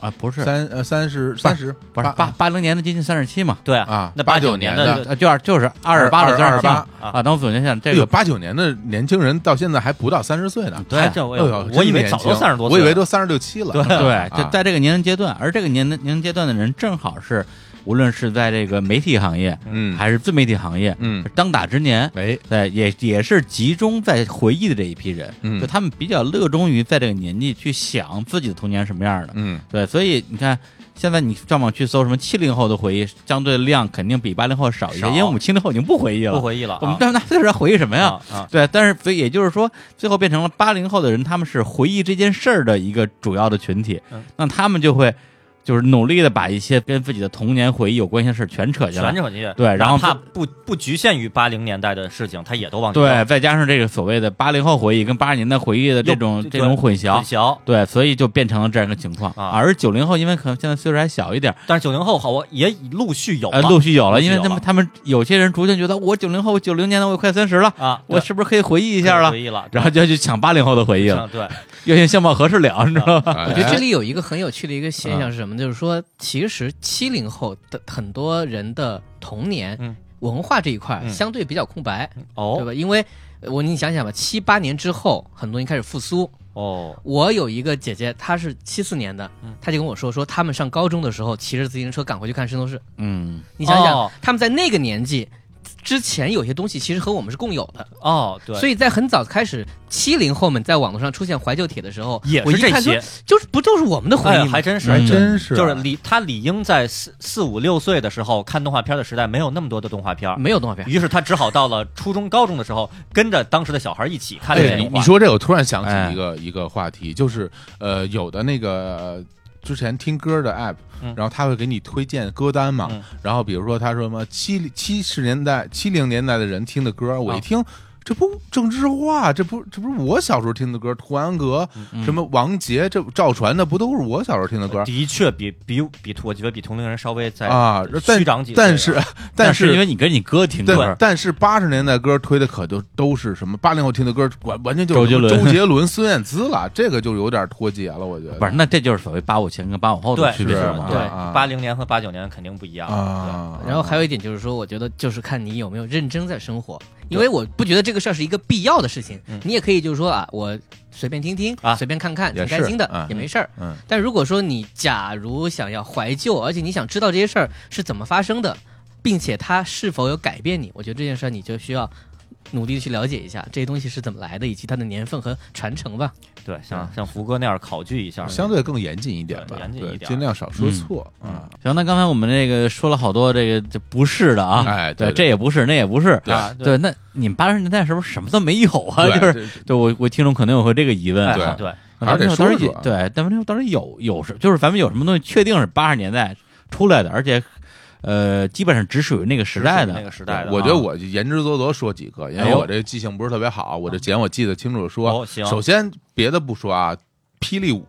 Speaker 2: 啊不是
Speaker 5: 三呃三十三十
Speaker 2: 不是八八零年的接近三十七嘛，
Speaker 4: 对
Speaker 5: 啊
Speaker 4: 那
Speaker 5: 八
Speaker 4: 八
Speaker 5: 九
Speaker 4: 年
Speaker 5: 年的
Speaker 4: 就
Speaker 2: 啊就是就是二十八到三
Speaker 5: 二
Speaker 2: 十
Speaker 5: 十
Speaker 2: 七
Speaker 5: 八
Speaker 2: 啊。当我总结一下这
Speaker 5: 这个
Speaker 2: 个，
Speaker 5: 哎八九年的年轻人到现在还不到三十岁呢，
Speaker 2: 对
Speaker 4: 还叫
Speaker 5: 哎
Speaker 4: 我
Speaker 5: 呦，
Speaker 4: 啊我以为
Speaker 5: 真
Speaker 4: 早
Speaker 5: 年
Speaker 4: 都
Speaker 5: 轻
Speaker 4: 三十多
Speaker 5: 我
Speaker 4: 岁了，
Speaker 5: 以为都三十六七了。
Speaker 4: 对
Speaker 2: 对，
Speaker 5: 啊
Speaker 2: 就在这个年龄阶段，而这个年龄年龄阶段的人正好是，无论是在这个媒体行业，
Speaker 5: 嗯，
Speaker 2: 还是自媒体行业，
Speaker 5: 嗯，
Speaker 2: 当打之年，
Speaker 5: 哎，
Speaker 2: 对，也也是集中在回忆的这一批人，
Speaker 5: 嗯
Speaker 2: 就他们比较乐衷于在这个年纪去想自己的童年什么样的，
Speaker 5: 嗯，
Speaker 2: 对，所以你看，现在你上网去搜什么七零后的回忆，相对量肯定比八零后少一些，
Speaker 4: 少
Speaker 2: 因为我们七零后已经不回忆了，
Speaker 4: 不回忆了啊，
Speaker 2: 我们但那那时候回忆什么呀？
Speaker 4: 啊啊
Speaker 2: 对，但是所以也就是说，最后变成了八零后的人，他们是回忆这件事儿的一个主要的群体，
Speaker 4: 嗯
Speaker 2: 那他们就会就是努力的把一些跟自己的童年回忆有关系的事儿全扯进来，
Speaker 4: 全扯进去，
Speaker 2: 哎对然后
Speaker 4: 哪怕不不局限于八零年代的事情，他也都往里
Speaker 2: 对，再加上这个所谓的八零后回忆跟八十年代回忆的这种
Speaker 4: 又
Speaker 2: 这种混淆
Speaker 4: 混，淆。
Speaker 2: 对，所以就变成了这样一个情况。
Speaker 4: 啊
Speaker 2: 而九零后因为可能现在岁数还小一点儿，
Speaker 4: 但是九零后好，我也陆续有
Speaker 2: 呃，
Speaker 4: 了
Speaker 2: 陆续有了，
Speaker 4: 陆续
Speaker 2: 因为
Speaker 4: 有
Speaker 2: 他们
Speaker 4: 了
Speaker 2: 他们有些人逐渐觉得我九零后，九零年的我也快三十了，
Speaker 4: 啊，
Speaker 2: 我
Speaker 4: 对
Speaker 2: 是不是可以回忆一
Speaker 4: 可
Speaker 2: 下
Speaker 4: 以
Speaker 2: 了
Speaker 4: 回？忆了，
Speaker 2: 然后就要去抢八零后的回忆了，
Speaker 4: 像对，
Speaker 2: 要先相貌合适了，你知道
Speaker 4: 啊
Speaker 2: 吧？
Speaker 5: 我
Speaker 3: 我觉得
Speaker 4: 哎
Speaker 3: 这里有一个很有趣的一个现
Speaker 4: 嗯
Speaker 3: 象是什么？就是说，其实七零后的很多人的童年、
Speaker 4: 嗯
Speaker 3: 文化这一块
Speaker 4: 嗯
Speaker 3: 相对比较空白，对
Speaker 4: 哦
Speaker 3: 吧？因为呃我你想想吧，七八年之后，很多人开始复苏。
Speaker 4: 哦，
Speaker 3: 我有一个姐姐，她是七四年的，
Speaker 4: 嗯
Speaker 3: 她就跟我说，说他们上高中的时候骑着自行车赶回去看《圣斗士》。
Speaker 2: 嗯，
Speaker 3: 你想想
Speaker 4: 哦，
Speaker 3: 他们在那个年纪之前，有些东西其实和我们是共有的。
Speaker 4: 哦，对，
Speaker 3: 所以在很早开始，七零后们在网络上出现怀旧帖的时候，
Speaker 4: 也
Speaker 3: 我
Speaker 4: 是
Speaker 3: 一
Speaker 4: 这
Speaker 3: 看说
Speaker 4: 些，
Speaker 3: 就是不就是我们的回忆
Speaker 4: 哎，
Speaker 3: 吗？
Speaker 4: 还真是，
Speaker 2: 嗯
Speaker 5: 真是啊
Speaker 4: 就是理他理应在四四五六岁的时候看动画片的时代，没有那么多的动画片儿，
Speaker 3: 没有动画片，
Speaker 4: 于是他只好到了初中、高中的时候，跟着当时的小孩一起看这
Speaker 5: 哎，
Speaker 4: 些
Speaker 5: 你
Speaker 4: 动画。
Speaker 5: 你说这，我突然想
Speaker 2: 哎
Speaker 5: 起一个、一个话题，就是呃，有的那个呃之前听歌的 app，、
Speaker 4: 嗯
Speaker 5: 然后他会给你推荐歌单嘛，
Speaker 4: 嗯
Speaker 5: 然后比如说他说什么七七十年代、七零年代的人听的歌，我一
Speaker 4: 啊
Speaker 5: 听。这不郑智化，这不这不是我小时候听的歌，屠安格、什么王杰，这赵传的不都是我小时候听的歌
Speaker 4: 的确比比比我觉得比同龄人稍微再
Speaker 5: 啊？但
Speaker 4: 虚长几岁啊
Speaker 5: 但是
Speaker 2: 但
Speaker 5: 是
Speaker 2: 因为你跟你哥听
Speaker 5: 但
Speaker 2: 歌，
Speaker 5: 但是八十年代歌推的可都都是什么八零后听的歌，完完全就是
Speaker 2: 周杰伦
Speaker 5: 周杰伦、孙燕姿了， 这个就有点脱节了，我觉得。
Speaker 2: 不是，那这就是所谓八五前跟八五后的
Speaker 4: 对
Speaker 2: 区别
Speaker 5: 是
Speaker 2: 嘛
Speaker 5: 吗
Speaker 4: 对
Speaker 5: 啊
Speaker 4: 八零年和八九年肯定不一样。
Speaker 5: 啊，
Speaker 3: 然后还有一点就是说，我觉得就是看你有没有认真在生活，因为我不觉得这个事儿是一个必要的事情
Speaker 4: 嗯。
Speaker 3: 你也可以就是说啊，我随便听听
Speaker 4: 啊
Speaker 3: 随便看看，
Speaker 5: 也
Speaker 3: 挺
Speaker 5: 是
Speaker 3: 开心的
Speaker 5: 啊，
Speaker 3: 也没事儿。
Speaker 5: 嗯，
Speaker 3: 但如果说你假如想要怀旧，而且你想知道这些事儿是怎么发生的，并且它是否有改变你，我觉得这件事儿你就需要努力地去了解一下这些东西是怎么来的，以及它的年份和传承吧。
Speaker 4: 对，像像福哥那样考据一下，
Speaker 5: 相对更严谨一点吧，
Speaker 4: 对严谨一
Speaker 5: 对
Speaker 4: 点
Speaker 5: 尽量少说错啊。
Speaker 2: 行，那刚才我们这个说了好多这个这不是的啊，
Speaker 5: 哎对
Speaker 2: 对，
Speaker 5: 对
Speaker 2: 这也不是，那也不是，
Speaker 4: 啊，
Speaker 2: 对，那你们八十年代是不是什么都没有啊？
Speaker 5: 对哎
Speaker 2: 就是，对我我听众可能有会这个疑问啊，
Speaker 4: 对
Speaker 5: 对
Speaker 4: 哎对，
Speaker 2: 啊
Speaker 5: 还得
Speaker 2: 那当时
Speaker 5: 说
Speaker 2: 也
Speaker 5: 说
Speaker 2: 对，但是当时有有什，就是咱们有什么东西确定是八十年代出来的，而且呃，基本上只属于那个时代的
Speaker 4: 那个时代的。啊
Speaker 5: 我觉得我就言之凿凿说几个，因
Speaker 2: 哎
Speaker 5: 为
Speaker 2: 呦
Speaker 5: 我这记性不是特别好，我这简我记得清楚地说。
Speaker 4: 哦行
Speaker 5: 首先别的不说啊，霹雳舞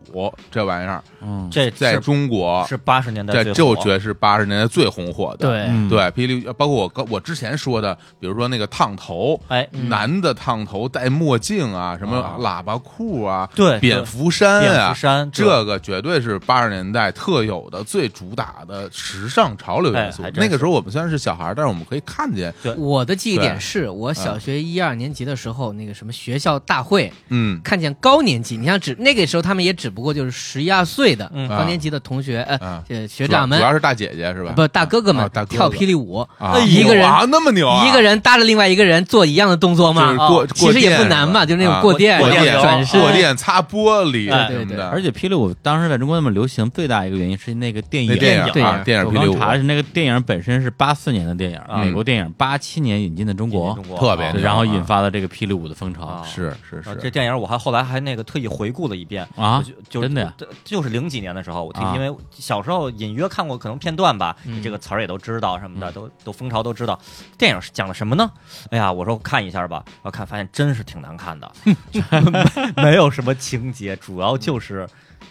Speaker 5: 这玩意儿，
Speaker 2: 嗯，
Speaker 4: 这
Speaker 5: 在
Speaker 4: 是
Speaker 5: 中国
Speaker 4: 是八十年代
Speaker 5: 在
Speaker 4: 最
Speaker 5: 就
Speaker 4: 火
Speaker 5: 觉得是八十年代最红火的。
Speaker 3: 对，
Speaker 2: 嗯
Speaker 5: 对，霹雳包括我刚我之前说的，比如说那个烫头，
Speaker 4: 哎
Speaker 5: 男的烫头戴墨镜啊，什么
Speaker 4: 啊
Speaker 5: 喇叭裤啊，
Speaker 4: 对
Speaker 5: 蝙蝠衫啊，
Speaker 4: 蝙蝠衫对
Speaker 5: 这个绝对是八十年代特有的最主打的时尚潮流元素
Speaker 4: 哎还。真
Speaker 5: 那个
Speaker 4: 是
Speaker 5: 时候我们虽然是小孩儿，但是我们可以看见，
Speaker 3: 我的记忆
Speaker 5: 对
Speaker 3: 点是我小学一二年级的时候，那个什么学校大会，
Speaker 5: 嗯，
Speaker 3: 看见高年级，你像只那个时候他们也只不过就是十一二岁的
Speaker 4: 嗯
Speaker 3: 高年级的同学，
Speaker 5: 啊
Speaker 3: 呃，呃学
Speaker 5: 主要
Speaker 3: 长们
Speaker 5: 主要是大姐姐是吧？
Speaker 3: 不大哥哥
Speaker 5: 啊
Speaker 3: 们
Speaker 5: 大哥哥
Speaker 3: 跳霹雳舞
Speaker 5: 啊，，
Speaker 3: 一个人
Speaker 5: 哇那么牛啊，
Speaker 3: 一个人搭着另外一个人做一样的动作
Speaker 5: 就是
Speaker 3: 嘛，
Speaker 5: 过
Speaker 3: 哦其
Speaker 5: 过
Speaker 3: 实也
Speaker 5: 电
Speaker 3: 不
Speaker 5: 是
Speaker 3: 难
Speaker 5: 吧
Speaker 3: 嘛，就那
Speaker 5: 啊
Speaker 3: 种过电
Speaker 5: 过
Speaker 4: 电
Speaker 3: 然后
Speaker 4: 流
Speaker 3: 转身，
Speaker 5: 过电擦玻璃
Speaker 4: 哎
Speaker 5: 什么的，
Speaker 2: 而且霹雳舞当时在中国那么流行，最大一个原因是那个电影
Speaker 5: 那。电
Speaker 3: 对
Speaker 5: 影啊，电影
Speaker 2: 我
Speaker 5: 霹雳
Speaker 2: 刚
Speaker 5: 舞啊
Speaker 2: 查的是那个电影本身是八四年的电影，
Speaker 4: 嗯
Speaker 2: 美国电影八七年引进的中国
Speaker 4: 中，国
Speaker 5: 特别
Speaker 4: 啊
Speaker 5: 牛
Speaker 2: 然后
Speaker 5: 啊
Speaker 2: 引发了这个霹雳舞的风潮
Speaker 4: 啊
Speaker 5: 是是
Speaker 4: 然后这
Speaker 5: 是，
Speaker 4: 电影我还后来还那个特意回顾了一遍
Speaker 2: 啊
Speaker 4: 我就就
Speaker 2: 真的呀
Speaker 4: 就就是零几年的时候，我听
Speaker 2: 啊，
Speaker 4: 因为小时候隐约看过可能片段吧，
Speaker 3: 嗯
Speaker 4: 这个词儿也都知道什么
Speaker 2: 嗯
Speaker 4: 的，都都风潮都知道。电影是讲的什么呢？哎呀，我说看一下吧，然后看发现真是挺难 看的，没没有什么情节，主要就是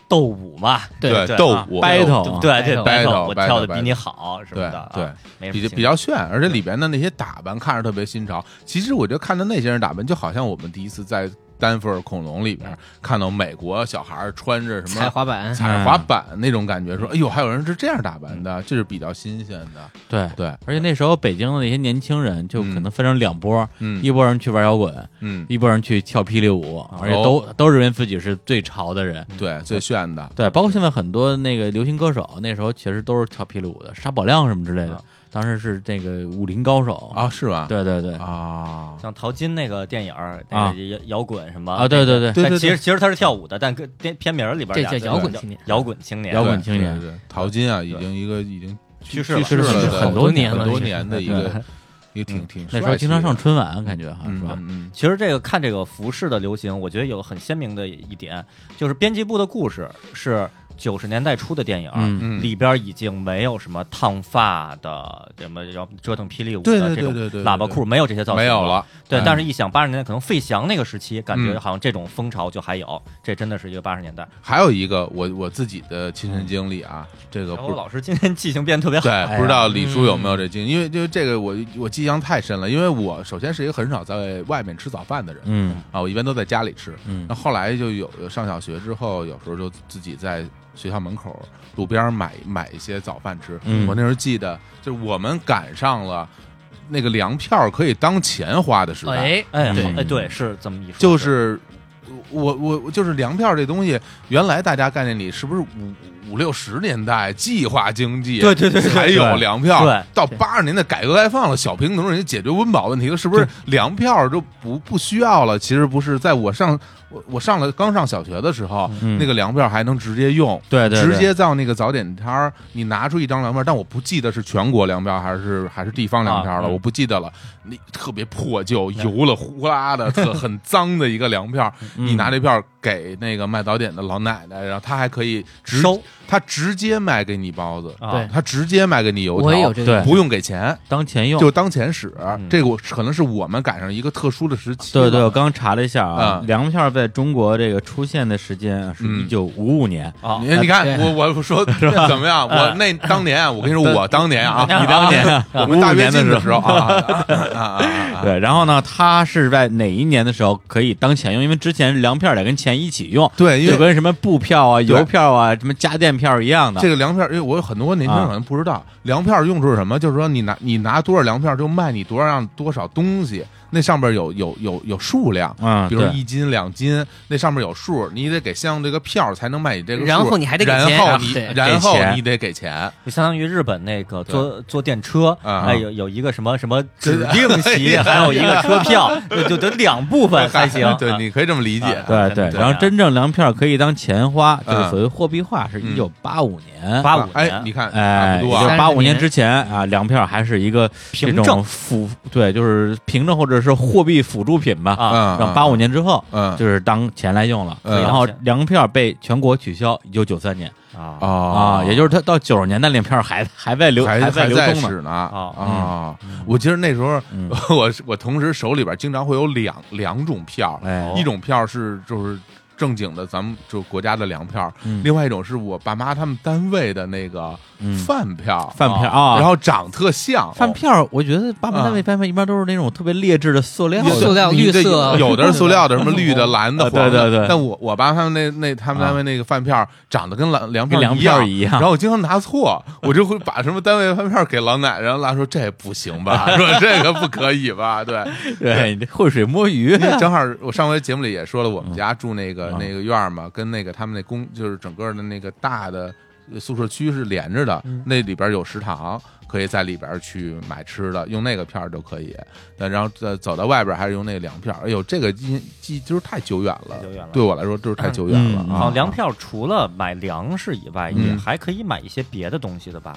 Speaker 4: 斗舞嘛，
Speaker 2: 嗯
Speaker 5: 对
Speaker 4: 对
Speaker 5: 斗
Speaker 4: 啊
Speaker 5: 舞
Speaker 2: battle
Speaker 4: 对对
Speaker 3: battle
Speaker 5: battle，
Speaker 4: 我跳的
Speaker 5: battle，
Speaker 4: 比你好什么的，啊
Speaker 5: 对对，
Speaker 4: 没什
Speaker 5: 比
Speaker 4: 么
Speaker 5: 较
Speaker 4: 情
Speaker 5: 比较炫，而且里边的那些打扮看着特别新潮。其实我觉得看到那些人打扮，就好像我们第一次在丹佛尔恐龙里边看到美国小孩穿着什
Speaker 3: 踩
Speaker 5: 么
Speaker 3: 滑板，
Speaker 5: 踩滑
Speaker 2: 嗯
Speaker 5: 板那种感觉，说哎呦，还有人是这样打扮的，这是比较新鲜的。
Speaker 2: 对
Speaker 5: 对，
Speaker 2: 而且那时候北京的那些年轻人就可能分成两波，
Speaker 5: 嗯哦
Speaker 2: 一波人去玩摇滚，
Speaker 5: 嗯，
Speaker 2: 一波人去跳霹雳舞，而且都、都认为自己是最潮的人。
Speaker 5: 对，最炫的，
Speaker 2: 对，包括现在很多那个流行歌手，那时候其实都是跳霹雳舞的，沙宝亮什么之类的，当时是那个武林高手
Speaker 5: 啊，，是吧？
Speaker 2: 对对对，
Speaker 5: 啊，
Speaker 4: 像陶晶那个电影儿，那个摇摇滚什么
Speaker 2: 啊对对对
Speaker 5: 对
Speaker 4: 但
Speaker 5: 对
Speaker 4: 其
Speaker 5: 对
Speaker 4: 实其实他是跳舞的，但跟片片名儿里边儿
Speaker 3: 这叫
Speaker 4: 俩字
Speaker 3: 摇滚
Speaker 4: 叫
Speaker 3: 青年
Speaker 4: 摇滚青年，
Speaker 2: 摇
Speaker 5: 对
Speaker 2: 滚青年
Speaker 5: 对对对淘金啊，已经一个已经
Speaker 4: 去世
Speaker 5: 去
Speaker 2: 去世
Speaker 5: 世
Speaker 4: 了
Speaker 2: 了
Speaker 5: 了的
Speaker 2: 很多年了
Speaker 5: 很多
Speaker 2: 已经嗯
Speaker 5: 年的一个一个挺挺
Speaker 2: 那时候经常上
Speaker 5: 帅气
Speaker 2: 春晚，感觉
Speaker 5: 的
Speaker 2: 哈、
Speaker 5: 嗯
Speaker 2: 是吧？
Speaker 5: 嗯
Speaker 4: 其实这个看这个服饰的流行，我觉得有很鲜明的一点，就是编辑部的故事是九十年代初的电影。
Speaker 2: 嗯
Speaker 5: 嗯，
Speaker 4: 里边已经没有什么烫发的，什么要折腾霹雳舞
Speaker 5: 对
Speaker 4: 的
Speaker 5: 对
Speaker 4: 这
Speaker 5: 对
Speaker 4: 种
Speaker 5: 对对对
Speaker 4: 喇叭裤，没有这些造型
Speaker 5: 没有了。
Speaker 4: 对
Speaker 5: 嗯，
Speaker 4: 但是一想八十年代，可能费翔那个时期，感觉
Speaker 5: 嗯
Speaker 4: 好像这种风潮就还有，这真的是一个八十年代。
Speaker 5: 还有一个我我自己的亲身经历啊，这个
Speaker 4: 然
Speaker 5: 不
Speaker 4: 后老师今天记性变得特别好，
Speaker 2: 哎
Speaker 5: 对，不知道李叔有
Speaker 2: 嗯
Speaker 5: 没有这经历，因为因为这个我我记忆象太深了，因为我首先是一个很少在外面吃早饭的人，
Speaker 2: 嗯
Speaker 5: 啊，我一般都在家里吃。
Speaker 2: 嗯
Speaker 5: 那后来就有上小学之后，有时候就自己在学校门口路边买买一些早饭吃。
Speaker 2: 嗯
Speaker 5: 我那时候记得，就是我们赶上了那个粮票可以当钱花的时代，
Speaker 3: 哎，
Speaker 4: 哎，
Speaker 2: 对
Speaker 4: 好哎，对，是这么一说，
Speaker 5: 嗯就是我我我就是粮票这东西，原来大家概念里是不是五五六十年代计划经济
Speaker 4: 对对对对
Speaker 5: 才有粮票，
Speaker 4: 对对
Speaker 5: 到八十年代改革开放了，小平同志也解决温饱问题了，是不是粮票就不不需要了？其实不是，在我上我我上了刚上小学的时候，
Speaker 2: 嗯
Speaker 5: 那个粮票还能直接用。
Speaker 2: 对对对
Speaker 5: 直接到那个早点摊儿，你拿出一张粮票，但我不记得是全国粮票还是还是地方粮票了，
Speaker 4: 啊嗯
Speaker 5: 我不记得了。你特别破旧、油了呼啦的、特很脏的一个粮票，你拿这票给那个卖早点的老奶奶，然后她还可以直
Speaker 4: 收，
Speaker 5: 她直接卖给你包子，
Speaker 4: 啊
Speaker 3: 对
Speaker 5: 她直接卖给你油条，
Speaker 3: 我也有这个
Speaker 2: 对
Speaker 5: 不用给钱，
Speaker 2: 当前用。
Speaker 5: 就当钱使。这个我可能是我们赶上一个特殊的时期了，
Speaker 2: 对对，我刚查了一下啊，
Speaker 5: 嗯
Speaker 2: 粮票在中国这个出现的时间啊是
Speaker 5: 嗯
Speaker 2: 一九五五年，
Speaker 4: 啊，
Speaker 5: 你你看
Speaker 3: 对
Speaker 5: 我我说怎么样？我那当年啊，我跟你说，我当年啊，
Speaker 2: 你当年啊
Speaker 5: 我们大
Speaker 2: 55
Speaker 5: 跃
Speaker 2: 年的
Speaker 5: 进的
Speaker 2: 时
Speaker 5: 时候啊啊啊啊，啊
Speaker 2: 对，然后呢，它是在哪一年的时候可以当钱用？因为之前粮票得跟钱一起用，
Speaker 5: 对因为
Speaker 2: 就跟什么布票啊、邮票啊、什么家电票一样的。
Speaker 5: 这个粮票，因为我有很多年轻人
Speaker 2: 啊
Speaker 5: 可能不知道，粮票用处是什么？就是说你拿你拿多少粮票就卖你多少样多少东西，那上边有有有有数量，
Speaker 2: 嗯
Speaker 5: 比如
Speaker 2: 对
Speaker 5: 一斤两斤，那上面有数，你得给相应这个票才能卖你这个数，
Speaker 3: 然后你还得给
Speaker 5: 然
Speaker 3: 钱
Speaker 5: 后
Speaker 3: 啊
Speaker 5: 你
Speaker 3: 对
Speaker 5: 然后
Speaker 2: 给钱
Speaker 5: 你得给钱，
Speaker 4: 就相当于日本那个坐坐电车，
Speaker 5: 啊
Speaker 4: 哎，有有一个什么什么
Speaker 5: 真
Speaker 4: 指
Speaker 5: 的
Speaker 4: 定席，还有一个车票，就就得两部分才行。
Speaker 5: 对，你可以这么理解，
Speaker 4: 啊
Speaker 2: 对
Speaker 4: 对
Speaker 2: 对，
Speaker 4: 对
Speaker 2: 然后真正粮票可以当钱花，这
Speaker 5: 嗯
Speaker 2: 个所谓货币化是一九八五年，
Speaker 4: 八五
Speaker 5: 哎，你
Speaker 4: 年，
Speaker 5: 看差
Speaker 2: 哎，
Speaker 5: 不
Speaker 2: 也
Speaker 5: 多
Speaker 2: 就是
Speaker 5: 啊，
Speaker 2: 八
Speaker 3: 30
Speaker 2: 五年
Speaker 3: 年
Speaker 2: 之前啊，粮票还是一个这
Speaker 4: 凭
Speaker 2: 种
Speaker 4: 证
Speaker 2: 辅对，就是凭证或者是货币辅助品吧。
Speaker 4: 啊
Speaker 5: 嗯，
Speaker 2: 让八五年之后，
Speaker 5: 嗯
Speaker 2: 就是当钱来用了。
Speaker 5: 嗯
Speaker 2: 然后粮票被全国取消，一九九三年
Speaker 4: 啊
Speaker 5: 啊
Speaker 2: 啊，也就是他到九十年代粮票还还在流
Speaker 5: 还
Speaker 2: 在
Speaker 5: 还
Speaker 2: 流
Speaker 5: 在
Speaker 2: 通呢。
Speaker 5: 使呢
Speaker 4: 哦
Speaker 5: 啊！我记得那时候
Speaker 2: 嗯，
Speaker 5: 我我同时手里边经常会有两两种票，
Speaker 2: 哎
Speaker 5: 一种票是就是正经的咱们就国家的粮票，
Speaker 2: 嗯
Speaker 5: 另外一种是我爸妈他们单位的那个
Speaker 2: 嗯
Speaker 5: 饭票，
Speaker 2: 饭票啊
Speaker 5: 哦然后长特像哦
Speaker 2: 饭。票，我觉得爸妈单位饭票一般都是那种特别劣质的塑料
Speaker 5: 有的
Speaker 3: 塑料
Speaker 5: 你
Speaker 3: 绿
Speaker 5: 这
Speaker 3: 色
Speaker 5: 有的是塑料的，什么 绿的、蓝的、
Speaker 2: 啊
Speaker 5: 黄的。
Speaker 2: 对对对
Speaker 5: 但我我爸他们那那他们单位那个饭票长得跟粮粮
Speaker 2: 跟粮票
Speaker 5: 票
Speaker 2: 一样
Speaker 5: 样，然后我经常拿错， 我就会把什么单位饭票给老奶奶，然后拉说这不行吧，说这个不可以吧，对。
Speaker 2: 对，你浑水摸鱼
Speaker 5: 因为正好我上回节目里也说了，我们家住那个
Speaker 2: 嗯
Speaker 5: 那个院儿嘛，跟那个他们那公就是整个的那个大的宿舍区是连着的，那里边有食堂，可以在里边去买吃的，用那个票儿就可以。但然后再走到外边还是用那个粮票儿，哎呦，这个记记就是太久远了，
Speaker 4: 太久远了
Speaker 5: 对我来说就是太久远了
Speaker 2: 嗯
Speaker 5: 啊。
Speaker 4: 好，粮票除了买粮食以外，也
Speaker 5: 嗯
Speaker 4: 还可以买一些别的东西的吧？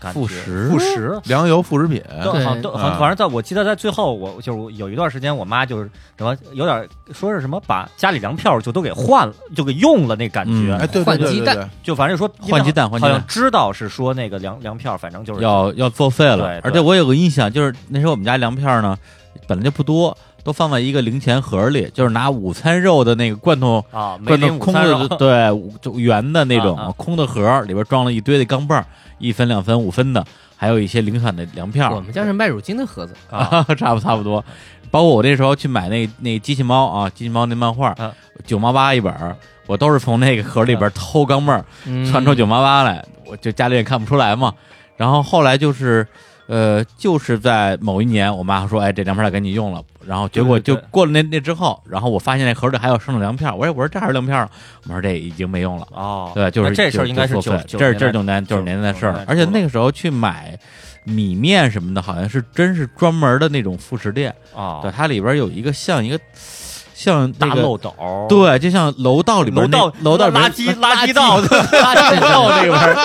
Speaker 4: 感觉
Speaker 2: 副食
Speaker 4: 副食。
Speaker 5: 粮油副食品，
Speaker 4: 都好像
Speaker 3: 对
Speaker 4: 都好
Speaker 5: 嗯
Speaker 4: 像，反正在我记得在最后，我就是有一段时间，我妈就是什么有点说是什么把家里粮票就都给换了，就给用了那感觉，
Speaker 2: 嗯
Speaker 5: 哎，对对
Speaker 3: 换
Speaker 5: 对
Speaker 3: 鸡
Speaker 5: 对
Speaker 3: 蛋
Speaker 5: 对，
Speaker 4: 就反正说
Speaker 2: 换鸡蛋换鸡
Speaker 4: 好
Speaker 2: 蛋
Speaker 4: 像知道是说那个粮粮票，反正就是
Speaker 2: 要要作废了
Speaker 4: 对对。
Speaker 2: 而且我有个印象，就是那时候我们家粮票呢，本来就不多，都放在一个零钱盒里，就是拿午餐肉的那个罐头。
Speaker 4: 啊，没
Speaker 2: 罐头
Speaker 4: 领午
Speaker 2: 空
Speaker 4: 餐
Speaker 2: 的
Speaker 4: 肉，
Speaker 2: 对，五就圆的那种
Speaker 4: 啊啊
Speaker 2: 空的盒，里边装了一堆的钢镚儿，一分、两分、五分的，还有一些零散的粮
Speaker 3: 我
Speaker 2: 票
Speaker 3: 们家是卖乳精的盒子，
Speaker 2: 啊， 差不差不多。包括我那时候去买那那机器猫啊，机器猫那漫画
Speaker 4: 啊，
Speaker 2: 九毛八一本儿，我都是从那个盒里边偷钢镚儿，
Speaker 3: 嗯
Speaker 4: 嗯
Speaker 2: 窜出九八八来，我就家里也看不出来嘛。然后后来就是，呃，就是在某一年，我妈说：“哎，这粮票给你用了。”然后结果就
Speaker 4: 对对对
Speaker 2: 过了那那之后，然后我发现那盒里还有剩的粮票，我说：“我说这还有粮票呢。”我说：“这已经没用了。”
Speaker 4: 哦，
Speaker 2: 对，就是
Speaker 4: 那这事儿应该是
Speaker 2: 就
Speaker 4: 九
Speaker 2: 作废，这是这是九年九十年代的事儿。而且那个时候去买米面什么的，好像是真是专门的那种副食店，
Speaker 4: 啊
Speaker 2: 对，它里边有一个像一个像
Speaker 4: 大
Speaker 2: 那个
Speaker 4: 漏斗，
Speaker 2: 对，就像楼道里边
Speaker 4: 楼道
Speaker 2: 那楼道里边
Speaker 4: 垃圾垃圾道，
Speaker 2: 垃圾道那边儿，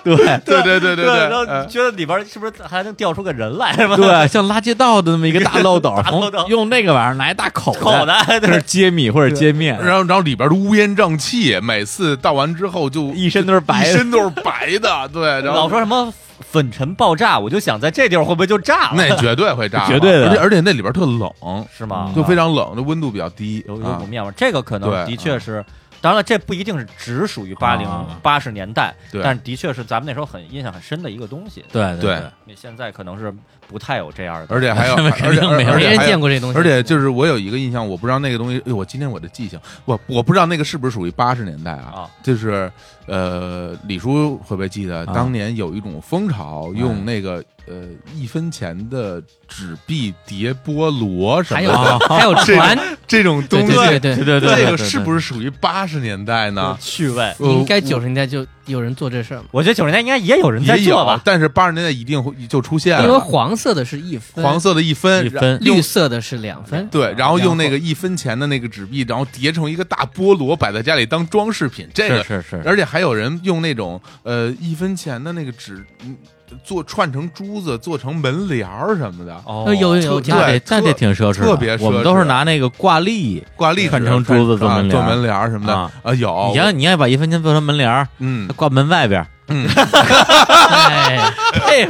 Speaker 2: 对
Speaker 5: 对对对
Speaker 4: 然
Speaker 5: 对，
Speaker 4: 后
Speaker 2: 嗯
Speaker 5: 呃
Speaker 4: 觉得里边是不是还能掉出个人来 是吧？
Speaker 2: 对，像垃圾道的那么一个大漏斗，
Speaker 4: 大漏斗
Speaker 2: 从用那个玩意儿拿一大口
Speaker 4: 口
Speaker 2: 的，
Speaker 4: 袋，
Speaker 2: 就是接米或者接面，
Speaker 5: 然后然后里边都乌烟瘴气，每次倒完之后就
Speaker 2: 一身都是白
Speaker 5: 一
Speaker 2: 的。
Speaker 5: 身都是白的，对，然后
Speaker 4: 老说什么粉尘爆炸，我就想在这地儿会不会就炸了？
Speaker 5: 那绝对会炸了，
Speaker 2: 绝对的啊
Speaker 5: 而且而且那里边特冷，
Speaker 4: 是吗？啊
Speaker 5: 就非常冷，那温度比较低
Speaker 4: 有有
Speaker 5: 啊
Speaker 4: 股。面味儿，这个可能
Speaker 5: 对
Speaker 4: 的确是。当然了，这不一定是只属于八零
Speaker 2: 啊
Speaker 4: 八十年代，
Speaker 5: 对
Speaker 4: 但的确是咱们那时候很印象很深的一个东西。
Speaker 2: 对
Speaker 5: 对
Speaker 4: 你现在可能是不太有这样的，
Speaker 5: 而且还有，
Speaker 2: 那
Speaker 5: 而
Speaker 2: 肯
Speaker 5: 且
Speaker 2: 定 没有
Speaker 5: 而
Speaker 3: 没
Speaker 5: 且
Speaker 3: 人
Speaker 5: 还
Speaker 3: 见
Speaker 5: 有，
Speaker 3: 过这东西，
Speaker 5: 而且就是我有一个印象，我不知道那个东西，哎呦，我今天我的记性，我我不知道那个是不是属于八十年代啊
Speaker 4: 啊？
Speaker 5: 就是呃，李叔会不会记得
Speaker 2: 啊
Speaker 5: 当年有一种风潮，
Speaker 3: 嗯
Speaker 5: 用那个呃一分钱的纸币叠菠萝什
Speaker 3: 还有
Speaker 5: 么的
Speaker 3: 还有
Speaker 5: 这
Speaker 3: 船，
Speaker 5: 这种东西，
Speaker 3: 对对
Speaker 2: 对对对，
Speaker 5: 这个是不
Speaker 2: 是
Speaker 5: 是属于八十年代呢？
Speaker 4: 趣味。
Speaker 5: 呃
Speaker 3: 应该九十年代就有人做这事儿嘛，
Speaker 4: 我觉得九十年代应该也有人在
Speaker 5: 也
Speaker 4: 做
Speaker 5: 有
Speaker 4: 吧，，
Speaker 5: 但是八十年代一定会就出现
Speaker 3: 因为
Speaker 5: 了。
Speaker 3: 黄色的是一分，
Speaker 5: 嗯黄色的一分，
Speaker 2: 一分
Speaker 3: 绿色的是两分，
Speaker 5: 对，然后用那个一分钱的那个纸币，然后叠成一个大菠萝，摆在家里当装饰品。这个，
Speaker 2: 是是是，
Speaker 5: 而且还有人用那种呃一分钱的那个纸，嗯做串成珠子，做成门帘儿什么的，
Speaker 4: 哦
Speaker 3: 呃有有有
Speaker 5: 特
Speaker 3: 挺好
Speaker 2: 那
Speaker 5: 对
Speaker 2: 这那
Speaker 5: 特
Speaker 2: 这挺奢侈的，
Speaker 5: 特别
Speaker 2: 我
Speaker 5: 奢
Speaker 2: 们都是
Speaker 5: 侈
Speaker 2: 拿那个挂历，
Speaker 5: 挂历
Speaker 2: 串
Speaker 5: 纸
Speaker 2: 成珠子做
Speaker 5: 啊
Speaker 2: 门帘
Speaker 5: 做
Speaker 2: 儿
Speaker 5: 帘儿什么的
Speaker 2: 啊
Speaker 5: 啊，有
Speaker 2: 你想你要把一分钱做成门帘儿，
Speaker 5: 嗯
Speaker 2: 挂门外边儿，
Speaker 5: 嗯，
Speaker 2: 这玩意
Speaker 3: 哎，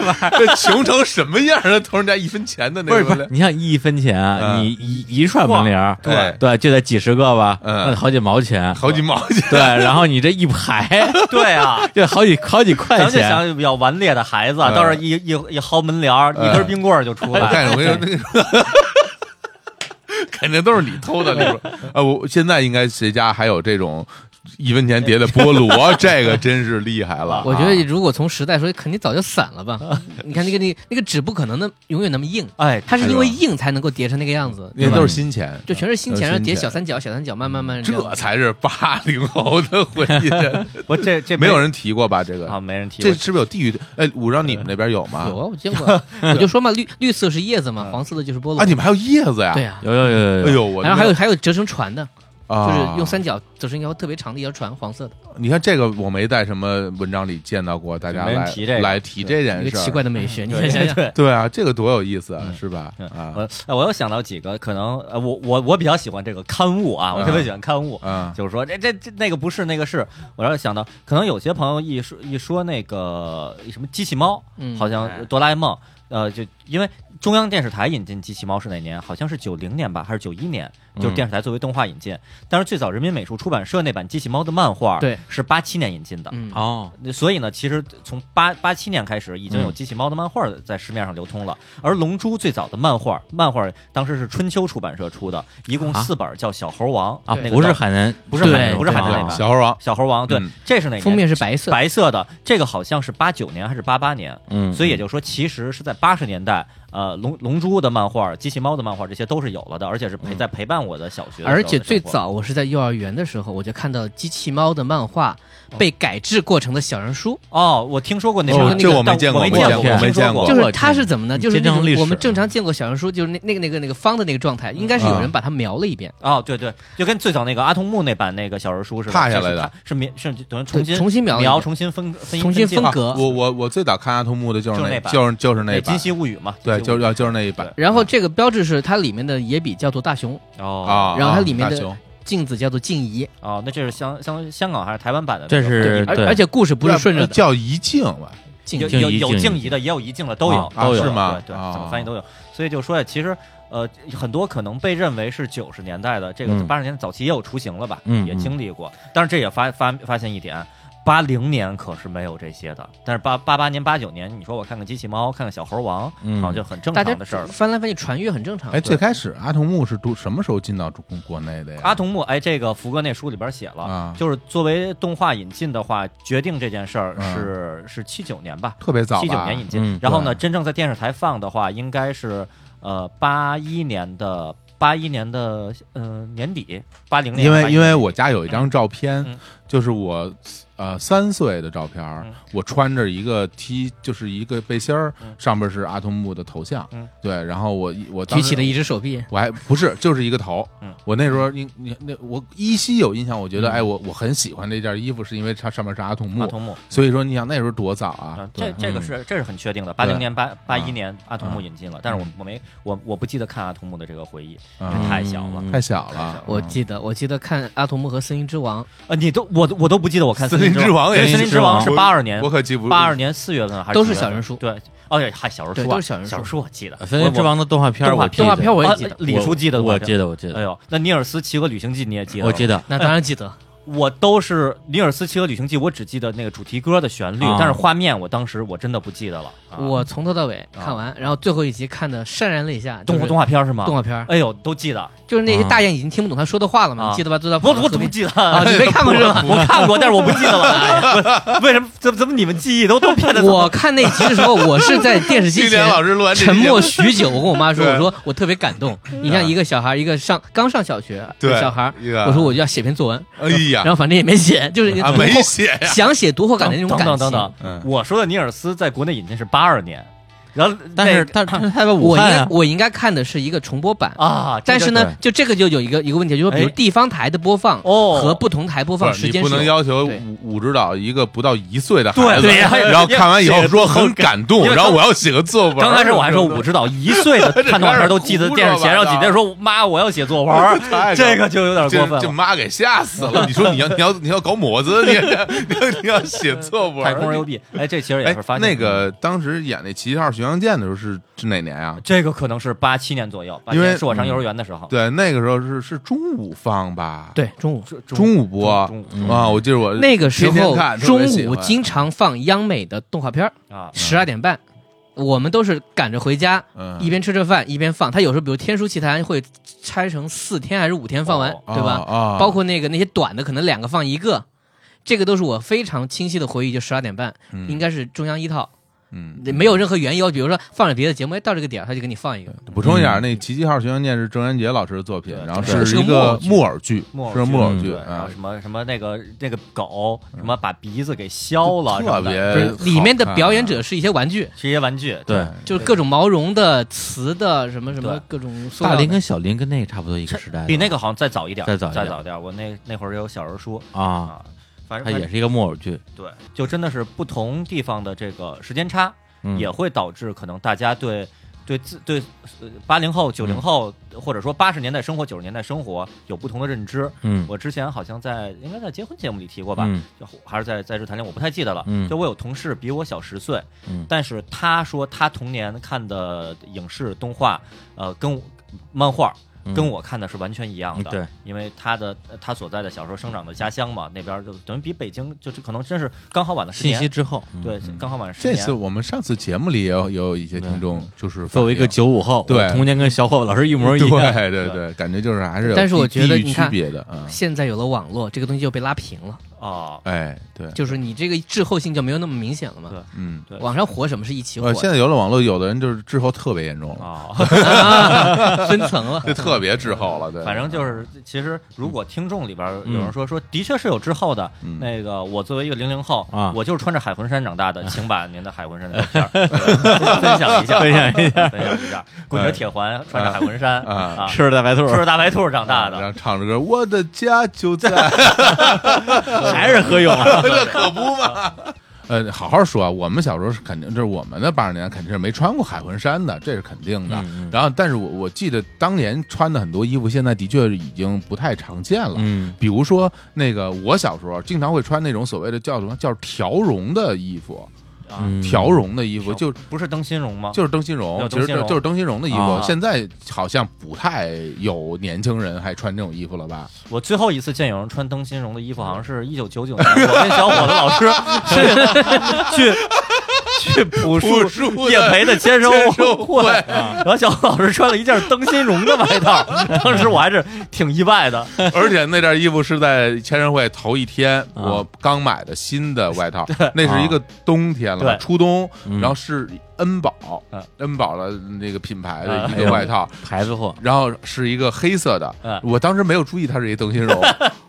Speaker 2: 儿。
Speaker 5: 这穷成什么样儿了？偷人家一分钱的那
Speaker 2: 不是
Speaker 5: 个
Speaker 2: 不
Speaker 5: 门
Speaker 2: 是
Speaker 5: 帘，，
Speaker 2: 你像一分钱啊，
Speaker 5: 嗯
Speaker 2: 你一一串门帘儿，
Speaker 5: 对
Speaker 2: 对，就得几十个吧，
Speaker 5: 嗯
Speaker 2: 那好几毛钱，
Speaker 5: 好几毛钱。
Speaker 2: 对，然后你这一 排
Speaker 4: 对啊，
Speaker 2: 就好几好几块
Speaker 4: 咱们就
Speaker 2: 钱，
Speaker 4: 想比较顽劣的孩子，啊
Speaker 5: 嗯
Speaker 4: 到时候一一一薅门帘儿，
Speaker 5: 嗯
Speaker 4: 一根冰棍儿就出
Speaker 3: 哎
Speaker 5: 我
Speaker 4: 来。
Speaker 5: 干什么呀？那个 肯定都是你偷的。你说，啊，我现在应该谁家还有这种一分钱叠的 菠萝？这个真是厉害了。
Speaker 3: 我
Speaker 5: 啊
Speaker 3: 觉得如果从时代说，肯定早就散了吧。你看那个那那个纸不可能那永远那么硬，
Speaker 4: 哎，
Speaker 3: 它是因为硬才能够叠成那个样子，
Speaker 5: 因为都是新钱，
Speaker 3: 就全是新钱，
Speaker 5: 都
Speaker 3: 然
Speaker 5: 是
Speaker 3: 后叠
Speaker 5: 嗯新钱
Speaker 3: 小三角，小三角慢慢慢慢这样
Speaker 5: 这才是八零后的回 忆。
Speaker 4: 我这这
Speaker 5: 没有人提过吧？这
Speaker 4: 啊，
Speaker 5: 个，
Speaker 4: 没人提
Speaker 5: 这
Speaker 4: 过。
Speaker 5: 是不是有地域？哎，我不知道你们那边有吗？
Speaker 3: 有啊，我见过，我就说嘛，绿绿色是叶子嘛，
Speaker 4: 嗯
Speaker 3: 黄色的就是菠萝
Speaker 5: 啊，，你们还有叶子呀？
Speaker 3: 对呀。啊
Speaker 2: 有有有有有
Speaker 5: 哎，呦，我啊
Speaker 3: 然后还有还有折成船的，就
Speaker 5: 就是
Speaker 3: 用三角折成一条特别长的一条船，黄色的，
Speaker 5: 你看这个，我没在什么文章里见到过，大家
Speaker 4: 没人
Speaker 5: 来
Speaker 4: 提这个
Speaker 5: 来提这件
Speaker 3: 一个
Speaker 5: 事儿。
Speaker 3: 奇怪的美学。你
Speaker 4: 对
Speaker 3: 看想想，
Speaker 4: 对，
Speaker 5: 对啊，这个多有意思啊，
Speaker 4: 嗯
Speaker 5: 是吧？
Speaker 4: 嗯
Speaker 5: 啊，
Speaker 4: 我哎我又想到几个可能，呃，我我我比较喜欢这个刊物啊，我特别喜欢刊物，
Speaker 5: 啊，
Speaker 4: 就是说这这这那个不是那个是，我要是想到，可能有些朋友一说一说那个什么机器猫，
Speaker 3: 嗯
Speaker 4: 好像哆啦 A 梦，呃，就因为中央电视台引进《机器猫》是哪年？好像是九零年吧，还是九一年？就是电视台作为动画引进。但是最早人民美术出版社那版《机器猫》的漫画，
Speaker 3: 对，
Speaker 4: 是八七年引进的。
Speaker 3: 嗯，
Speaker 2: 哦，
Speaker 4: 那所以呢，其实从八八七年开始，已经有
Speaker 2: 嗯
Speaker 4: 机器猫的漫画在市面上流通了。而《龙珠》最早的漫画，漫画当时是春秋出版社出的，一共
Speaker 2: 啊
Speaker 4: 四本，叫《小猴王》
Speaker 2: 啊
Speaker 4: 那，个
Speaker 2: 不是
Speaker 4: 叫
Speaker 2: 海南，
Speaker 4: 不是海
Speaker 3: 对
Speaker 4: 不是海
Speaker 2: 对
Speaker 4: 南那
Speaker 2: 啊
Speaker 4: 版，
Speaker 5: 小猴王，
Speaker 4: 小猴王，对
Speaker 5: 嗯，
Speaker 4: 这是哪年？
Speaker 3: 封面是白色，
Speaker 4: 白色的，这个好像是八九年还是八八年？
Speaker 2: 嗯，
Speaker 4: 所以也就是说，其实是在八十年代，呃，龙龙珠的漫画、机器猫的漫画，这些都是有了的，而且是
Speaker 5: 嗯
Speaker 4: 陪在陪伴我的小学的时候的
Speaker 3: 而且最
Speaker 4: 生活
Speaker 3: 早我是在幼儿园的时候，我就看到机器猫的漫画被改制过程的小人书，
Speaker 4: 哦，我听说过那
Speaker 5: 哦
Speaker 4: 本
Speaker 5: 这我没
Speaker 4: 但
Speaker 5: 见过
Speaker 4: 没
Speaker 5: 我
Speaker 4: 见
Speaker 5: 见过没
Speaker 4: 我听说
Speaker 5: 见过
Speaker 4: 过
Speaker 3: 就。
Speaker 2: 我天
Speaker 3: 是它是怎么呢？就是
Speaker 2: 你
Speaker 3: 那
Speaker 2: 这张历
Speaker 3: 种
Speaker 2: 史
Speaker 3: 我们正常见过小人书，就是那那个那个那个方的那个状态，应该是有人把它描了一遍，
Speaker 4: 哦，对对，就跟最早那个阿童木那版那个小人书似的，
Speaker 5: 踏下来的
Speaker 4: 就是它，是描是等于重新
Speaker 3: 对重新描了一遍
Speaker 4: 描，重新分分
Speaker 3: 重新
Speaker 4: 分
Speaker 3: 风
Speaker 4: 镜
Speaker 3: 格
Speaker 5: 啊我我我最早看阿童木的就是
Speaker 4: 就是那版
Speaker 5: 就是就是那
Speaker 4: 对《
Speaker 5: 版
Speaker 4: 金，禧物语》嘛，
Speaker 5: 对，
Speaker 4: 金
Speaker 5: 就
Speaker 4: 禧物语
Speaker 5: 是要就是那一版
Speaker 4: 对
Speaker 3: 然后这个标志是它里面的野比叫做大雄，
Speaker 4: 哦
Speaker 5: 啊。
Speaker 3: 然后它
Speaker 5: 啊
Speaker 3: 里面
Speaker 5: 大
Speaker 3: 的
Speaker 5: 熊
Speaker 3: 镜子叫做静怡，
Speaker 4: 哦，那这是香香香港还是台湾版的那
Speaker 2: 这
Speaker 4: 个？
Speaker 2: 是
Speaker 3: 而
Speaker 2: 对
Speaker 3: 而且故事不是顺着的，
Speaker 5: 叫一静吧，
Speaker 3: 静
Speaker 4: 有
Speaker 3: 怡
Speaker 2: 静
Speaker 4: 有
Speaker 2: 怡
Speaker 4: 有
Speaker 2: 静怡
Speaker 4: 静怡的，也有怡静的，都有、
Speaker 2: 啊都有
Speaker 4: 是吗
Speaker 5: 啊？
Speaker 4: 对，
Speaker 5: 啊
Speaker 4: 对怎么翻译都有。所以就说呀，其实呃，很多可能被认为是九十年代的，这个
Speaker 2: 嗯
Speaker 4: 八十年代早期也有雏形了吧，
Speaker 2: 嗯
Speaker 4: 也经历过。但是这也发发发现一点。八零年可是没有这些的，但是八八八年、八九年，你说我看看机器猫，看看小猴王，
Speaker 2: 嗯
Speaker 4: 好像就很正
Speaker 3: 大家
Speaker 4: 常的事儿了。
Speaker 3: 翻来翻去传阅很正常。
Speaker 5: 哎，
Speaker 3: 啊对
Speaker 5: 最开始阿童木是读什么时候进到中国内的呀？
Speaker 4: 阿童木，哎，这个福哥那书里边写了，
Speaker 5: 啊
Speaker 4: 就是作为动画引进的话，决定这件事儿
Speaker 2: 啊
Speaker 5: 嗯
Speaker 4: 是、是七九年吧，
Speaker 5: 特别早吧，
Speaker 4: 七九年引进。
Speaker 2: 嗯
Speaker 4: 然后呢，真正在电视台放的话，应该是呃八一年的八一年的呃年底，八零年。
Speaker 5: 因为
Speaker 4: 81
Speaker 5: 因为我家有一张照片，
Speaker 4: 嗯
Speaker 5: 就是我呃三岁的照片儿，
Speaker 4: 嗯
Speaker 5: 我穿着一个 T，就是一个背心儿，
Speaker 4: 嗯
Speaker 5: 上面是阿童木的头像，
Speaker 4: 嗯
Speaker 5: 对，然后我我当
Speaker 3: 举
Speaker 5: 时
Speaker 3: 起了一只手臂，
Speaker 5: 我还不是，就是一个头。
Speaker 4: 嗯
Speaker 5: 我那时候，你你那我依稀有印象，我觉得，哎，我我很喜欢这件衣服，是因为它上面是阿童木，
Speaker 4: 阿童木，
Speaker 5: 所以说你想那时候多早啊？
Speaker 4: 啊，
Speaker 5: 对啊
Speaker 4: 这这个是这是很确定的，八零年八八一年阿童木引进了，但是我我没我我不记得看阿童木的这个回忆，
Speaker 5: 嗯
Speaker 4: 太小了。
Speaker 5: 太小了。
Speaker 3: 我
Speaker 5: 嗯
Speaker 3: 记得我记得看《阿童木和森林之王》，
Speaker 4: 啊，你都我我都不记得我看
Speaker 5: 嗯森林之王也
Speaker 4: 对
Speaker 5: 是
Speaker 4: 森林之王
Speaker 2: 森
Speaker 5: 林
Speaker 4: 是
Speaker 5: 之王
Speaker 4: 八二年
Speaker 5: 我，可记不
Speaker 4: 八二年四月份还
Speaker 3: 都
Speaker 4: 是
Speaker 3: 是
Speaker 4: 几月
Speaker 3: 小
Speaker 4: 份
Speaker 3: 人书
Speaker 4: 对，哦对，还小人
Speaker 3: 对
Speaker 4: 书
Speaker 3: 都
Speaker 4: 啊，
Speaker 3: 是小人
Speaker 4: 小
Speaker 3: 书
Speaker 4: 书我记得，
Speaker 2: 森林之
Speaker 4: 我
Speaker 2: 王的动画片儿
Speaker 4: 动画
Speaker 2: 我记得，
Speaker 3: 动画片
Speaker 4: 我
Speaker 3: 我也
Speaker 4: 啊
Speaker 3: 记得，
Speaker 4: 李叔记得
Speaker 2: 我
Speaker 4: 我
Speaker 2: 记得，我记
Speaker 4: 哎
Speaker 2: 得，
Speaker 4: 呦，那尼尔斯骑鹅旅行记你也记得？
Speaker 2: 我记。得，
Speaker 3: 那当然记得。
Speaker 4: 我都是尼尔斯骑鹅旅行记，我只记得那个主题歌的旋律，
Speaker 2: 啊
Speaker 4: 但是画面我当时我真的不记得了。啊
Speaker 3: 我从头到尾看完，然后最后一集看的潸然泪下。
Speaker 4: 动
Speaker 3: 画
Speaker 4: 画动画片是吗？
Speaker 3: 动画片儿，
Speaker 4: 哎呦，都记得，
Speaker 3: 就是那些大雁已经听不懂他说的话了嘛，
Speaker 4: 啊
Speaker 3: 你记得吧？都在
Speaker 4: 我
Speaker 3: 跑到
Speaker 4: 我
Speaker 3: 河
Speaker 4: 怎么
Speaker 3: 边
Speaker 4: 记得？
Speaker 3: 啊，你没看过是吧？
Speaker 4: 我看过，但是我不记得了。哎呀我为什么？怎么怎么你们记忆都都骗的？
Speaker 3: 我看那集的时候，我是在电视机
Speaker 5: 金莲
Speaker 3: 前
Speaker 5: 老师录啊完这期
Speaker 3: 沉默
Speaker 5: 节目
Speaker 3: 许久。我跟我妈说，
Speaker 5: 对啊
Speaker 3: 我说我特别感动。你像一个小孩，一个上刚上小学
Speaker 5: 对
Speaker 3: 的小孩，
Speaker 5: 一个
Speaker 3: 我说我就要写篇作文，
Speaker 5: 哎呀
Speaker 3: 然，后反正也没写，就是
Speaker 5: 啊
Speaker 3: 读后
Speaker 5: 没写 呀
Speaker 3: 想写读后感的那
Speaker 4: 等
Speaker 3: 种感
Speaker 4: 等
Speaker 3: 情。
Speaker 4: 等等
Speaker 5: 嗯，
Speaker 4: 我说的尼尔斯在国内引进是八二年，然后
Speaker 2: 但是
Speaker 4: 那
Speaker 2: 但是他在武
Speaker 3: 我应
Speaker 2: 汉
Speaker 3: 该
Speaker 2: 啊，哦
Speaker 3: 我应该看的是一个重播版，
Speaker 4: 啊，
Speaker 3: 但是
Speaker 2: 对
Speaker 3: 呢，就这个就有一个一个问题，就是说比如
Speaker 4: 哎
Speaker 3: 地方台的播放
Speaker 4: 哦
Speaker 3: 和不同台播放
Speaker 5: 不是
Speaker 3: 时
Speaker 5: 你
Speaker 3: 间
Speaker 5: 不能
Speaker 3: 是有
Speaker 5: 要求
Speaker 3: 对
Speaker 5: 武武指导一个不到一岁的孩子，
Speaker 4: 对对呀
Speaker 5: 然后看完以后说很感动
Speaker 4: 因，为
Speaker 5: 然后我要写个作文。
Speaker 4: 刚开始我还说武指导一岁的看动画片都记得电视前，
Speaker 5: 这开始胡说八道
Speaker 4: 然后紧接着说妈我要写作文
Speaker 5: 太，搞
Speaker 4: 这个就有点过
Speaker 5: 这
Speaker 4: 分了
Speaker 5: 这。妈给吓死了！你说你要你要你要搞么子？你 你要你要写作文？
Speaker 4: 太空人 UB，哎，这其实也
Speaker 5: 哎
Speaker 4: 是发，现
Speaker 5: 那个当时演那《齐齐哈尔巡洋舰》的时候是是哪年啊？
Speaker 4: 这个可能是八七年左右，八七
Speaker 5: 因为
Speaker 4: 年是我上幼儿园的时
Speaker 2: 嗯
Speaker 4: 候，
Speaker 5: 对，那个时候是是中午放吧？，
Speaker 3: 对中午
Speaker 5: 中午播
Speaker 4: 中午
Speaker 5: 啊！我记得我
Speaker 3: 那个时
Speaker 5: 天天
Speaker 3: 候
Speaker 5: 看特
Speaker 3: 中
Speaker 5: 别喜
Speaker 3: 午
Speaker 5: 欢嗯
Speaker 3: 经常放央美的动画片儿，
Speaker 4: 啊，
Speaker 3: 十二点半，我们都是赶着回家，
Speaker 5: 嗯
Speaker 3: 一边吃着饭一边放。他有时候比如《天书奇谭》会拆成四天还是五天放完
Speaker 4: 哦，
Speaker 3: 对吧？
Speaker 5: 啊，
Speaker 3: 包括那个那些短的，可能两个放一个。这个都是我非常清晰的回忆，就十二点半，
Speaker 5: 嗯
Speaker 3: 应该是中央一套，
Speaker 5: 嗯，
Speaker 3: 没有任何缘由，比如说放着别的节目，哎，到这个点儿他就给你放一个，
Speaker 5: 补充一下，那《齐齐哈尔巡洋舰》是郑渊洁老师的作品，然后
Speaker 3: 是是个
Speaker 5: 一
Speaker 3: 木
Speaker 5: 个
Speaker 3: 偶
Speaker 5: 木偶剧
Speaker 4: 木，偶
Speaker 5: 是
Speaker 4: 剧
Speaker 5: 木偶
Speaker 2: 嗯
Speaker 5: 剧
Speaker 4: 对，然
Speaker 5: 啊
Speaker 4: 后，什么什么那个那个狗什么把鼻子给削了，
Speaker 5: 特别
Speaker 4: 什么的
Speaker 5: 呃好
Speaker 3: 里面的
Speaker 5: 看啊
Speaker 3: 表演者是一些玩具，
Speaker 4: 是一些玩具，
Speaker 2: 对，
Speaker 3: 就是各种毛绒的、瓷的，什么什么
Speaker 4: 对
Speaker 3: 各种塑料
Speaker 2: 大
Speaker 3: 的。
Speaker 2: 林跟小林跟那个差不多一个时代的，
Speaker 4: 比那个好像再早一点，
Speaker 2: 再
Speaker 4: 再
Speaker 2: 早一点
Speaker 4: 早一点。我那那会儿也有小人书
Speaker 2: 啊，
Speaker 4: 啊，反
Speaker 2: 它
Speaker 4: 正
Speaker 2: 也是一个木偶剧，
Speaker 4: 对，就真的是不同地方的这个时间差
Speaker 2: 嗯
Speaker 4: 也会导致可能大家对对自对呃八零
Speaker 2: 嗯
Speaker 4: 后、九零后，或者说八十年代生活、九十年代生活有不同的认知。
Speaker 2: 嗯
Speaker 4: 我之前好像在应该在结婚节目里提过吧，
Speaker 2: 嗯
Speaker 4: 就还是在在这谈恋爱，我不太记得了。
Speaker 2: 嗯
Speaker 4: 就我有同事比我小十岁，
Speaker 2: 嗯
Speaker 4: 但是他说他童年看的影视动画，呃，跟我漫画。
Speaker 2: 嗯
Speaker 4: 跟我看的是完全一样
Speaker 2: 嗯
Speaker 4: 的，
Speaker 2: 对，
Speaker 4: 因为他的他所在的小时候生长的家乡嘛，那边就等于比北京就是可能真是刚好晚了十
Speaker 2: 信
Speaker 4: 年，
Speaker 2: 息之后，嗯
Speaker 4: 对，
Speaker 2: 嗯
Speaker 4: 刚好晚了十
Speaker 5: 这
Speaker 4: 年。
Speaker 5: 次我们上次节目里也有也有一些听众就是
Speaker 2: 作为一个九五后，
Speaker 5: 对
Speaker 2: 我童年跟小伙子老师一模一
Speaker 5: 对
Speaker 2: 样。
Speaker 5: 对对对，感觉就是还是有
Speaker 3: 但是我
Speaker 5: 地
Speaker 3: 觉得
Speaker 5: 地域
Speaker 3: 你
Speaker 5: 区
Speaker 3: 看
Speaker 5: 别的啊，
Speaker 3: 现在有了网络，这个东西就被拉平了，
Speaker 4: 哦，
Speaker 5: 哎对，
Speaker 3: 就是你这个滞后性就没有那么明显了嘛
Speaker 4: 对。
Speaker 5: 嗯。
Speaker 4: 对
Speaker 3: 网上火什么是一起火
Speaker 5: 呃，现在有了网络，有的人就是滞后特别严重了，
Speaker 4: 哦，
Speaker 3: 啊，深层了。
Speaker 5: 就特别滞后了。对，
Speaker 4: 反正就是，其实如果听众里边有人说说，的确是有之后的
Speaker 5: 嗯，
Speaker 4: 那个我作为一个零零后
Speaker 2: 啊
Speaker 4: 我就是穿着海魂衫长大的，请把您的海魂衫的照片儿对分享一下，分享一 下，分享一下，滚着铁环，穿着海魂衫
Speaker 5: 啊嗯
Speaker 4: 啊，
Speaker 2: 吃了大白兔，
Speaker 4: 吃着大白兔长大
Speaker 5: 然
Speaker 4: 的，
Speaker 5: 后唱着歌，我的家就在，
Speaker 2: 还是何勇啊？
Speaker 5: 这可不嘛。呃，好好说啊，我们小时候是肯定，就是我们的八十年代肯定是没穿过海魂衫的，这是肯定的。
Speaker 2: 嗯嗯
Speaker 5: 然后，但是我我记得当年穿的很多衣服，现在的确已经不太常见了。
Speaker 2: 嗯
Speaker 5: 比如说，那个我小时候经常会穿那种所谓的叫什么叫条绒的衣服，
Speaker 2: 嗯
Speaker 5: 条绒的衣服就
Speaker 4: 不是灯芯绒吗？
Speaker 5: 就是灯芯绒
Speaker 4: 有，
Speaker 5: 其实
Speaker 4: 啊灯芯
Speaker 5: 就
Speaker 4: 绒
Speaker 5: 就是灯芯绒的衣服
Speaker 2: 啊。
Speaker 5: 现在好像不太有年轻人还穿这种衣服了吧？
Speaker 4: 我最后一次见有人穿灯芯绒的衣服，好像是一九九九年，我跟小伙子老师去去去朴
Speaker 5: 朴
Speaker 4: 树叶培的签售 会，啊然后小伙子老师穿了一件灯芯绒的 外套，当时我还是挺意外的。
Speaker 5: 而且那件衣服是在签售会头一天，
Speaker 4: 啊
Speaker 5: 我刚买的新的外套，那是一个冬天了吧，
Speaker 4: 对
Speaker 5: 初冬
Speaker 2: 嗯，
Speaker 5: 然后是恩宝
Speaker 4: 嗯，
Speaker 5: 恩宝的那个品牌的
Speaker 4: 嗯
Speaker 5: 一个外套，
Speaker 2: 牌子货，
Speaker 5: 然后是一个黑色的
Speaker 4: 嗯，
Speaker 5: 我当时没有注意它是一灯芯 绒，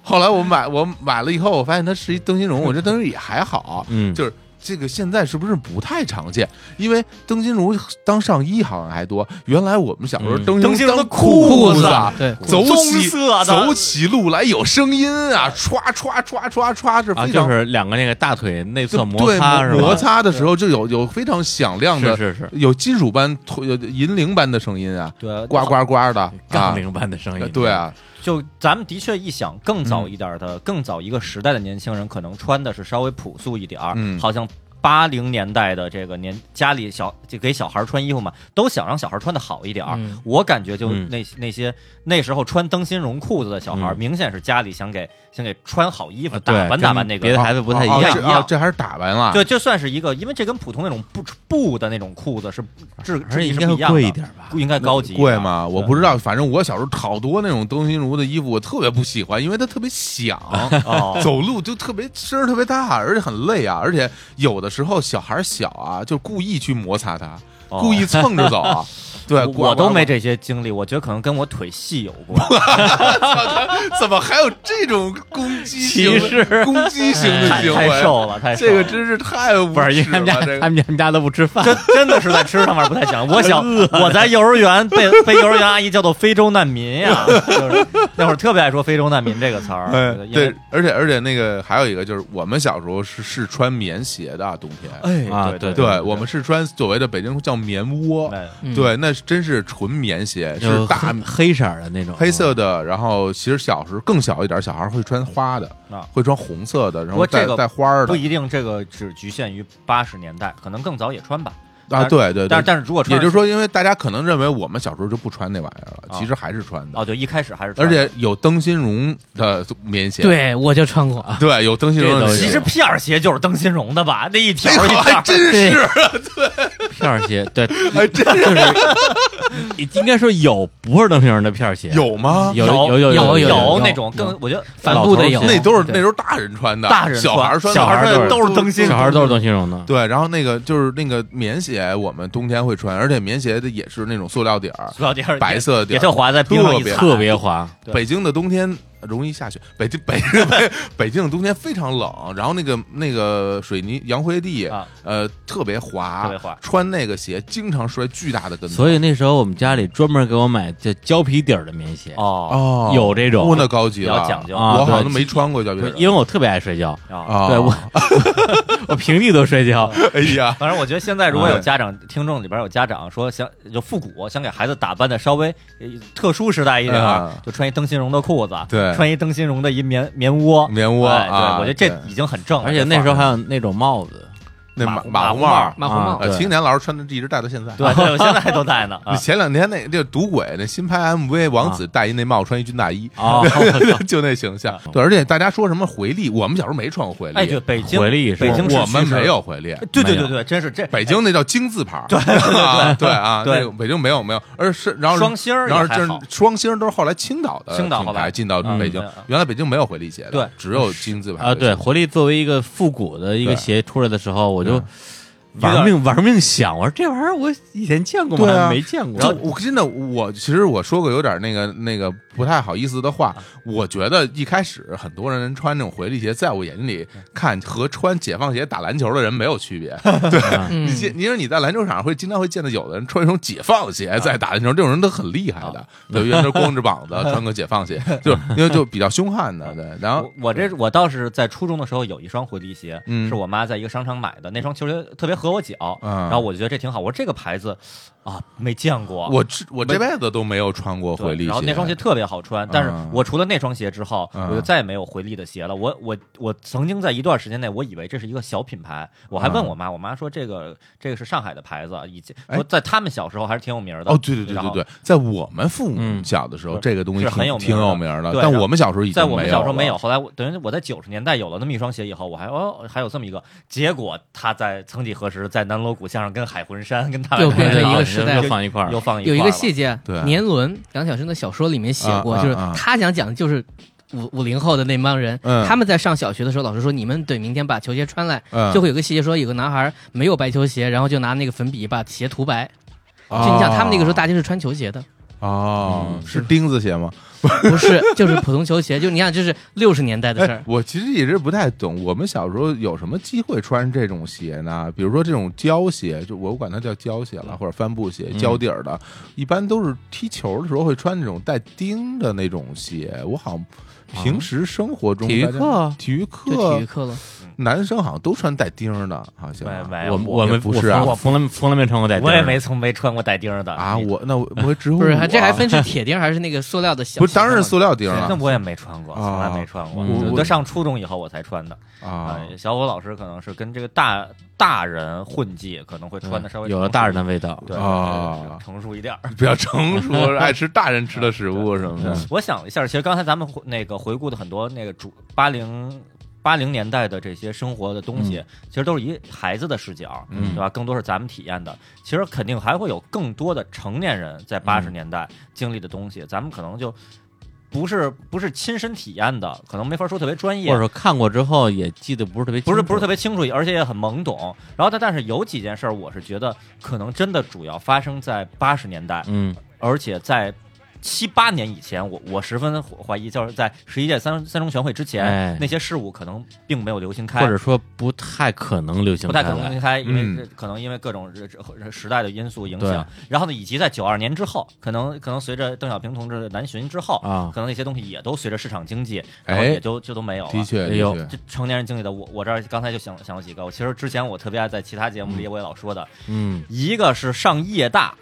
Speaker 5: 后来我买我买了以后，我发现它是一灯芯绒，我觉得灯芯绒也还好，
Speaker 2: 嗯
Speaker 5: 就是这个现在是不是不太常见？因为灯芯绒当上衣好像还多，原来我们小时候
Speaker 2: 嗯
Speaker 5: 灯
Speaker 4: 灯芯
Speaker 5: 芯
Speaker 4: 绒的
Speaker 5: 当裤
Speaker 3: 裤子
Speaker 5: 啊
Speaker 3: 对
Speaker 5: 走
Speaker 4: 棕
Speaker 5: 起
Speaker 4: 色的
Speaker 5: 走起路来有声音啊，歘歘歘歘歘是
Speaker 2: 啊，
Speaker 5: 非
Speaker 2: 就
Speaker 5: 常
Speaker 2: 是两个那个大腿内
Speaker 5: 就
Speaker 2: 侧摩
Speaker 5: 对
Speaker 2: 擦是吧？
Speaker 5: 摩擦的时候就有有非常响亮
Speaker 2: 是
Speaker 5: 的，啊
Speaker 2: 是是，
Speaker 5: 有金属般有银铃般的声音啊，
Speaker 4: 对，
Speaker 5: 呱呱呱的
Speaker 2: 杠
Speaker 5: 啊，
Speaker 2: 铃般的声音，
Speaker 5: 对，啊，
Speaker 4: 就咱们的确一想，更早一点的，更早一个时代的年轻人，可能穿的是稍微朴素一点儿，
Speaker 5: 嗯
Speaker 4: 好像。八零年代的这个年，家里小就给小孩穿衣服嘛，都想让小孩穿的好一点儿。
Speaker 3: 嗯
Speaker 4: 我感觉就
Speaker 2: 嗯
Speaker 4: 那、那些那时候穿灯芯绒裤子的小孩，
Speaker 2: 嗯
Speaker 4: 明显是家里想给想给穿好衣服，
Speaker 2: 啊
Speaker 4: 打
Speaker 2: 对
Speaker 4: 扮
Speaker 2: 跟
Speaker 4: 打扮那个。
Speaker 2: 别的孩子不太一样
Speaker 5: 哦哦
Speaker 4: 一
Speaker 5: 这
Speaker 4: 样
Speaker 5: 哦这还是打扮
Speaker 2: 啊
Speaker 5: 了，
Speaker 4: 对，就算是一个，因为这跟普通那种布布的那种裤子是质
Speaker 2: 而
Speaker 4: 质
Speaker 2: 且
Speaker 4: 地
Speaker 2: 应
Speaker 4: 是
Speaker 2: 该会
Speaker 4: 不一样的，
Speaker 2: 贵一点吧？
Speaker 4: 应该高级一点
Speaker 5: 贵？吗？我不知道，反正我小时候好多那种灯芯绒的衣服，我特别不喜欢，因为它特别 响，
Speaker 4: 哦，
Speaker 5: 走路 就特别声儿特别大，而且很累啊。而且有的时候小孩小啊，就故意去摩擦它，
Speaker 4: 哦
Speaker 5: 故意蹭着走 啊。对，
Speaker 4: 我我都没这些经历，我觉得可能跟我腿细有关。
Speaker 5: 怎么还有这种攻击行
Speaker 2: 歧视
Speaker 5: 为？攻击性的
Speaker 4: 太
Speaker 5: 行
Speaker 4: 哎太
Speaker 5: 为，
Speaker 4: 瘦了，太瘦
Speaker 5: 这
Speaker 4: 了
Speaker 5: 个真是太无
Speaker 2: 不是，因为
Speaker 5: 耻
Speaker 2: 他们家
Speaker 5: 了。这
Speaker 2: 他
Speaker 5: 个哎
Speaker 2: 们家他们家都不吃饭，
Speaker 4: 真真的是在吃上面不太想。我 小我在幼儿园被被幼儿园阿姨叫做非洲难民呀、就是那会儿特别爱说非洲难民这个词儿。
Speaker 5: 哎
Speaker 4: 因为
Speaker 5: 对，而且而且那个还有一个就是我们小时候是是穿棉鞋的啊，冬天。
Speaker 4: 哎
Speaker 2: 啊
Speaker 4: 对
Speaker 2: 对
Speaker 5: 对，我们是穿所谓的北京叫棉窝，
Speaker 4: 哎
Speaker 3: 嗯
Speaker 5: 对，那是真是纯棉鞋，
Speaker 2: 就是
Speaker 5: 大
Speaker 2: 黑黑色儿的那种嗯
Speaker 5: 黑色的。然后其实小时候更小一点，小孩会穿花的
Speaker 4: 啊，
Speaker 5: 会穿红色的，然
Speaker 4: 不
Speaker 5: 后
Speaker 4: 过
Speaker 5: 带
Speaker 4: 这个
Speaker 5: 带花儿的啊
Speaker 4: 不一定，这个只局限于八十年代，可能更早也穿吧。
Speaker 5: 啊。对对，
Speaker 4: 但是
Speaker 5: 对
Speaker 4: 但是如果穿，
Speaker 5: 也就是说，因为大家可能认为我们小时候就不穿那玩意儿了，
Speaker 4: 啊
Speaker 5: 其实还是穿的，
Speaker 4: 哦，对，一开始还是穿
Speaker 5: 而
Speaker 4: 的
Speaker 5: 且有灯芯绒的棉鞋，
Speaker 3: 对，我就穿过。
Speaker 5: 对，有灯芯绒的
Speaker 2: 这
Speaker 5: 棉
Speaker 2: 都
Speaker 5: 鞋。
Speaker 4: 其实片儿鞋就是灯芯绒的吧，那一条
Speaker 5: 哎
Speaker 4: 一
Speaker 5: 呦还
Speaker 4: 条。
Speaker 5: 真是，
Speaker 2: 片儿鞋，对，
Speaker 5: 还真
Speaker 2: 就是应该说有不是灯芯儿的片儿鞋，
Speaker 5: 有吗？
Speaker 2: 有
Speaker 4: 有
Speaker 2: 有
Speaker 3: 有有
Speaker 4: 有
Speaker 2: 有
Speaker 4: 那种更，我觉得
Speaker 3: 帆布的有，
Speaker 5: 那都是
Speaker 3: 对
Speaker 5: 那都是大人穿的，
Speaker 4: 大人
Speaker 5: 小孩儿穿的
Speaker 2: 小孩儿
Speaker 5: 的
Speaker 2: 都
Speaker 4: 是灯芯
Speaker 2: 小孩儿都是灯芯绒的，
Speaker 5: 对，然后那个就是那个棉鞋，我们冬天会穿，而且棉鞋的也是那种塑料底儿，
Speaker 4: 塑料底儿
Speaker 5: 白色的
Speaker 4: 也特滑，在冰上
Speaker 5: 特
Speaker 4: 一
Speaker 5: 别
Speaker 4: 踩，
Speaker 5: 嗯
Speaker 4: 啊
Speaker 2: 特别滑，
Speaker 4: 对
Speaker 5: 北京的冬天容易下雪。北京 北北北京的冬天非常冷，然后那个那个水泥洋灰地，
Speaker 4: 啊
Speaker 5: 呃，特别滑，
Speaker 4: 特别滑
Speaker 5: 穿那个鞋经常摔巨大的跟头。
Speaker 2: 所以那时候我们家里专门给我买这胶皮底儿的棉鞋，
Speaker 4: 哦
Speaker 5: 哦，
Speaker 2: 有这种
Speaker 5: 哦那高级
Speaker 4: 比
Speaker 5: 了，
Speaker 4: 较讲究
Speaker 2: 啊
Speaker 5: 我好像
Speaker 2: 对
Speaker 5: 都没穿过胶皮
Speaker 2: 对
Speaker 5: 人，
Speaker 2: 因为我特别爱摔跤，
Speaker 4: 啊，
Speaker 5: 啊，
Speaker 2: 对 我我平地都摔跤，
Speaker 5: 哎呀，
Speaker 4: 反正我觉得现在如果有
Speaker 5: 哎
Speaker 4: 家长听众里边有家长说想就复古，想给孩子打扮的稍微呃特殊时代一点儿
Speaker 5: 嗯，
Speaker 4: 就穿一灯芯绒的裤子，
Speaker 5: 对
Speaker 4: 穿一灯芯绒的一棉棉窝，
Speaker 5: 棉窝
Speaker 4: 哎对，
Speaker 5: 啊
Speaker 4: 我觉得这
Speaker 5: 对
Speaker 4: 已经很正了。
Speaker 2: 而且
Speaker 4: 这
Speaker 2: 那
Speaker 4: 范儿
Speaker 2: 时候还有那种帽子，
Speaker 5: 那
Speaker 4: 马
Speaker 5: 马马虎帽
Speaker 4: 虎马虎帽
Speaker 5: 儿
Speaker 4: 儿，
Speaker 3: 马虎帽
Speaker 2: 啊
Speaker 5: 呃，青年老师穿的一直戴到现在。
Speaker 4: 对，对，我现在还都在呢。啊
Speaker 5: 你前两天那这赌鬼那新拍 MV，王子戴一那帽，穿一军大衣，
Speaker 4: 啊
Speaker 2: 哦
Speaker 5: 就那形象。对，而且大家说什么回力，我们小时候没穿过回力，
Speaker 4: 哎，对，北京
Speaker 2: 回力是
Speaker 4: 北京市
Speaker 5: 我们
Speaker 4: 区是呃
Speaker 5: 没，有回力。
Speaker 4: 对对
Speaker 2: 没
Speaker 4: 对
Speaker 2: 有
Speaker 4: 对，真是这
Speaker 5: 北京那叫金字牌儿，对啊，对啊，
Speaker 4: 对
Speaker 5: 那个北京没有没有，而是然后
Speaker 4: 双星儿也
Speaker 5: 然后
Speaker 4: 还
Speaker 5: 这
Speaker 4: 好
Speaker 5: 双星儿都是后来青岛的
Speaker 4: 青岛
Speaker 5: 品
Speaker 4: 后来
Speaker 5: 牌进到
Speaker 4: 嗯
Speaker 5: 北京
Speaker 4: 嗯嗯，
Speaker 5: 原来北京没有回力鞋的，
Speaker 4: 对
Speaker 5: 只有金字牌
Speaker 2: 啊，
Speaker 5: 的
Speaker 2: 对，
Speaker 5: 鞋
Speaker 2: 活力作为一个复古的一个
Speaker 5: 对
Speaker 2: 鞋出来的时候，我就
Speaker 5: 对
Speaker 2: 玩命玩命想，我说这玩意儿我以前见过吗？
Speaker 5: 对啊
Speaker 2: 还没见过。
Speaker 5: 就我真的，我其实我说过有点那个那个不太好意思的
Speaker 4: 啊
Speaker 5: 话，我觉得一开始很多人穿那种回力鞋，在我眼里看和穿解放鞋打篮球的人没有区 别。对，
Speaker 3: 嗯
Speaker 5: 你见你说你在篮球场上会经常会见到有的人穿一双解放
Speaker 4: 啊
Speaker 5: 鞋在打篮球，这种人都很厉害的，对，原来光着 膀子穿个解放鞋，就是因为就比较凶悍的，对，然后
Speaker 4: 我。我这我倒是在初中的时候有一双回力鞋，
Speaker 5: 嗯
Speaker 4: 是我妈在一个商场买的，那双球鞋特别合我脚，
Speaker 5: 嗯
Speaker 4: 然后我就觉得这挺好，我说这个牌子啊没见过，
Speaker 5: 我这我这辈子都没有穿过
Speaker 4: 对
Speaker 5: 回力鞋，
Speaker 4: 然后那双鞋特别好穿，但是
Speaker 5: 嗯
Speaker 4: 我除了那双鞋之后，
Speaker 5: 嗯
Speaker 4: 我就再也没有回力的鞋了。我我我曾经在一段时间内，我以为这是一个小品牌，我还问我妈，我妈说这个这个是上海的牌子，啊以前
Speaker 5: 嗯哎
Speaker 4: 说在他们小时候还是挺有名的。
Speaker 5: 哦，对对对
Speaker 4: 然
Speaker 5: 对
Speaker 4: 后
Speaker 5: 对，在我们父母
Speaker 2: 嗯
Speaker 5: 小的时候，
Speaker 4: 是
Speaker 5: 这个东西
Speaker 4: 是
Speaker 5: 挺
Speaker 4: 很有名
Speaker 5: 挺有
Speaker 4: 的
Speaker 5: 名儿
Speaker 4: 对
Speaker 5: 但
Speaker 4: 然
Speaker 5: 我们小时候已经
Speaker 4: 在我们小时候
Speaker 5: 没
Speaker 4: 没
Speaker 5: 有
Speaker 4: 有，
Speaker 5: 了。
Speaker 4: 后来我等于我在九十年代有了那么一双鞋以后，我还哦还有这么一个，结果他在曾几何时在南锣鼓巷上跟海魂衫跟大
Speaker 3: 又
Speaker 4: 白
Speaker 3: 变成
Speaker 4: 狼
Speaker 3: 一个
Speaker 4: 又
Speaker 3: 时代
Speaker 2: 又啊放一块儿
Speaker 4: 又
Speaker 2: 了，
Speaker 4: 放
Speaker 3: 有
Speaker 4: 一
Speaker 3: 一
Speaker 4: 块
Speaker 3: 个
Speaker 4: 儿
Speaker 3: 细节，
Speaker 5: 对
Speaker 3: 年轮梁晓声的小说里面写过，
Speaker 5: 啊啊
Speaker 3: 就是
Speaker 5: 啊
Speaker 3: 他想讲的就是五五零后的那帮人，
Speaker 5: 嗯
Speaker 3: 他们在上小学的时候，老师说你们得明天把球鞋穿来，
Speaker 5: 嗯
Speaker 3: 就会有个细节说有个男孩没有白球鞋，然后就拿那个粉笔把鞋涂白。
Speaker 5: 就
Speaker 3: 就你想，他们那个时候大家是穿球 鞋的，
Speaker 5: 哦，啊是钉子鞋吗？
Speaker 3: 不是就是普通球鞋，就你想这是六十年代的事
Speaker 5: 哎
Speaker 3: 儿，。
Speaker 5: 我其实一直不太懂，我们小时候有什么机会穿这种鞋呢？比如说这种胶鞋，就我管它叫胶鞋了，或者帆布鞋，胶底儿的，一般都是踢球的时候会穿那种带钉的那种鞋。我好像平时生活中
Speaker 2: 体育
Speaker 5: 大家
Speaker 2: 课啊
Speaker 5: 体育
Speaker 3: 就体育
Speaker 5: 课，
Speaker 3: 课了，
Speaker 5: 男生好像都穿带钉儿的，好像
Speaker 4: 没没
Speaker 2: 哎
Speaker 4: 有
Speaker 2: 我
Speaker 4: 我
Speaker 2: 们
Speaker 5: 不是啊
Speaker 2: 我从来从来没穿过带钉儿
Speaker 4: 我也没从没穿过带钉儿的
Speaker 5: 啊，
Speaker 4: 你
Speaker 5: 我那我我只有
Speaker 3: 不是
Speaker 5: 我啊
Speaker 3: 还这还分是铁钉还是那个塑料的小？
Speaker 5: 不是当然是塑料钉啊
Speaker 4: 对那
Speaker 5: 了
Speaker 4: 我也没穿过，从来没穿过。
Speaker 2: 啊
Speaker 4: 我
Speaker 2: 我
Speaker 4: 我都上初中以后我才穿的。呃
Speaker 5: 啊。
Speaker 4: 小伙老师可能是跟这个大大人混迹，可能会穿的稍微
Speaker 2: 嗯有了
Speaker 4: 成熟
Speaker 2: 大人的味道。
Speaker 4: 对
Speaker 5: 啊
Speaker 4: 对对成熟一点儿。
Speaker 5: 比较成熟，爱吃大人吃的食物什么的。
Speaker 3: 嗯
Speaker 4: 我想了一下，其实刚才咱们回那个回顾的很多那个主八零。八零年代的这些生活的东
Speaker 2: 嗯
Speaker 4: 西，其实都是以孩子的视角，
Speaker 5: 嗯
Speaker 4: 对吧？更多是咱们体验的。其实肯定还会有更多的成年人在八
Speaker 2: 嗯
Speaker 4: 十年代经历的东西，咱们可能就不是不是亲身体验的，可能没法说特别专业，
Speaker 2: 或者说看过之后也记得不是特别清
Speaker 4: 不
Speaker 2: 楚
Speaker 4: 是不是特别清楚，而且也很懵懂。然后但但是有几件事儿，我是觉得可能真的主要发生在八十年代，
Speaker 2: 嗯
Speaker 4: 而且在七八年以前，我我十分怀疑，就是在十一届三三中全会之前，
Speaker 2: 哎
Speaker 4: 那些事物可能并没有流行开，
Speaker 2: 或者说不太可能流行
Speaker 4: 不
Speaker 2: 开
Speaker 4: 太可能
Speaker 2: 来
Speaker 4: 流行开，因
Speaker 5: 嗯
Speaker 4: 为这可能因为各种这这时代的因素影
Speaker 2: 对
Speaker 4: 响。然后呢，以及在九二年之后，可能可能随着邓小平同志的南巡之后，
Speaker 2: 啊
Speaker 4: 可能那些东西也都随着市场经济，
Speaker 5: 哎
Speaker 4: 然后也就就都没有了。
Speaker 5: 的确，
Speaker 2: 哎
Speaker 5: 的
Speaker 2: 呦
Speaker 5: 确，
Speaker 4: 这成年人经历的，我我这儿刚才就想想有几个。我其实之前我特别爱在其他节目里我也老说的，
Speaker 2: 嗯
Speaker 4: 一个是上夜大，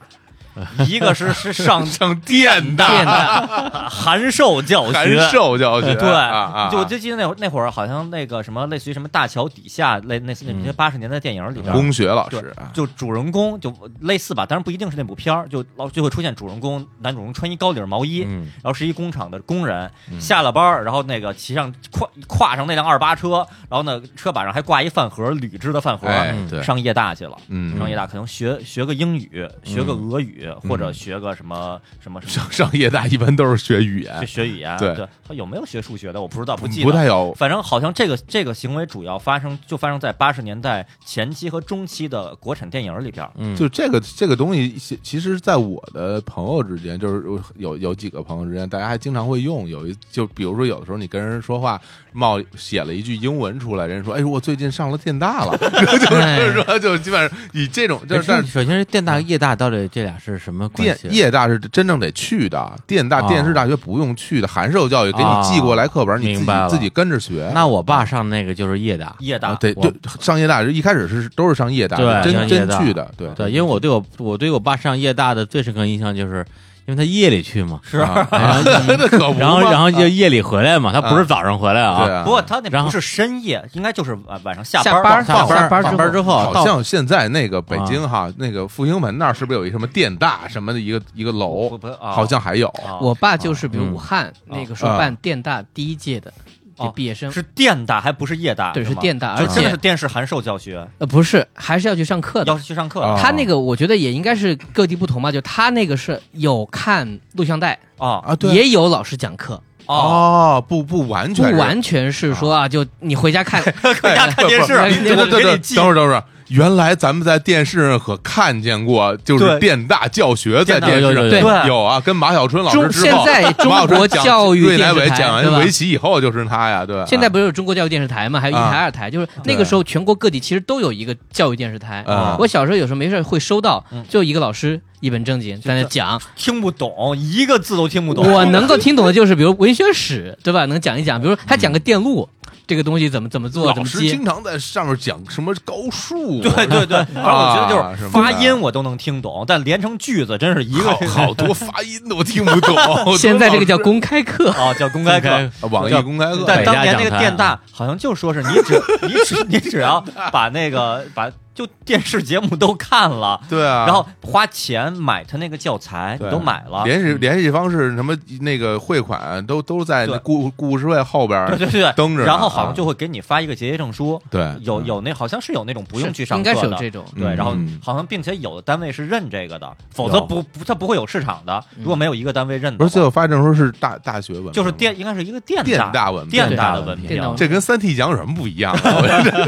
Speaker 4: 一个是是上
Speaker 5: 上电
Speaker 4: 夜
Speaker 5: 大，
Speaker 4: 大，函授教学。
Speaker 5: 函授教学，
Speaker 4: 对，
Speaker 5: 啊啊啊，
Speaker 4: 就我就记得那会儿那会儿好像那个什么，类似于什么大桥底下，类类似那些八十年代电影里
Speaker 5: 嗯
Speaker 4: 边，
Speaker 5: 公学老
Speaker 4: 对
Speaker 5: 师啊，
Speaker 4: 就主人公就类似吧，当然不一定是那部片儿，就老就会出现主人公男主人公穿一高领毛衣，
Speaker 2: 嗯
Speaker 4: 然后是一工厂的工人，
Speaker 5: 嗯
Speaker 4: 下了班儿，然后那个骑上跨跨上那辆二八车，然后呢车把上还挂一饭盒，铝制的饭盒，
Speaker 5: 哎，
Speaker 2: 嗯
Speaker 5: 对，
Speaker 4: 上夜大去了。
Speaker 5: 嗯
Speaker 4: 上夜大可能学学个英语，学个俄语，语，或者学个什么什么什么
Speaker 5: 上上夜大一般都是学语
Speaker 4: 去
Speaker 5: 言，
Speaker 4: 学语言。
Speaker 5: 对
Speaker 4: 对，他有没有学数学的？我不知道，不记得。
Speaker 5: 不太有。
Speaker 4: 反正好像这个这个行为主要发生就发生在八十年代前期和中期的国产电影里边儿。
Speaker 2: 嗯
Speaker 5: 就这个这个东西，其其实，在我的朋友之间，就是我有有几个朋友之间，大家还经常会用。有一就比如说，有的时候你跟人说话，冒写了一句英文出来，人家说：“哎，我最近上了电大了。” 就是说，就基本上以这种，就是但
Speaker 2: 首
Speaker 5: 是
Speaker 2: 首哎先是电大夜大到底这俩是什么关
Speaker 5: 电
Speaker 2: 系？
Speaker 5: 夜大是真正得去的，电大
Speaker 2: 啊
Speaker 5: 电视大学不用去的，函授教育给你寄过来课本，
Speaker 2: 啊
Speaker 5: 你自
Speaker 2: 明
Speaker 5: 己
Speaker 2: 白了
Speaker 5: 自己跟着学。
Speaker 2: 那我爸上那个就是夜大，
Speaker 4: 夜大
Speaker 5: 啊，对，
Speaker 2: 我
Speaker 5: 就上夜大是一开始是都是上夜大的，
Speaker 2: 对
Speaker 5: 真
Speaker 2: 上夜
Speaker 5: 真
Speaker 2: 大
Speaker 5: 去的，对
Speaker 2: 对，因为我对我我对我爸上夜大的最深刻印象就是，因为他夜里去嘛，
Speaker 4: 是
Speaker 5: 啊
Speaker 2: 然 后
Speaker 5: 那可不
Speaker 2: 然后
Speaker 5: 嘛
Speaker 2: 然后就夜里回来嘛，他不
Speaker 5: 啊
Speaker 2: 是早上回来
Speaker 5: 对
Speaker 2: 啊，
Speaker 5: 啊
Speaker 4: 不。过他那
Speaker 2: 然
Speaker 4: 不
Speaker 2: 后
Speaker 4: 是深夜，应该就是晚晚上下
Speaker 3: 下
Speaker 4: 班
Speaker 3: 班
Speaker 4: 班
Speaker 3: 儿
Speaker 2: 下
Speaker 5: 班
Speaker 2: 班
Speaker 5: 儿
Speaker 2: 下班之后哦
Speaker 5: 好
Speaker 2: 到
Speaker 5: 像现在那个北京哈，那个复兴门那儿是不是有一什么电大什么的一个一个
Speaker 4: 不
Speaker 5: 楼？
Speaker 4: 不，啊
Speaker 5: 好像还有，
Speaker 4: 啊
Speaker 3: 我爸就是比如
Speaker 2: 嗯
Speaker 3: 武汉那个时
Speaker 5: 啊
Speaker 3: 候办电大第一届的
Speaker 4: 哦
Speaker 3: 给毕业生，
Speaker 4: 是电大还不是夜大，
Speaker 3: 对，是
Speaker 4: 吗
Speaker 3: 电大，而
Speaker 4: 就真
Speaker 3: 且
Speaker 4: 的是电视函授教学，
Speaker 3: 呃不是，还是要去上课的
Speaker 4: 要。是去上课
Speaker 5: 啊
Speaker 3: 他那个我觉得也应该是各地不同嘛，就他那个是有看录像带，
Speaker 4: 啊
Speaker 5: 啊，对
Speaker 3: 也有老师讲课，
Speaker 4: 哦，
Speaker 5: 哦，不不完
Speaker 3: 不
Speaker 5: 全是
Speaker 3: 完全是说啊，就你回家看，
Speaker 4: 回家看电视
Speaker 3: 不不，
Speaker 5: 对对对
Speaker 4: 给
Speaker 5: 对
Speaker 4: 你，记
Speaker 5: 等会儿等会儿，原来咱们在电视上可看见过，就是
Speaker 4: 对
Speaker 5: 电大教学在电视上
Speaker 2: 对对
Speaker 4: 对
Speaker 5: 有啊，跟马小春老师
Speaker 3: 中
Speaker 5: 之
Speaker 3: 现
Speaker 5: 后，
Speaker 3: 在中
Speaker 5: 马小春
Speaker 3: 国
Speaker 5: 讲
Speaker 3: 教育
Speaker 5: 瑞
Speaker 3: 电
Speaker 5: 乃
Speaker 3: 视
Speaker 5: 伟
Speaker 3: 台
Speaker 5: 讲
Speaker 3: 对
Speaker 5: 完
Speaker 3: 吧
Speaker 5: 围棋以后就是他呀，对，啊
Speaker 3: 现在不是有中国教育电视台嘛，还有一台、二台，就是那个时候全国各地其实都有一个教育电视台。
Speaker 5: 啊
Speaker 3: 我小时候有时候没事会收到
Speaker 4: 嗯，
Speaker 3: 就一个老师一本正经在那讲，
Speaker 4: 听不懂，一个字都听不懂。
Speaker 3: 我能够听懂的就是比如文学史，对吧？能讲一讲，比如他讲个电路、这个东西怎么怎么做，怎
Speaker 5: 老
Speaker 3: 么
Speaker 5: 师
Speaker 3: 接。
Speaker 5: 经。常在上面讲什么高数，
Speaker 4: 对对对，反正我觉得就
Speaker 5: 啊
Speaker 4: 是发音我都能听懂，但连成句子真是一个
Speaker 5: 好好多发音都听不懂
Speaker 3: 现在这个叫公开课，
Speaker 4: 啊，叫公开课。
Speaker 5: 啊网易公开课，
Speaker 4: 嗯但
Speaker 2: 对
Speaker 4: 当年那个电
Speaker 5: 啊
Speaker 4: 大好像就说是你只你只你只要把那个 把就电视节目都看了，
Speaker 5: 对啊，
Speaker 4: 然后花钱买他那个教材，
Speaker 5: 对
Speaker 4: 都买了。
Speaker 5: 联系联系方式什么那个汇款都都在那
Speaker 4: 对
Speaker 5: 故故事会后边
Speaker 4: 对对对，
Speaker 5: 登着呢，
Speaker 4: 然后好像
Speaker 5: 啊
Speaker 4: 就会给你发一个结业证书，
Speaker 5: 对
Speaker 4: 有有那好像是有那种不用去上
Speaker 3: 应
Speaker 4: 课
Speaker 3: 该
Speaker 4: 的，
Speaker 3: 是有这种。
Speaker 4: 对，
Speaker 5: 嗯
Speaker 4: 然后
Speaker 5: 嗯
Speaker 4: 好像并且有的单位是认这个的，否则
Speaker 5: 有
Speaker 4: 不不它不会有市场的。
Speaker 3: 嗯
Speaker 4: 如果没有一个单位认
Speaker 5: 不
Speaker 4: 的
Speaker 5: 是最
Speaker 4: 话，
Speaker 5: 后发证书是大大学文凭吗，
Speaker 4: 就是电应该是一个电
Speaker 5: 电
Speaker 4: 大
Speaker 5: 大文凭啊
Speaker 4: 电大的
Speaker 2: 电大
Speaker 4: 文
Speaker 2: 文
Speaker 4: 凭，
Speaker 3: 凭
Speaker 5: 这跟三 T 讲有什么不一样啊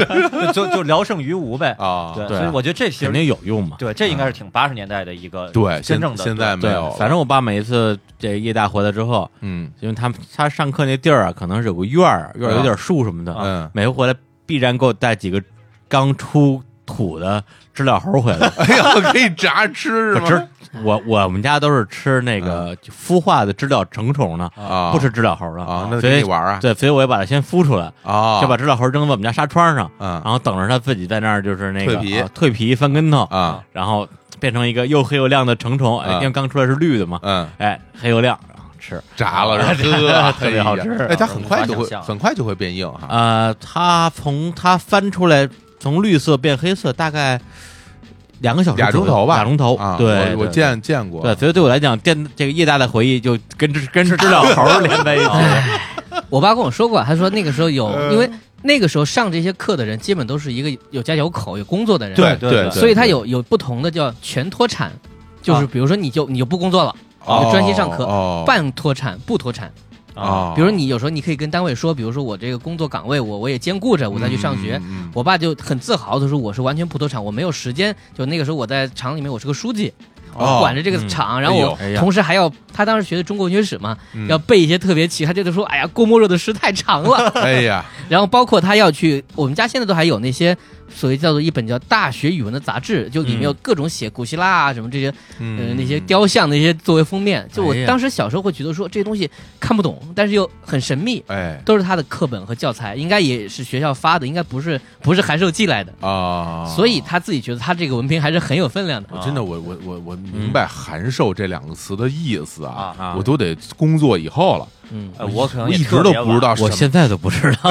Speaker 4: 就就就聊胜于无呗。
Speaker 5: 啊？
Speaker 4: 对，
Speaker 2: 对
Speaker 4: 所以我觉得这其
Speaker 2: 肯
Speaker 4: 实
Speaker 2: 定有用嘛。
Speaker 4: 对这应该是挺八十年代的一个
Speaker 5: 对，
Speaker 4: 真
Speaker 5: 现
Speaker 4: 正的
Speaker 5: 现在
Speaker 4: 对
Speaker 5: 没有了，
Speaker 2: 反正我爸每一次这夜大回来之后，
Speaker 5: 嗯
Speaker 2: 因为他们他上课那地儿啊，可能是有个院儿，院儿有点树什么的，
Speaker 5: 嗯，
Speaker 2: 每回回来必然给我带几个刚出土的知了猴回来。
Speaker 5: 哎呀，可以炸吃
Speaker 2: 我
Speaker 5: 是
Speaker 2: 知
Speaker 5: 吗？嗯
Speaker 2: 我我们家都是吃那个孵化的知了成虫的，
Speaker 5: 啊，
Speaker 2: 不吃知了猴的
Speaker 5: 啊，那
Speaker 2: 所
Speaker 5: 给
Speaker 2: 以
Speaker 5: 你玩啊
Speaker 2: 对，所以我也把它先孵出来，
Speaker 5: 啊，
Speaker 2: 就把知啊了猴扔到我们家纱窗上，
Speaker 5: 嗯
Speaker 2: 然后等着它自己在那儿就是那个
Speaker 5: 蜕皮
Speaker 2: 啊蜕皮翻跟头，
Speaker 5: 啊
Speaker 2: 然后变成一个又黑又亮的成虫，哎
Speaker 5: 啊
Speaker 2: 因为刚出来是绿的嘛，
Speaker 5: 嗯，
Speaker 2: 哎，黑又亮，然后吃。
Speaker 5: 炸了是吧？呵，
Speaker 2: 特别好吃
Speaker 5: 哎呀哎，它很快就
Speaker 4: 无
Speaker 5: 会
Speaker 4: 法想象
Speaker 5: 很快就会变硬哈。
Speaker 2: 呃，它从它翻出来，从绿色变黑色，大概两个小时
Speaker 5: 俩
Speaker 2: 左
Speaker 5: 钟
Speaker 2: 右
Speaker 5: 头吧，
Speaker 2: 俩钟头。
Speaker 5: 啊
Speaker 2: 对，
Speaker 5: 我我
Speaker 2: 对。
Speaker 5: 见见过，
Speaker 2: 对，所以对我来讲，电这个夜大的回忆就跟知跟知了猴儿 连在一 起。
Speaker 3: 我爸跟我说过，他说那个时候有，
Speaker 4: 呃
Speaker 3: 因为那个时候上这些课的人基本都是一个有家有口、有工作的人，
Speaker 5: 对
Speaker 4: 对对哦
Speaker 5: 对，
Speaker 3: 所以他有有不同的叫全脱产，就是比如说你就你就不工作了，
Speaker 5: 哦
Speaker 3: 就专心上课
Speaker 5: 哦
Speaker 3: 半脱产、不脱产。
Speaker 4: 啊
Speaker 5: 哦，
Speaker 3: 比如你有时候你可以跟单位说，比如说我这个工作岗位我我也兼顾着，我再去上学。
Speaker 5: 嗯，嗯嗯
Speaker 3: 我爸就很自豪的说我是完全不脱产，我没有时间。就那个时候我在厂里面我是个书记，
Speaker 5: 哦
Speaker 3: 我管着这个厂，然后我
Speaker 2: 哎呀
Speaker 3: 同时还要他当时学的中国文学史嘛，
Speaker 5: 嗯
Speaker 3: 要背一些特别奇，他就得说哎呀郭沫若的诗太长了。
Speaker 5: 哎呀，
Speaker 3: 然后包括他要去，我们家现在都还有那些所谓叫做一本叫《大学语文》的杂志，就里面有各种写古希腊啊什么这些， 呃
Speaker 5: 嗯，
Speaker 3: 那些雕像那些作为封面。就我
Speaker 2: 哎呀
Speaker 3: 当时小时候会觉得说这些东西看不懂，但是又很神秘，
Speaker 5: 哎
Speaker 3: 都是他的课本和教材，应该也是学校发的，应该不是不是函授寄来的，
Speaker 5: 啊，
Speaker 3: 所以他自己觉得他这个文凭还是很有分量的。
Speaker 5: 我真的，我我我我明白“函授”这两个词的意思啊，
Speaker 2: 啊
Speaker 5: 我都得工作以后了。
Speaker 3: 嗯，
Speaker 4: 呃，我可能
Speaker 5: 我
Speaker 4: 也
Speaker 5: 一直
Speaker 4: 特
Speaker 5: 都
Speaker 4: 别
Speaker 5: 不知
Speaker 4: 晚
Speaker 5: 道什么，
Speaker 2: 我现在都不知道。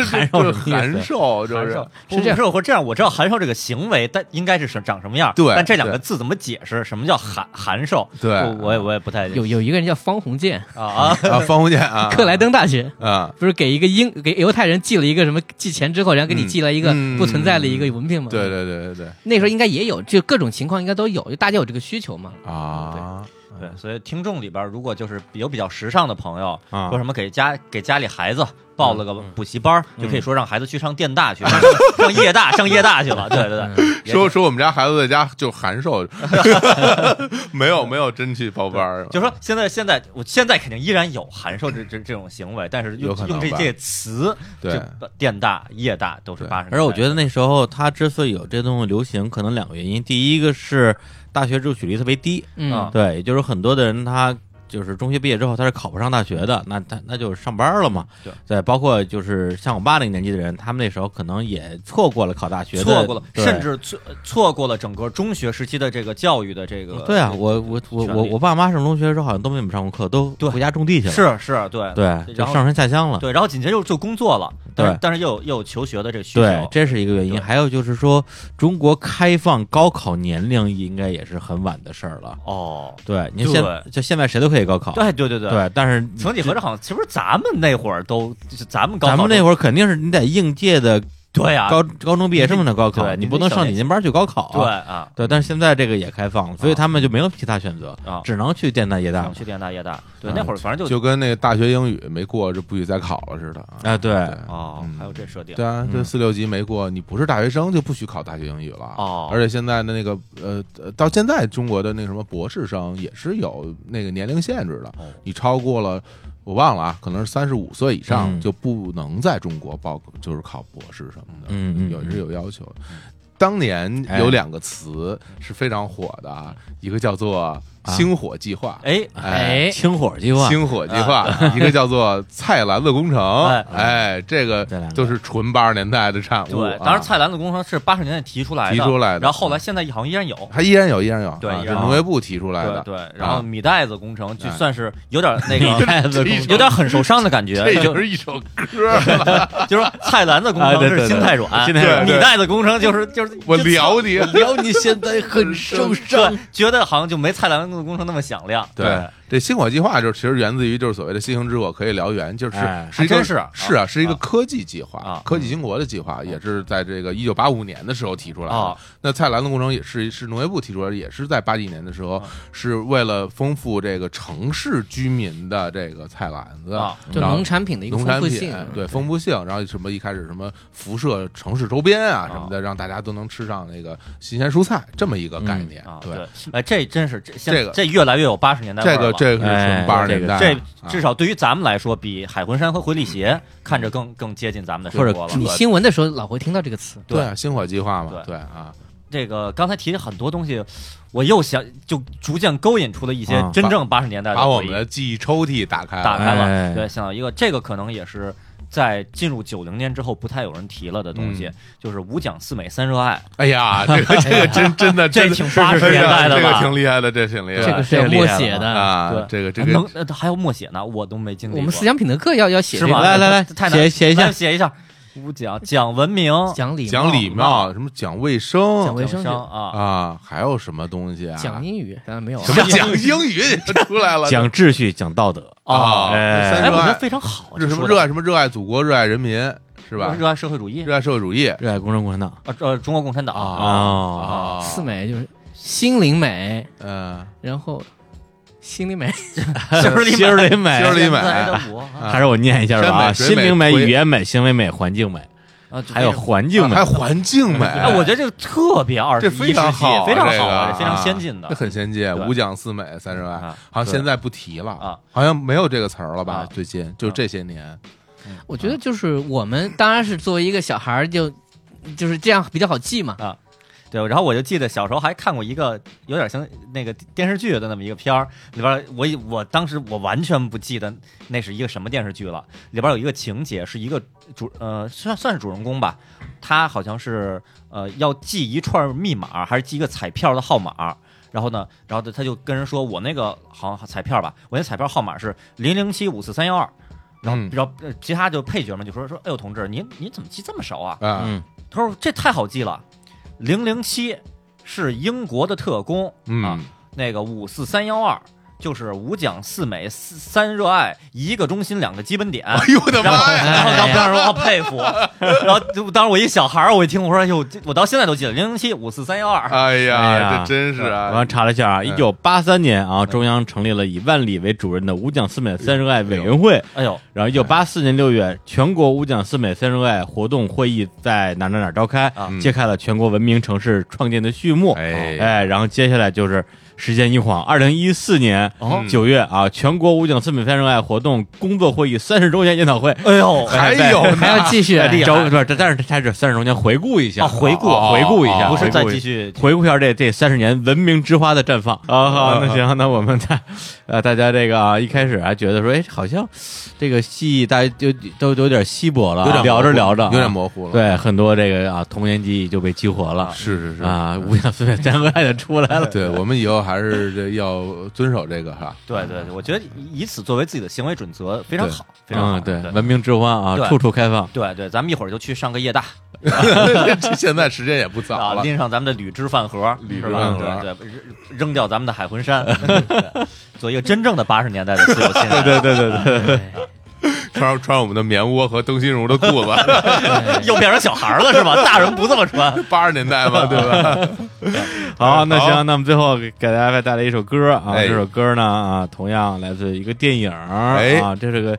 Speaker 2: 受
Speaker 5: 是就是
Speaker 2: 什么意思
Speaker 5: 函授，就
Speaker 4: 函
Speaker 5: 是
Speaker 4: 授
Speaker 3: 是这样
Speaker 4: 不是我这样，我知道函授这个行为，但应该是什长什么样。
Speaker 5: 对
Speaker 4: 但这两
Speaker 5: 对
Speaker 4: 个字怎么解释？什么叫函函授？
Speaker 5: 对
Speaker 4: 我我也我也不太
Speaker 3: 有有一个人叫方鸿渐，
Speaker 4: 啊。
Speaker 5: 啊，方鸿渐啊，
Speaker 3: 克莱登大学。
Speaker 5: 啊，
Speaker 3: 不是给一个英给犹太人寄了一个什么寄钱之后，然后给你
Speaker 5: 嗯
Speaker 3: 寄了一个
Speaker 5: 嗯
Speaker 3: 不存在的一个文凭嘛？
Speaker 5: 对，对对对对
Speaker 3: 那时候应该也有，就各种情况应该都有，就大家有这个需求嘛。
Speaker 5: 啊
Speaker 4: 对，所以听众里边如果就是有比较时尚的朋友，
Speaker 5: 啊
Speaker 4: 说什么给家给家里孩子报了个补习班，就可以说让孩子去上电大去，上上夜大上夜大去了。对对对，也
Speaker 5: 说说我们家孩子在家就函授， 没有没有真去报班儿，
Speaker 4: 就说现在现在我现在肯定依然有函授这这这种行为，但是用
Speaker 5: 有可能
Speaker 4: 用这
Speaker 5: 吧
Speaker 4: 些词，
Speaker 5: 对
Speaker 4: 就电大夜大都是
Speaker 5: 对
Speaker 4: 八十年代。
Speaker 2: 而我觉得那时候他之所以有这东西流行，可能两个原因：第一个是大学录取率特别低，
Speaker 3: 嗯
Speaker 4: 啊，
Speaker 2: 对，也就是很多的人他就是中学毕业之后他是考不上大学的，那他那就是上班了嘛。
Speaker 4: 对，
Speaker 2: 包括就是像我爸那个年纪的人，他们那时候可能也错过了考大学的，
Speaker 4: 错过了，
Speaker 2: 对
Speaker 4: 甚至错错过了整个中学时期的这个教育的这个。
Speaker 2: 对啊，我我我
Speaker 4: 权
Speaker 2: 我
Speaker 4: 利
Speaker 2: 我爸妈上中学的时候好像都没怎么上过课，都
Speaker 4: 对
Speaker 2: 回家种地去了，
Speaker 4: 是是，对
Speaker 2: 对，就
Speaker 4: 然后
Speaker 2: 上山下乡了。
Speaker 4: 对，然后紧接着就就工作了，但
Speaker 2: 对
Speaker 4: 是但是又有又有求学的这个需
Speaker 2: 对
Speaker 4: 求，，
Speaker 2: 这是一个原因。
Speaker 4: 对
Speaker 2: 还有就是说，中国开放高考年龄应该也是很晚的事儿了。
Speaker 4: 哦，
Speaker 2: 对，你现
Speaker 4: 对
Speaker 2: 就现在谁都可以高考，
Speaker 4: 对对对对，
Speaker 2: 对但是
Speaker 4: 曾几何时好像是不是咱们那会儿都就是咱们高
Speaker 2: 咱们那
Speaker 4: 儿
Speaker 2: 会儿肯定是你得应届的
Speaker 4: 对啊，
Speaker 2: 高高中毕业生才高考，
Speaker 4: 对
Speaker 2: 你不能上你那班去高考。
Speaker 4: 对啊
Speaker 2: 对，但是现在这个也开放了，所以他们就没有其他选择，
Speaker 4: 啊，
Speaker 2: 只能去电大、夜
Speaker 4: 只
Speaker 2: 大
Speaker 4: 能。去电大夜大，对
Speaker 2: 啊
Speaker 4: 那会儿反正就
Speaker 5: 就跟那个大学英语没过就不许再考了似的
Speaker 2: 啊，对，
Speaker 4: 哦
Speaker 5: 嗯，
Speaker 4: 还有这设定
Speaker 5: 对啊，这四六级没过，你不是大学生就不许考大学英语了。
Speaker 4: 哦
Speaker 5: 而且现在的那个呃，呃到现在中国的那个什么博士生也是有那个年龄限制的
Speaker 4: 哦，
Speaker 5: 你超过了。我忘了啊，可能是三十五岁以上
Speaker 2: 嗯
Speaker 5: 就不能在中国报，就是考博士什么的，
Speaker 2: 嗯嗯
Speaker 5: 有
Speaker 2: 嗯
Speaker 5: 是有要求的。当年
Speaker 2: 哎
Speaker 5: 有两个词是非常火的，啊，一个叫做“星火计划”，
Speaker 4: 哎
Speaker 5: 哎，
Speaker 3: 哎，
Speaker 2: 清火计划，
Speaker 5: 星火计划， 一个叫做蔡澜的工程，
Speaker 4: 哎
Speaker 5: 哎，这个
Speaker 2: 这两个
Speaker 5: 都是纯八十年代的产物啊。
Speaker 4: 对，当然蔡澜的工程是八十年代提出来的，
Speaker 5: 提出来的
Speaker 4: 然后后来现在好像依然有。
Speaker 5: 还依然有，依然有，
Speaker 4: 对
Speaker 5: 啊
Speaker 4: 依
Speaker 5: 是
Speaker 4: 然有
Speaker 5: 农业部提出来
Speaker 4: 对
Speaker 5: 的，
Speaker 4: 对，然后米袋子工程就算是有点那
Speaker 2: 米
Speaker 4: 个，
Speaker 2: 袋子工
Speaker 4: 有点很受伤的感觉，
Speaker 5: 这
Speaker 4: 就
Speaker 5: 就是一首歌 了。
Speaker 4: 就是说蔡澜的工
Speaker 2: 啊对
Speaker 4: 程
Speaker 2: 对
Speaker 4: 是心太软，
Speaker 2: 心太软
Speaker 4: 米袋子工程就是就是
Speaker 5: 我
Speaker 4: 就
Speaker 5: 辽宁，
Speaker 2: 聊你现在很受伤
Speaker 4: 对，觉得好像就没蔡澜的工程那么响亮。哦
Speaker 5: 对，这星火计划就是其实源自于就是所谓的星星之火可以燎原，就是
Speaker 2: 哎
Speaker 5: 是一
Speaker 4: 还
Speaker 5: 个
Speaker 4: 真是啊
Speaker 5: 是啊，是一个
Speaker 4: 啊
Speaker 5: 科技计划
Speaker 4: 啊，嗯
Speaker 5: 科技兴国的计划，也是在这个一九八五年的时候提出来的
Speaker 4: 啊。
Speaker 5: 那蔡澜的工程也是是农业部提出来的，也是在八几年的时候
Speaker 4: 啊，
Speaker 5: 是为了丰富这个城市居民的这个菜篮子
Speaker 4: 啊，
Speaker 3: 就
Speaker 5: 然后
Speaker 3: 农产品的一个
Speaker 5: 农
Speaker 3: 丰
Speaker 5: 产
Speaker 3: 富
Speaker 5: 品
Speaker 3: 性，啊
Speaker 5: 对丰富性，然后什么一开始什么辐射城市周边啊什么的，让大家都能吃上那个新鲜蔬菜这么一个概念
Speaker 4: 啊，，
Speaker 5: 对。，
Speaker 4: 哎，这真是这现
Speaker 5: 这个
Speaker 4: 这越来越有八十年代味
Speaker 5: 这
Speaker 4: 儿
Speaker 5: 个
Speaker 4: 了
Speaker 5: 这个是
Speaker 2: 哎
Speaker 5: 从八十年代啊，
Speaker 4: 这
Speaker 5: 啊
Speaker 4: 至少对于咱们来说，比海魂衫和回力鞋看着更更接近咱们的生活
Speaker 2: 或
Speaker 4: 了
Speaker 2: 者。
Speaker 3: 你新闻的时候老会听到这个词，
Speaker 5: 对啊，星火计划嘛
Speaker 4: 对，
Speaker 5: 对啊，
Speaker 4: 这个刚才提的很多东西，我又想就逐渐勾引出了一些
Speaker 2: 啊
Speaker 4: 真正八十年代的
Speaker 5: 把我
Speaker 4: 回忆
Speaker 5: 们的记忆抽屉打开了
Speaker 4: 打开
Speaker 2: 哎
Speaker 4: 了。对，想到一个，这个可能也是在进入九零年之后不太有人提了的东西
Speaker 5: 嗯，
Speaker 4: 就是五讲四美三热爱。
Speaker 5: 哎呀，这个这个真真的，
Speaker 4: 这
Speaker 5: 真的
Speaker 4: 挺80年代的
Speaker 5: 这个
Speaker 4: 吧
Speaker 5: 挺厉害的，啊这挺厉害
Speaker 3: 这个
Speaker 5: 的
Speaker 2: 这
Speaker 3: 是嗯要
Speaker 2: 个厉
Speaker 3: 默
Speaker 2: 害了
Speaker 3: 写的。
Speaker 5: 啊
Speaker 4: 对，
Speaker 5: 这个这
Speaker 4: 能
Speaker 5: 个
Speaker 4: 呃还有默写呢，我都没经历
Speaker 3: 我
Speaker 4: 过。
Speaker 3: 们思想品德课要要写
Speaker 4: 是
Speaker 3: 这
Speaker 4: 吗
Speaker 3: 个
Speaker 2: 来来来，
Speaker 4: 太难
Speaker 2: 写写一
Speaker 4: 来
Speaker 2: 下，
Speaker 4: 写一下。五讲讲文明，
Speaker 3: 讲礼
Speaker 5: 讲
Speaker 3: 貌
Speaker 5: 礼貌，什么讲卫生
Speaker 3: 讲卫生学
Speaker 4: 啊，
Speaker 5: 啊，还有什么东西啊？
Speaker 3: 讲英语，当然没有啊
Speaker 5: 什，么讲英语也出来了，
Speaker 2: 讲秩序，讲道德，
Speaker 5: 啊，
Speaker 2: 哎
Speaker 5: 三
Speaker 4: 哎，
Speaker 5: 热
Speaker 4: 我觉得
Speaker 5: 爱，
Speaker 4: 非常好，
Speaker 5: 这
Speaker 4: 这
Speaker 5: 什
Speaker 4: 说
Speaker 5: 么
Speaker 4: 的
Speaker 5: 热爱什么热爱祖国，热爱人民，是吧？
Speaker 4: 热爱社会主义，
Speaker 5: 热爱社会主义
Speaker 2: 热爱工政共产党
Speaker 4: 呃呃，中国共产党
Speaker 2: 啊，
Speaker 5: 啊，
Speaker 3: 四美就是心灵美，
Speaker 5: 嗯，
Speaker 3: 然后心灵美，
Speaker 4: 心儿里
Speaker 2: 啊心儿里美
Speaker 5: 心，儿里美
Speaker 4: 现在的我
Speaker 5: 啊
Speaker 2: 还是我念一下吧啊，
Speaker 5: 山美水
Speaker 2: 心
Speaker 5: 美
Speaker 2: 灵美、
Speaker 5: 回
Speaker 2: 语言美、行为美、环境美，
Speaker 4: 啊，
Speaker 2: 还有环境美
Speaker 5: 啊还。有环境美，
Speaker 4: 哎，我觉得这个特别二十
Speaker 5: 这
Speaker 4: 一世纪，
Speaker 5: 非常好啊，
Speaker 4: 非常
Speaker 5: 这
Speaker 4: 好
Speaker 5: 个
Speaker 4: 啊，
Speaker 5: 啊
Speaker 4: 这非常先进的
Speaker 5: 这。很先进，
Speaker 4: 对
Speaker 5: 五讲四美三热爱，
Speaker 4: 啊
Speaker 5: 好像
Speaker 4: 对
Speaker 5: 现在不提了
Speaker 4: 啊，
Speaker 5: 好像没有这个词儿了吧
Speaker 4: 啊？
Speaker 5: 最近就这些年，
Speaker 3: 我觉得就是我们当然是作为一个小孩儿就就是这样比较好记嘛，
Speaker 4: 对，然后我就记得小时候还看过一个有点像那个电视剧的那么一个片儿，里边儿我以我当时我完全不记得那是一个什么电视剧了。里边儿有一个情节是一个主呃算算是主人公吧，他好像是呃要记一串密码，还是记一个彩票的号码。然后呢，然后他就跟人说我那个好像彩票吧，我那彩票号码是零零七五四三幺二。然后
Speaker 5: 嗯，
Speaker 4: 然后呃其他就配角们就说说，哎呦，同志，您您怎么记这么熟啊？
Speaker 5: 啊，
Speaker 2: 嗯
Speaker 4: 他说这太好记了，零零七是英国的特工，啊
Speaker 5: 嗯，
Speaker 4: 那个五四三幺二就是五讲四美四三热爱，一个中心两个基本点。
Speaker 5: 哎呦我的
Speaker 4: 然后，
Speaker 5: 妈
Speaker 4: 然
Speaker 5: 呀！
Speaker 4: 后当时我佩服， 然后就当时我一小孩儿，我一听我说，哎呦，这我到现在都记得零零七五四三幺二，
Speaker 5: 哎
Speaker 2: 哎呀
Speaker 5: 呀，这真是
Speaker 2: 我
Speaker 5: 啊
Speaker 2: 刚！查了一下啊，一九八三年啊，中央成立了以万里为主任的五讲四美三热爱委员会。
Speaker 4: 哎呦，
Speaker 2: 然后，一九八四年六月，全国五讲四美三热爱活动会议在哪儿哪儿哪儿召开
Speaker 4: 啊，
Speaker 2: 揭开了全国文明城市创建的序幕。
Speaker 5: 哎
Speaker 2: 哎，然后接下来就是时间一晃，二零一四年
Speaker 4: 嗯
Speaker 5: 哦
Speaker 2: 九月啊，全国五讲四美三热爱活动工作会议三十周年研讨会。
Speaker 4: 哎呦，
Speaker 5: 还 有
Speaker 3: 还要继续
Speaker 2: 哎周不是，但是它是三十周年回顾一下，
Speaker 4: 啊回顾
Speaker 2: 啊回顾一下，
Speaker 4: 不是
Speaker 2: 回顾
Speaker 4: 再
Speaker 2: 一
Speaker 4: 继
Speaker 2: 下
Speaker 4: 续
Speaker 2: 回顾一下这这三十年文明之花的绽放啊！好，那行，那我们再呃，大家这个啊，一开始还觉得说，哎，好像这个记忆大家就都有点稀薄了啊，
Speaker 5: 有点模糊
Speaker 2: 聊着聊着啊
Speaker 5: 有点模糊了。，
Speaker 2: 对，很多这个啊童年记忆就被激活了
Speaker 5: 是是是。
Speaker 2: 啊，五想四美三热爱的 出来了，
Speaker 5: 对我们以后还是这要遵守这个是 吧？
Speaker 4: 对对，对我觉得以此作为自己的行为准则非常好，非常好。
Speaker 2: 嗯，对，
Speaker 4: 对
Speaker 2: 文明之花啊，
Speaker 4: 对
Speaker 2: 处处开放。
Speaker 4: 对对，咱们一会儿就去上个夜大
Speaker 5: 这现在时间也不早
Speaker 4: 啊，
Speaker 5: 了。
Speaker 4: 拎上咱们的铝制饭盒，铝
Speaker 5: 制饭盒
Speaker 4: 对对，扔扔掉咱们的海魂衫， 对做一个真正的八十年代的自由啊新 人。
Speaker 2: 对对对对，
Speaker 5: 穿穿我们的棉窝和灯芯绒的裤子，
Speaker 4: 又变成小孩儿了是吧？大人不这么穿。
Speaker 5: 八十年代 嘛，对吧？
Speaker 2: 好，那
Speaker 5: 好
Speaker 2: 行，那我们最后给大家带来一首歌啊，
Speaker 5: 哎
Speaker 2: 这首歌呢啊，同样来自一个电影儿、
Speaker 5: 哎
Speaker 2: 啊，这是个。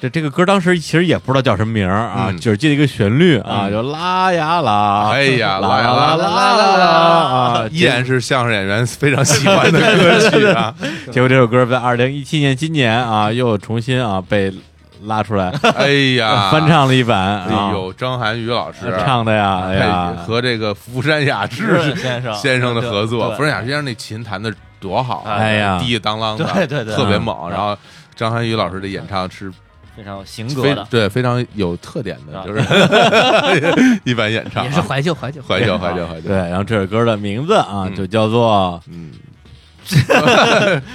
Speaker 2: 这这个歌当时其实也不知道叫什么名儿啊，
Speaker 5: 嗯
Speaker 2: 只是记得一个旋律啊，就啦呀啦，
Speaker 5: 哎呀
Speaker 2: 啦
Speaker 5: 啦呀
Speaker 2: 啦
Speaker 5: 啦
Speaker 2: 啦啦啦啊，
Speaker 5: 依然是相声演员非常喜欢的歌曲啊！
Speaker 2: 结结果这首歌在二零一七年今年啊又重新啊被拉出来、
Speaker 5: 哎 呀，
Speaker 2: 翻，唱了一版，
Speaker 5: 哎
Speaker 2: 啊，
Speaker 5: 呦，张涵予老师啊
Speaker 2: 唱的呀，哎呀，
Speaker 5: 和这个福山雅治
Speaker 4: 是先生
Speaker 5: 先生的合作，
Speaker 4: 对
Speaker 5: 福山雅治先生那琴弹的多好啊，
Speaker 2: 哎呀
Speaker 5: 滴当啷的，
Speaker 4: 对对对啊
Speaker 5: 特别
Speaker 2: 嗯
Speaker 5: 猛。然后张涵予老师的演唱是
Speaker 4: 非常有型格
Speaker 5: 非
Speaker 4: 的，
Speaker 5: 对非常有特点的，
Speaker 4: 啊
Speaker 5: 就是 一般演 唱啊
Speaker 3: 也是怀旧怀旧
Speaker 5: 怀旧怀旧怀旧
Speaker 2: 对，，然后这首歌的名字啊
Speaker 5: 嗯
Speaker 2: 就叫做
Speaker 5: 嗯，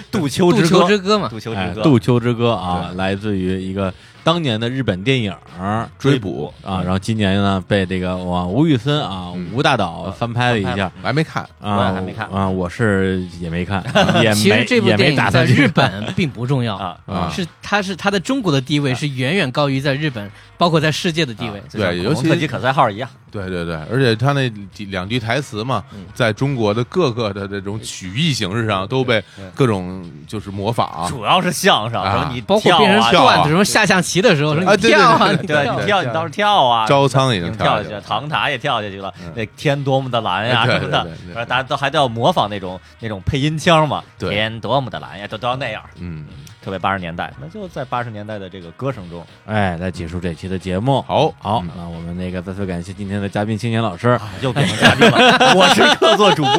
Speaker 4: 杜秋
Speaker 3: 杜
Speaker 4: 之
Speaker 3: 秋之
Speaker 4: 歌，
Speaker 3: 歌嘛，
Speaker 4: 杜秋
Speaker 2: 哎
Speaker 4: 之，歌，
Speaker 2: 《杜秋之歌》啊，来自于一个当年的日本电影儿
Speaker 5: 追捕
Speaker 2: 啊，然后今年呢被这个我吴宇森啊、
Speaker 5: 嗯
Speaker 2: 吴大导翻拍了一下
Speaker 5: 我还没看，
Speaker 2: 啊，
Speaker 4: 我还没看
Speaker 2: 啊，我是也没看，也
Speaker 3: 其
Speaker 2: 没
Speaker 3: 实这部
Speaker 2: 也
Speaker 3: 电
Speaker 2: 没打
Speaker 3: 影
Speaker 2: 算
Speaker 3: 在
Speaker 2: 去
Speaker 3: 日 本并不重要
Speaker 4: 啊
Speaker 5: 啊
Speaker 3: 是它是它在中国的地位是远远高于在日本，包括在世界的地位。
Speaker 4: 就像
Speaker 5: 啊对
Speaker 4: 恐龙
Speaker 5: 尤其
Speaker 4: 特级可赛号一样，
Speaker 5: 对对对，而且他那几两句台词嘛，
Speaker 2: 嗯
Speaker 5: 在中国的各个的这种曲艺形式上都被各种就是模仿啊，
Speaker 4: 主要是相声，
Speaker 5: 啊
Speaker 4: 然后你
Speaker 3: 包括
Speaker 4: 跳
Speaker 3: 变成
Speaker 4: 啊
Speaker 5: 跳啊
Speaker 3: 段子，什么下象棋的时候，说
Speaker 5: 啊
Speaker 3: 你
Speaker 5: 对
Speaker 3: 跳啊，
Speaker 5: 对
Speaker 3: 你
Speaker 4: 对
Speaker 3: 跳
Speaker 4: 你
Speaker 3: 啊，
Speaker 4: 跳，你倒是跳啊，
Speaker 5: 招苍已
Speaker 4: 已
Speaker 5: 经
Speaker 4: 经跳
Speaker 5: 下
Speaker 4: 下
Speaker 5: 去
Speaker 4: 去
Speaker 5: 了
Speaker 4: 了，唐塔也跳下去了
Speaker 5: 嗯，
Speaker 4: 那天多么的蓝呀
Speaker 5: 哎对
Speaker 4: 什么的
Speaker 5: 对对，对
Speaker 4: 然后大家都还都要模仿那种那种配音腔嘛，
Speaker 5: 对
Speaker 4: 天多么的蓝呀，都都要那样，
Speaker 5: 嗯，
Speaker 4: 特别八十年代，那就在八十年代的这个歌声中，
Speaker 2: 哎，来结束这期的节目。
Speaker 5: 好
Speaker 2: 好
Speaker 5: 嗯，
Speaker 2: 那我们那个再次感谢今天的嘉宾青年老师，
Speaker 4: 又变成嘉 宾了，我是客座主播。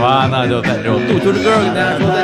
Speaker 2: 好吧？那就在这首《杜秋之歌》跟大家说再见。
Speaker 5: 哎